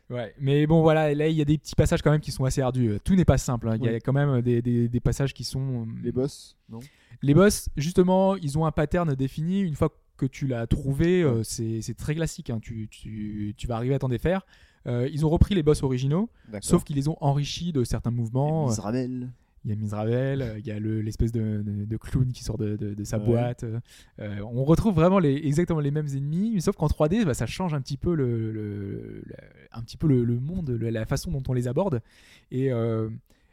S4: Ouais. Mais bon, voilà, là il y a des petits passages quand même qui sont assez ardus. Tout n'est pas simple. hein. Il y a
S3: Oui.
S4: quand même des, des- des passages qui sont. euh,
S5: Les boss, non
S4: Les boss, justement, ils ont un pattern défini. Une fois que tu l'as trouvé, euh, c'est c'est très classique. hein. Tu, tu- tu vas arriver à t'en défaire. Euh, ils ont repris les boss originaux,
S5: D'accord.
S4: sauf qu'ils les ont enrichis de certains mouvements.
S5: Les Israël.
S4: Il y a Misravel, euh, il y a le- l'espèce de, de- de clown qui sort de, de- de sa
S5: Ouais.
S4: boîte. euh, euh, on retrouve vraiment les, exactement les mêmes ennemis, mais sauf qu'en 3D, bah, ça change un petit peu le, le- le- un petit peu le, le monde, le- la façon dont on les aborde. Et, euh,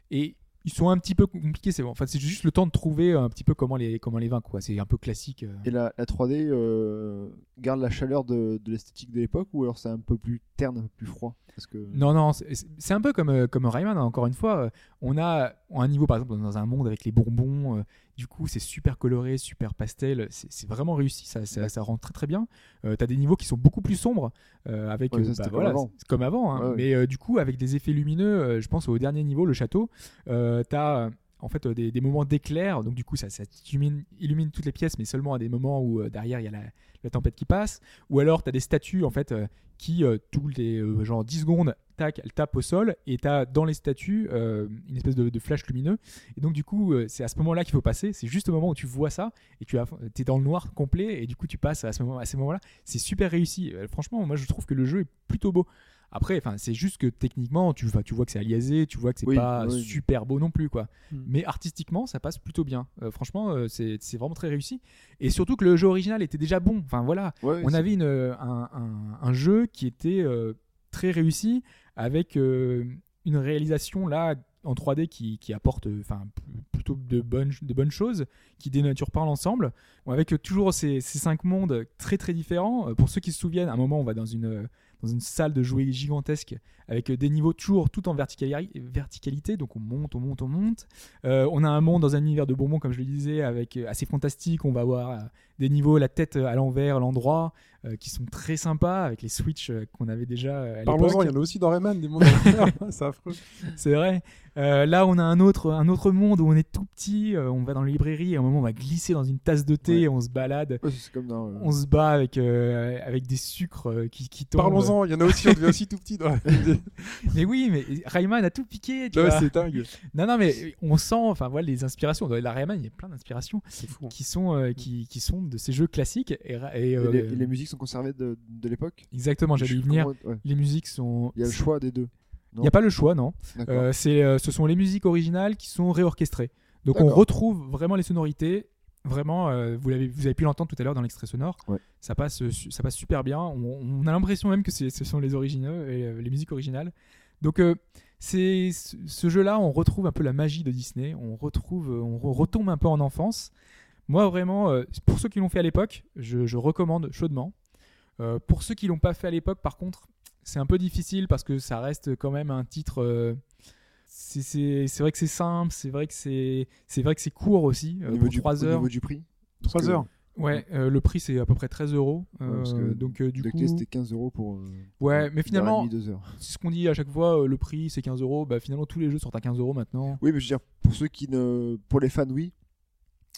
S4: et ils sont un petit peu compliqués. C'est enfin, c'est juste le temps de trouver un petit peu comment les, comment les vaincre. quoi. C'est un peu classique. euh.
S5: Et la, la 3D euh, garde la chaleur de, de l'esthétique de l'époque ou alors c'est un peu plus terne, un peu plus froid Parce que...
S4: Non, non, c'est- c'est c'est un peu comme, euh, comme Rayman, hein, encore une fois. Euh, On a un niveau, par exemple, dans un monde avec les bonbons. euh, du coup, c'est super coloré, super pastel. C'est c'est vraiment réussi, ça, ça, ça rend très très bien. Euh, T'as des niveaux qui sont beaucoup plus sombres, euh, avec.
S5: Ouais, ça,
S4: euh,
S5: c'était comme
S4: voilà,
S5: avant.
S4: c'est comme avant. hein.
S5: Ouais, ouais.
S4: Mais euh, du coup, avec des effets lumineux, euh, je pense au dernier niveau, le château, euh, t'as. euh, En fait, euh, des, des moments d'éclair, donc du coup, ça, ça illumine, illumine toutes les pièces, mais seulement à des moments où euh, derrière il y a la, la tempête qui passe. Ou alors, t'as des statues en fait euh, qui, euh, tous les euh, genre 10 secondes, tac, elle tape au sol et t'as dans les statues euh, une espèce de, de flash lumineux. Et donc, du coup, euh, c'est à ce moment-là qu'il faut passer. C'est juste au moment où tu vois ça et tu as, es dans le noir complet et du coup, tu passes à, ce moment, à ces moments-là. C'est super réussi. Euh, franchement, moi, je trouve que le jeu est plutôt beau. Après, enfin, c'est juste que techniquement, tu, enfin, tu vois que c'est aliasé, tu vois que c'est
S5: Oui,
S4: pas
S5: oui.
S4: super beau non plus, quoi.
S3: Hmm.
S4: Mais artistiquement, ça passe plutôt bien. Euh, franchement, euh, c'est c'est vraiment très réussi. Et surtout que le jeu original était déjà bon. Enfin, voilà
S5: Ouais,
S4: on
S5: c'est-
S4: avait une, euh, un, un- un jeu qui était euh, très réussi avec euh, une réalisation là en 3D qui, qui apporte euh, enfin pl- plutôt de bonnes de bonnes choses qui dénature pas l'ensemble Bon, avec euh, toujours ces, ces cinq mondes très très différents Euh, pour ceux qui se souviennent à un moment on va dans une euh, dans une salle de jouer gigantesque avec euh, des niveaux toujours tout en verticali- verticalité donc on monte on monte on monte Euh, on a un monde dans un univers de bonbons comme je le disais avec euh, assez fantastique on va avoir euh, des niveaux la tête euh, à l'envers l'endroit euh, qui sont très sympas avec les switches euh, qu'on avait déjà euh, à
S3: Parlons-en,
S4: l'époque
S3: il y en a aussi dans Rayman, des mondes
S4: [laughs]
S3: d'enfer. C'est affreux.
S4: c'est vrai. Euh, là, on a un autre, un autre monde où on est tout petit. euh, on va dans les librairies et à un moment, on va glisser dans une tasse de thé.
S5: Ouais.
S4: et On se balade.
S5: Ouais, c'est comme dans. euh,
S4: On se bat avec, euh, avec des sucres euh, qui, qui tombent.
S3: Parlons-en, il y en a aussi, on devient aussi tout petit dans
S4: [laughs]
S3: Rayman.
S4: Mais oui, mais Rayman a tout piqué. tu
S3: Non, mais
S4: vois.
S3: c'est dingue.
S4: Non, non, mais on sent, enfin voilà, les inspirations. Dans la Rayman, il y a plein d'inspirations
S3: C'est fou. hein.
S4: qui sont, euh, qui, qui sont de ces jeux classiques. Et, ra- et,
S5: Et,
S4: euh,
S5: les, et les musiques sont conservées de, de l'époque
S4: Exactement,
S5: Je
S4: j'allais y
S5: sais
S4: venir.
S5: comment- ouais.
S4: Les musiques sont.
S5: Il y a le choix des deux.
S4: Il n'y a pas le choix, non.
S5: D'accord.
S4: Euh, c'est, euh, ce sont les musiques originales qui sont réorchestrées. Donc on
S5: D'accord.
S4: retrouve vraiment les sonorités. Vraiment, euh, vous, l'avez, vous avez pu l'entendre tout à l'heure dans l'extrait sonore.
S5: Ouais.
S4: Ça, passe, euh, su- ça passe super bien. On, on a l'impression même que c'est- ce sont les originaux et euh, les musiques originales. Donc euh, c'est, ce ce jeu-là, on retrouve un peu la magie de Disney. On, retrouve, euh, on re- retombe un peu en enfance. Moi, vraiment, euh, pour ceux qui l'ont fait à l'époque, je, je recommande chaudement. Euh, pour ceux qui l'ont pas fait à l'époque, par contre, c'est un peu difficile parce que ça reste quand même un titre. euh, c'est- c'est c'est vrai que c'est simple, c'est vrai que c'est c'est vrai que c'est court aussi,
S5: Au
S4: euh,
S5: niveau
S4: pour
S5: du-
S4: 3
S5: Au
S4: heures.
S5: niveau du prix. Parce
S3: 3
S5: que
S3: heures.
S4: Ouais, euh, le prix c'est à peu près 13 euros.
S5: Ouais, parce
S4: Euh,
S5: que
S4: Donc euh, du
S5: DuckTales,
S4: coup,
S5: c'était 15 euros pour. euh,
S4: Ouais,
S5: une
S4: mais
S5: heure et
S4: finalement-
S5: demie, deux heures.
S4: c'est ce qu'on dit à chaque fois, euh, le prix c'est 15 euros. Bah finalement tous les jeux sont à 15 euros maintenant.
S5: Oui, mais je veux dire, pour ceux qui ne. Pour les fans, oui.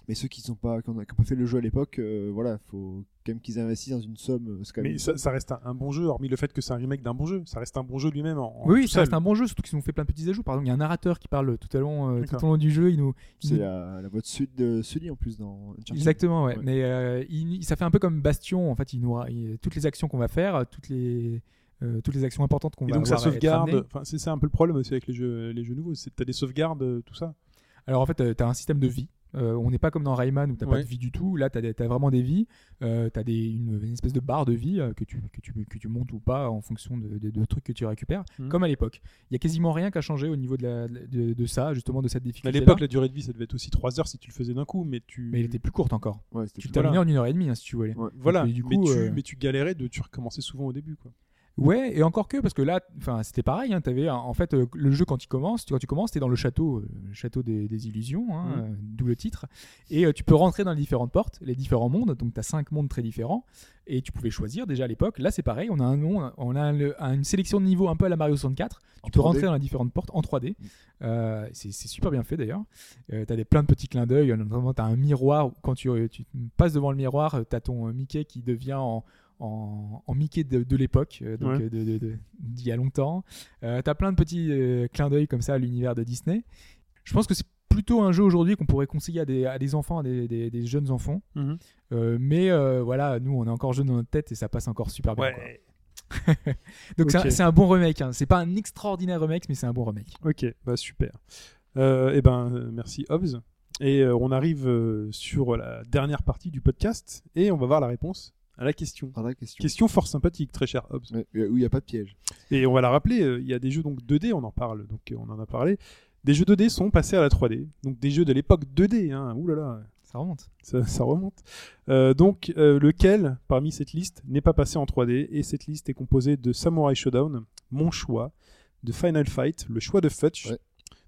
S5: Mais ceux qui n'ont pas, qui ont- qui ont pas fait le jeu à l'époque, euh, voilà, faut quand même qu'ils investissent dans une somme. euh, c'est quand même-
S3: Mais ça, ça reste un, un bon jeu, hormis le fait que c'est un remake d'un bon jeu. Ça reste un bon jeu lui-même. En, en
S4: Oui, oui,
S3: tout
S4: ça reste
S3: seul.
S4: un bon jeu, surtout qu'ils ont fait plein de petits ajouts. Par exemple, il y a un narrateur qui parle tout au long, euh, tout
S3: D'accord.
S4: au long du jeu. Il nous, il
S5: C'est
S4: nous-
S5: la, la voix de Sud de Sully en plus dans Uncharted.
S4: Mm. Exactement, ouais.
S5: Ouais.
S4: Mais euh, il- ça fait un peu comme Bastion. En fait, il nous, ra- il- toutes les actions qu'on va faire, toutes les, euh, toutes les actions importantes qu'on
S3: Et
S4: va
S3: donc ça
S4: avoir à être
S3: sauvegarde.
S4: amenées.
S3: Enfin, c'est ça un peu le problème aussi avec les jeux, les jeux nouveaux. C'est que t'as des sauvegardes, euh, tout ça.
S4: Alors en fait, tu as un système de vie. Euh, on n'est pas comme dans Rayman où t'as pas
S3: Ouais.
S4: de vie du tout. Là, t'as as vraiment des vies. Euh, t'as des, une, une espèce de barre de vie euh, que tu, que, tu, que tu montes ou pas en fonction de, de- de trucs que tu récupères,
S3: Mhm.
S4: comme à l'époque. Il y a quasiment rien qui a changé au niveau de, la- de, de ça, justement de cette
S3: Mais à
S4: difficulté.
S3: l'époque, la durée de vie, ça devait être aussi 3 heures si tu le faisais d'un coup, mais tu.
S4: mais elle était plus courte encore.
S5: Ouais, c'était
S4: Tu le
S5: plus-
S3: Voilà.
S4: terminais en une heure et demie, hein, si tu voulais.
S3: Voilà.
S4: Et du
S3: mais,
S4: coup,
S3: tu,
S4: euh,
S3: mais tu galérais de, tu recommençais souvent au début, quoi.
S4: Ouais, et encore que, parce que là, enfin, c'était pareil, hein, t'avais, en fait, euh, le jeu, quand il commence, tu- quand tu commences, t'es dans le château, euh, le château des, des illusions, hein,
S3: Mhm.
S4: euh, d'où le titre, et euh, tu peux rentrer dans les différentes portes, les différents mondes, donc t'as cinq mondes très différents, et tu pouvais choisir déjà à l'époque, là c'est pareil, on a un nom, on a un- un- une sélection de niveaux un peu à la Mario 64,
S5: en
S4: tu peux
S5: 3D.
S4: rentrer dans les différentes portes en 3D, euh, c'est c'est super bien fait d'ailleurs, euh, t'as des, plein de petits clins d'œil, euh, notamment t'as un miroir, où quand tu, euh, tu passes devant le miroir, euh, t'as ton euh, Mickey qui devient en en, en Mickey de, de l'époque, euh, donc
S3: Ouais.
S4: euh, de- de- de- d'il y a longtemps. Euh, T'as plein de petits euh, clins d'œil comme ça à l'univers de Disney. Je pense que c'est plutôt un jeu aujourd'hui qu'on pourrait conseiller à des, à des enfants, à des, des- des jeunes enfants.
S3: Mhm.
S4: Euh, mais euh, voilà, nous on est encore jeunes dans notre tête et ça passe encore super bien. quoi. Donc c'est un-
S3: Ok.
S4: c'est un, bon remake. hein. C'est pas un extraordinaire remake, mais c'est un bon remake.
S3: Ok, bah super. Euh, eh ben, euh, merci Hobbs. Et euh, on arrive euh, sur la dernière partie du podcast et on va voir la réponse à la question.
S5: Par la question.
S3: Question fort sympathique, très cher Hobbs.
S5: Ouais, où il n'y a pas de piège.
S3: Et on va la rappeler, euh, il y a des jeux donc 2D, on en parle, donc euh, on en a parlé. Des jeux 2D sont passés à la 3D, donc des jeux de l'époque 2D, hein, oulala,
S4: Ça remonte.
S3: ça, ça remonte. Euh, donc euh, lequel parmi cette liste n'est pas passé en 3D Et cette liste est composée de Samurai Showdown, Mon Choix, de Final Fight, Le Choix de Futch,
S5: Ouais.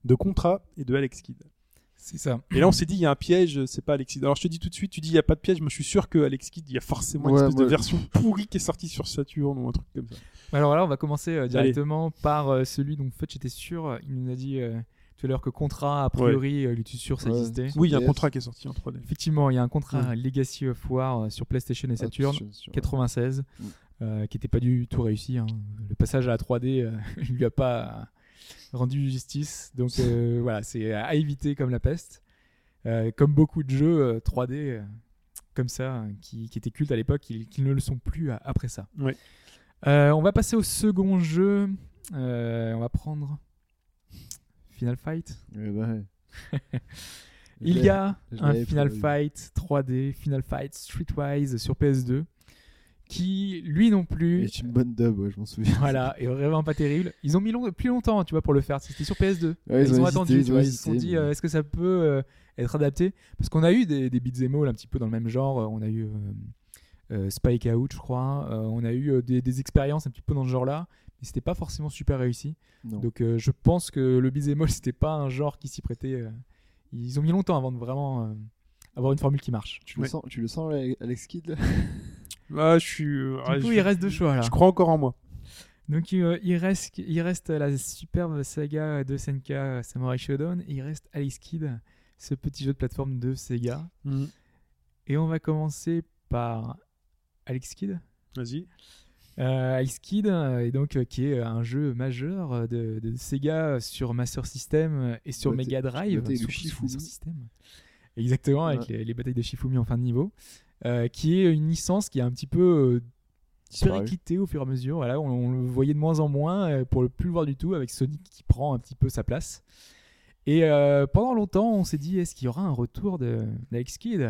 S3: de Contra et de Alex Kidd.
S4: C'est ça.
S3: Et là on s'est dit il y a un piège, c'est pas Alex Kidd. Alors je te dis tout de suite, tu dis il y a pas de piège, moi je suis sûr que Alex Kidd, il y a forcément une
S5: Ouais,
S3: espèce
S5: moi-
S3: de version pourrie qui est sortie sur Saturn ou un truc comme ça.
S4: Alors là, on va commencer euh, directement par euh, celui dont Fudge était sûr. Il nous a dit euh, tout à l'heure que Contra, a priori, euh, il était sûr ça
S5: Ouais.
S4: existait.
S3: Oui, il y a un
S5: Yes.
S3: contrat qui est sorti en 3D.
S4: Effectivement, il y a un contrat Legacy of War euh, sur PlayStation et Saturn,
S5: Mm. Ah, tu- tu-
S4: 96,
S5: Mm.
S4: euh, qui n'était pas du tout réussi. hein. Le passage à la 3D euh, [laughs] lui a pas rendu justice. Donc
S5: [laughs]
S4: euh, voilà, c'est à éviter comme la peste. Euh, comme beaucoup de jeux euh, 3D euh, comme ça, hein, qui, qui étaient cultes à l'époque, ils- qui ne le sont plus à- après ça.
S3: Ouais.
S4: Euh, on va passer au second jeu. Euh, on va prendre Final Fight.
S5: Ouais, bah ouais.
S4: [laughs] Il y a
S5: je
S4: un
S5: l'avais
S4: Final
S5: prévu.
S4: Fight 3D, Final Fight Streetwise sur PS2, qui lui non plus,
S5: C'est une bonne dub, ouais, je m'en souviens.
S4: voilà, est vraiment pas terrible. Ils ont mis long- plus longtemps, tu vois, pour le faire. C'était sur PS2.
S5: [laughs] Ouais,
S4: ils,
S5: ils ont
S4: ont
S5: hésité,
S4: attendu,
S5: ils
S4: tu
S5: ont
S4: vois, ils se
S5: hésité,
S4: sont dit,
S5: mais-
S4: euh, est-ce que ça peut euh, être adapté Parce qu'on a eu des, des beats all un petit peu dans le même genre. On a eu euh, euh, Spike Out, je crois. Euh, on a eu euh, des, des expériences un petit peu dans ce genre-là, mais c'était pas forcément super réussi.
S5: Non.
S4: Donc euh, je pense que le beat'em all [laughs] c'était pas un genre qui s'y prêtait. euh. Ils ont mis longtemps avant de vraiment euh, avoir une formule qui marche.
S5: tu, le
S3: ouais.
S5: sens, tu le sens, Alex Kidd là
S3: Là, je suis. euh,
S4: Du
S3: ouais,
S4: coup,
S3: je-
S4: il reste deux choix là.
S3: Je crois encore en moi.
S4: Donc euh, il reste, il reste la superbe saga de Senka Samurai Shodown. et il reste Alice Kid, ce petit jeu de plateforme de Sega. Et on va commencer par Alex Kid.
S3: Vas-y.
S4: Euh, Ice Kid, euh, et donc, euh, qui est euh, un jeu majeur euh, de, de Sega sur Master System euh, et sur
S5: Bataille-
S4: Mega Drive.
S5: bataille de
S4: surtout sur
S5: Shifumi.
S4: Master System. Exactement, avec les, les batailles de Shifumi en fin de niveau, euh, qui est une licence qui a un petit peu euh,
S5: Disparu.
S4: périclité au fur et à mesure. Voilà, on, on le voyait de moins en moins euh, pour le plus le voir du tout, avec Sonic qui prend un petit peu sa place. Et euh, pendant longtemps, on s'est dit est-ce qu'il y aura un retour de- d'Alex Kid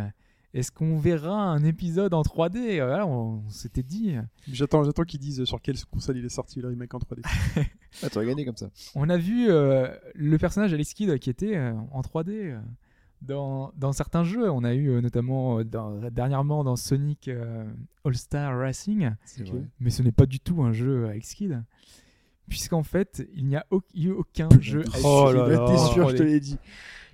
S4: Est-ce qu'on verra un épisode en 3D Voilà, on, on s'était dit.
S3: J'attends, j'attends qu'ils disent sur quelle console il est sorti le remake en 3D.
S5: Ah, t'aurais gagné comme ça.
S4: On a vu euh, le personnage Alex Kidd qui était euh, en 3D euh, dans, dans certains jeux. On a eu euh, notamment euh, dans- dernièrement dans Sonic euh, All-Star Racing,
S5: C'est
S3: Ok.
S5: vrai.
S4: mais ce n'est pas du tout un jeu Alex Kidd. Puisqu'en fait, il n'y a au- il y a eu aucun jeu Alex
S3: Oh
S4: Kidd
S3: là là.
S4: en
S5: T'es sûr, je te
S4: 3D.
S5: l'ai dit.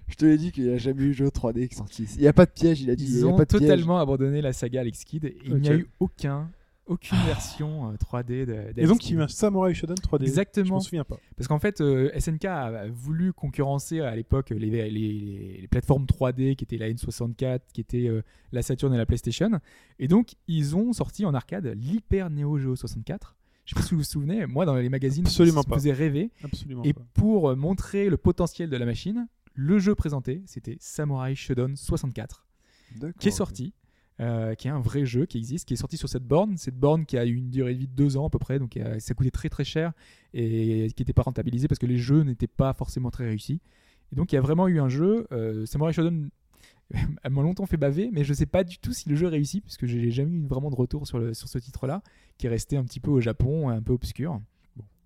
S5: Je te l'ai dit qu'il n'y a jamais eu jeu 3D qui sortisse. Il n'y a pas de piège, il a dit. il
S4: Ils
S5: y a
S4: ont
S5: pas de piège.
S4: totalement abandonné la saga Alex Kidd et il n'y a
S3: Ok.
S4: eu aucun aucune version euh, 3D de,
S3: Et donc, il y a eu un Samurai Shodown 3D. Je
S4: Exactement.
S3: m'en souviens pas.
S4: Parce qu'en fait, euh, SNK a voulu concurrencer euh, à l'époque les, les- les- les plateformes 3D qui étaient la N64, qui étaient euh, la Saturn et la PlayStation. Et donc, ils ont sorti en arcade l'Hyper Neo Geo 64. Je sais pas si vous vous souvenez, moi dans les magazines,
S3: Absolument
S4: ça
S3: pas.
S4: me faisait rêver.
S3: Absolument
S4: Et
S3: pas.
S4: pour euh, montrer le potentiel de la machine, le jeu présenté, c'était Samurai Shodown 64
S5: D'accord.
S4: qui est sorti, euh, qui est un vrai jeu qui existe, qui est sorti sur cette borne, cette borne qui a eu une durée de vie de deux ans à peu près, donc euh, ça coûtait très très cher et qui n'était pas rentabilisé parce que les jeux n'étaient pas forcément très réussis. Et donc il y a vraiment eu un jeu, euh, Samurai Shodown [laughs] m'a longtemps fait baver, mais je sais pas du tout si le jeu réussit puisque j'ai jamais eu vraiment de retour sur, le, sur ce titre-là, qui est resté un petit peu au Japon, un peu obscur.
S3: En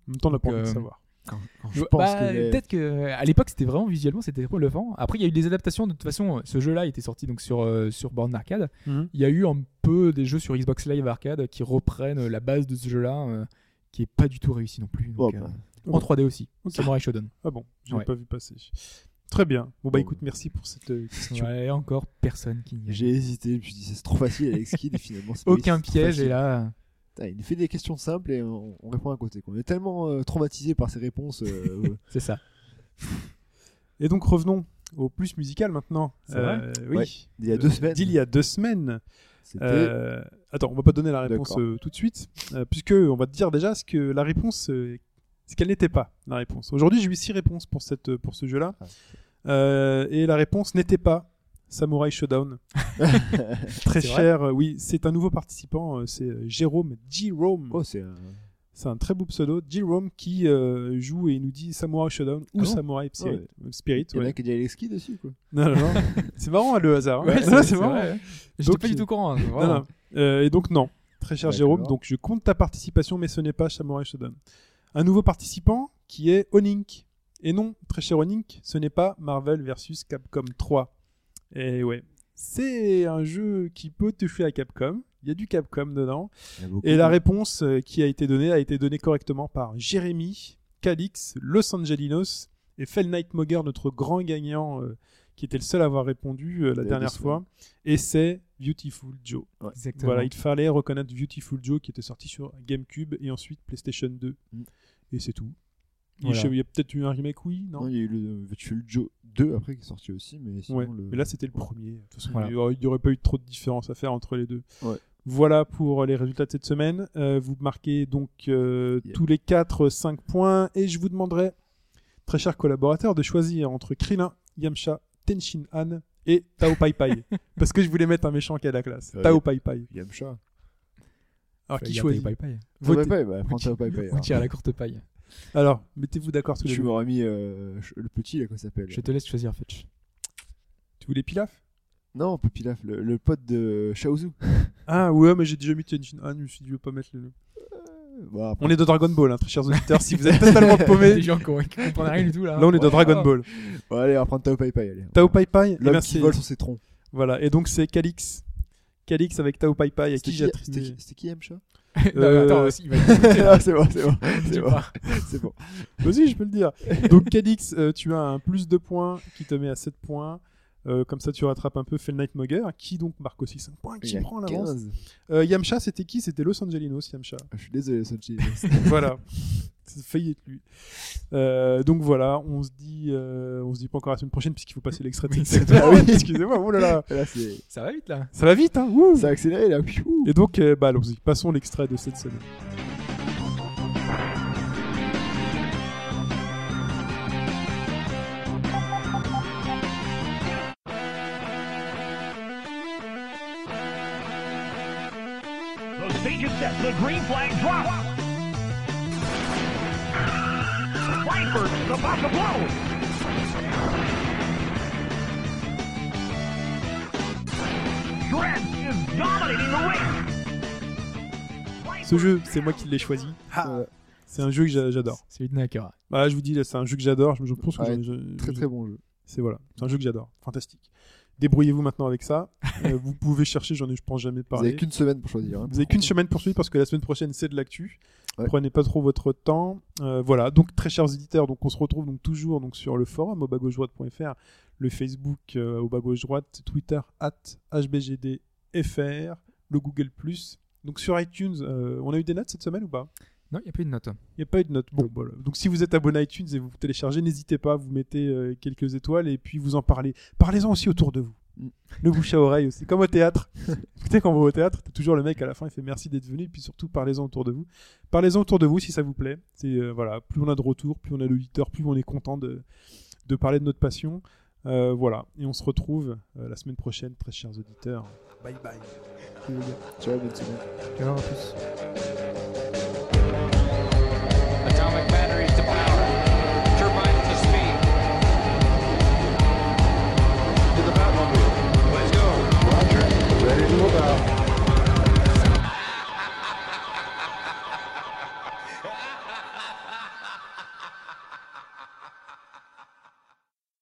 S3: même temps, on n'a pas
S4: Donc,
S3: envie de
S4: euh,
S3: savoir.
S5: Quand- quand je
S4: Ouais,
S5: pense
S4: bah,
S5: que j'ai-
S4: peut-être que à l'époque c'était vraiment visuellement c'était relevant. Après il y a eu des adaptations. De toute façon, ce jeu-là était sorti donc sur euh, sur borne arcade.
S3: Mhm.
S4: Il y a eu un peu des jeux sur Xbox Live Arcade qui reprennent euh, la base de ce jeu-là, euh, qui est pas du tout réussi non plus. donc,
S5: Oh, bah.
S4: euh, en 3D aussi.
S3: Ok.
S4: Samurai Shodown.
S3: Ah bon, je
S4: Ouais.
S3: l'ai pas vu passer. Très bien. Bon, bah
S5: Bon.
S3: écoute, merci pour cette
S4: [laughs]
S3: euh, question.
S4: Ouais, encore personne qui n'y a
S5: J'ai hésité, je me suis dit c'est trop facile Alex Kidd et finalement c'est pas-
S4: aucun
S5: c'est trop
S4: piège
S5: facile.
S4: et là
S5: Putain, il nous fait des questions simples et on, on répond à côté. quoi. On est tellement euh, traumatisé par ses réponses.
S3: [laughs]
S5: euh, ouais.
S4: c'est ça.
S3: Et donc, revenons au plus musical maintenant. Euh,
S4: C'est vrai
S3: oui.
S5: Ouais. Il y a deux semaines.
S3: D'il y a deux semaines.
S5: C'était
S3: Euh, attends, on va pas donner la réponse
S5: D'accord.
S3: euh, tout de suite, euh, puisque on va te dire déjà ce que la réponse, euh, ce qu'elle n'était pas la réponse. Aujourd'hui, j'ai eu six réponses pour cette pour ce jeu-là,
S5: Ah.
S3: Euh, et la réponse n'était pas Samurai Showdown. Très
S4: C'est
S3: cher, euh, oui. C'est un nouveau participant, euh, c'est euh, Jérôme Jerome.
S5: Oh, c'est un-
S3: C'est un très beau pseudo, Jerome qui euh, joue et il nous dit Samurai Showdown ou
S4: Ah bon
S3: Samurai Spirit. euh, Spirit,
S5: Il y en
S3: ouais.
S5: a qui a dit Alex Kidd dessus, quoi.
S3: Non, non, non. c'est marrant hein, le hasard. hein.
S4: Ouais,
S3: Non, c'est marrant.
S4: vrai. J'étais
S3: Donc,
S4: pas du
S3: il-
S4: tout au courant. hein,
S3: Non,
S4: vraiment.
S3: non. Euh, et donc non, très cher
S5: D'accord.
S3: Jérôme, donc je compte ta participation, mais ce n'est pas Samurai Shodown. Un nouveau participant qui est Onink. Et non, très cher Onink, ce n'est pas Marvel versus Capcom 3. Et ouais, c'est un jeu qui peut toucher à Capcom. Il y a du Capcom dedans. Et la réponse euh, qui a été donnée a été donnée correctement par Jérémy, Calix, Los Angelinos et Fell Knight Mogger, notre grand gagnant euh, qui était le seul à avoir répondu euh,
S5: Il y a
S3: la
S5: deux
S3: dernière fois. Et c'est Beautiful Joe.
S4: Exactement.
S3: Voilà, il fallait reconnaître Beautiful Joe qui était sorti sur GameCube et ensuite PlayStation 2.
S5: Mm.
S3: Et c'est tout. Il-
S4: Voilà.
S3: je- Il y a peut-être eu un remake, oui, non,
S5: Non, il y a eu le Virtual Joe 2 après qui est sorti aussi, mais sinon
S3: Ouais.
S5: le-
S3: Mais là, c'était le premier. De toute façon,
S4: Voilà.
S3: il y aurait- il n'y aurait pas eu trop de différence à faire entre les deux.
S5: Ouais.
S3: Voilà pour euh, les résultats de cette semaine. Euh, vous marquez donc euh,
S5: Yeah.
S3: tous les 4 5 points et je vous demanderai, très chers collaborateurs, de choisir entre Krilin, Yamcha, Tenshin Han et Tao Pai
S5: [laughs]
S3: Pai. Parce que je voulais mettre un méchant qui a la classe.
S5: Ouais.
S3: Tao Pai Pai.
S5: Yamcha.
S3: Alors,
S4: Faut
S3: qui
S4: garder
S3: choisit
S4: Bye Bye.
S5: Votez.
S3: Votez.
S5: Bah, prends ta paille, paille,
S4: On
S5: alors.
S4: tire à la courte paille.
S5: Eh
S3: Alors, mettez-vous d'accord tous les
S5: Tu
S3: deux.
S5: m'aurais mis euh, ch- le petit, là, comment il s'appelle
S4: Je te laisse choisir Fetch.
S3: Tu voulais Pilaf
S5: Non, pas Pilaf, le, le pote de Shaozu.
S3: Ah ouais, mais j'ai déjà mis Tenshin Han, je me suis dit, je vais pas mettre le.
S5: Bah, après,
S3: On est de Dragon Ball, hein, très chers auditeurs, si [laughs] vous êtes totalement
S4: [laughs]
S5: hein.
S4: Les
S3: paumés.
S4: gens qui qui comprennent rien du tout là.
S3: Là, on est de
S4: Oh.
S3: Dragon Ball.
S5: bon, allez, on va prendre Tao Pai Pai, allez.
S3: Tao Pai Pai, eh ben, et
S5: L'homme
S3: merci.
S5: qui vole sur ses troncs.
S3: Voilà, et donc c'est Calix. Calix avec Tao Pai Pai, à
S5: C'était
S3: qui
S5: qui-
S3: j'attribue.
S5: C'était c'était
S3: [laughs]
S5: qui Yamcha
S4: [laughs] Non,
S3: Euh,
S4: attends, il va
S5: [laughs] Ah, C'est bon, c'est
S3: [laughs]
S5: bon, c'est
S4: tu
S5: bon.
S4: pars.
S5: C'est bon.
S3: Vas-y, je peux le [laughs] dire. Donc, Calix, euh, tu as un plus 2 points qui te met à 7 points. Euh, comme ça, tu rattrapes un peu Fell Knight Mogger, qui donc marque aussi 5 points,
S5: Il
S3: qui
S5: y a
S3: prend l'avance.
S5: 15.
S3: Euh, Yamcha, c'était qui C'était Los Angelinos, Yamcha.
S5: Ah, Je suis désolé, Sanchi.
S3: voilà. C'est failli être lui. Euh, donc voilà, on se dit, euh, on se dit pas encore à la semaine prochaine puisqu'il faut passer l'extrait de
S4: Oui,
S3: cette
S5: c'est vrai. [laughs]
S3: semaine. Excusez-moi, oh là là,
S5: Là, c'est.
S4: Ça va vite là.
S3: ça va vite, hein. ouh.
S5: Ça a accéléré, là. Piou.
S3: Et donc, euh, bah allons-y, passons l'extrait de cette semaine.
S1: The stage is set. The green flag drops. Frankfurt's about to blow. Dredd is dominating the ring.
S3: Ce jeu, c'est moi qui l'ai choisi. Ah,
S5: Voilà.
S3: C'est un jeu que j'a- j'adore.
S4: C'est euh, de Nakara.
S3: Bah, je vous dis, là, c'est un jeu que j'adore. Je je pense que
S5: Ouais,
S3: j'en ai- je-
S5: Très
S3: je-
S5: très bon jeu.
S3: C'est voilà, c'est un jeu que j'adore, fantastique. Débrouillez-vous maintenant avec
S5: [laughs]
S3: ça. Euh, vous pouvez chercher, j'en ai je pense jamais
S5: Vous avez
S3: parlé.
S5: qu'une semaine pour choisir. hein.
S3: Vous avez qu'une semaine pour suivre parce que la semaine prochaine c'est de l'actu.
S5: Ouais.
S3: Prenez pas trop votre temps. Euh, voilà, donc très chers éditeurs, donc on se retrouve donc toujours donc sur le forum au droite.fr, le Facebook euh, au bas gauche droite, Twitter at hbgdfr, le Google Donc sur iTunes, euh, on a eu des notes cette semaine ou pas
S4: Non, il n'y a pas eu de note.
S3: Il n'y a pas eu de notes. Bon, voilà. Donc si vous êtes abonné à iTunes et vous téléchargez, n'hésitez pas, vous mettez euh, quelques étoiles et puis vous en parlez. Parlez-en aussi autour de vous.
S5: Mm.
S3: Le bouche à oreille aussi, comme au théâtre. tu sais, quand on va au théâtre, t'as toujours le mec à la fin, il fait merci d'être venu, et puis surtout parlez-en autour de vous. Parlez-en autour de vous si ça vous plaît. C'est euh, voilà, plus on a de retours, plus on a d'auditeurs, plus on est content de, de parler de notre passion. Euh, voilà, et on se retrouve euh, la semaine prochaine, très chers auditeurs. Bye bye.
S5: Tu vois, bonne semaine.
S4: Tu vas voir en plus.
S5: Ciao.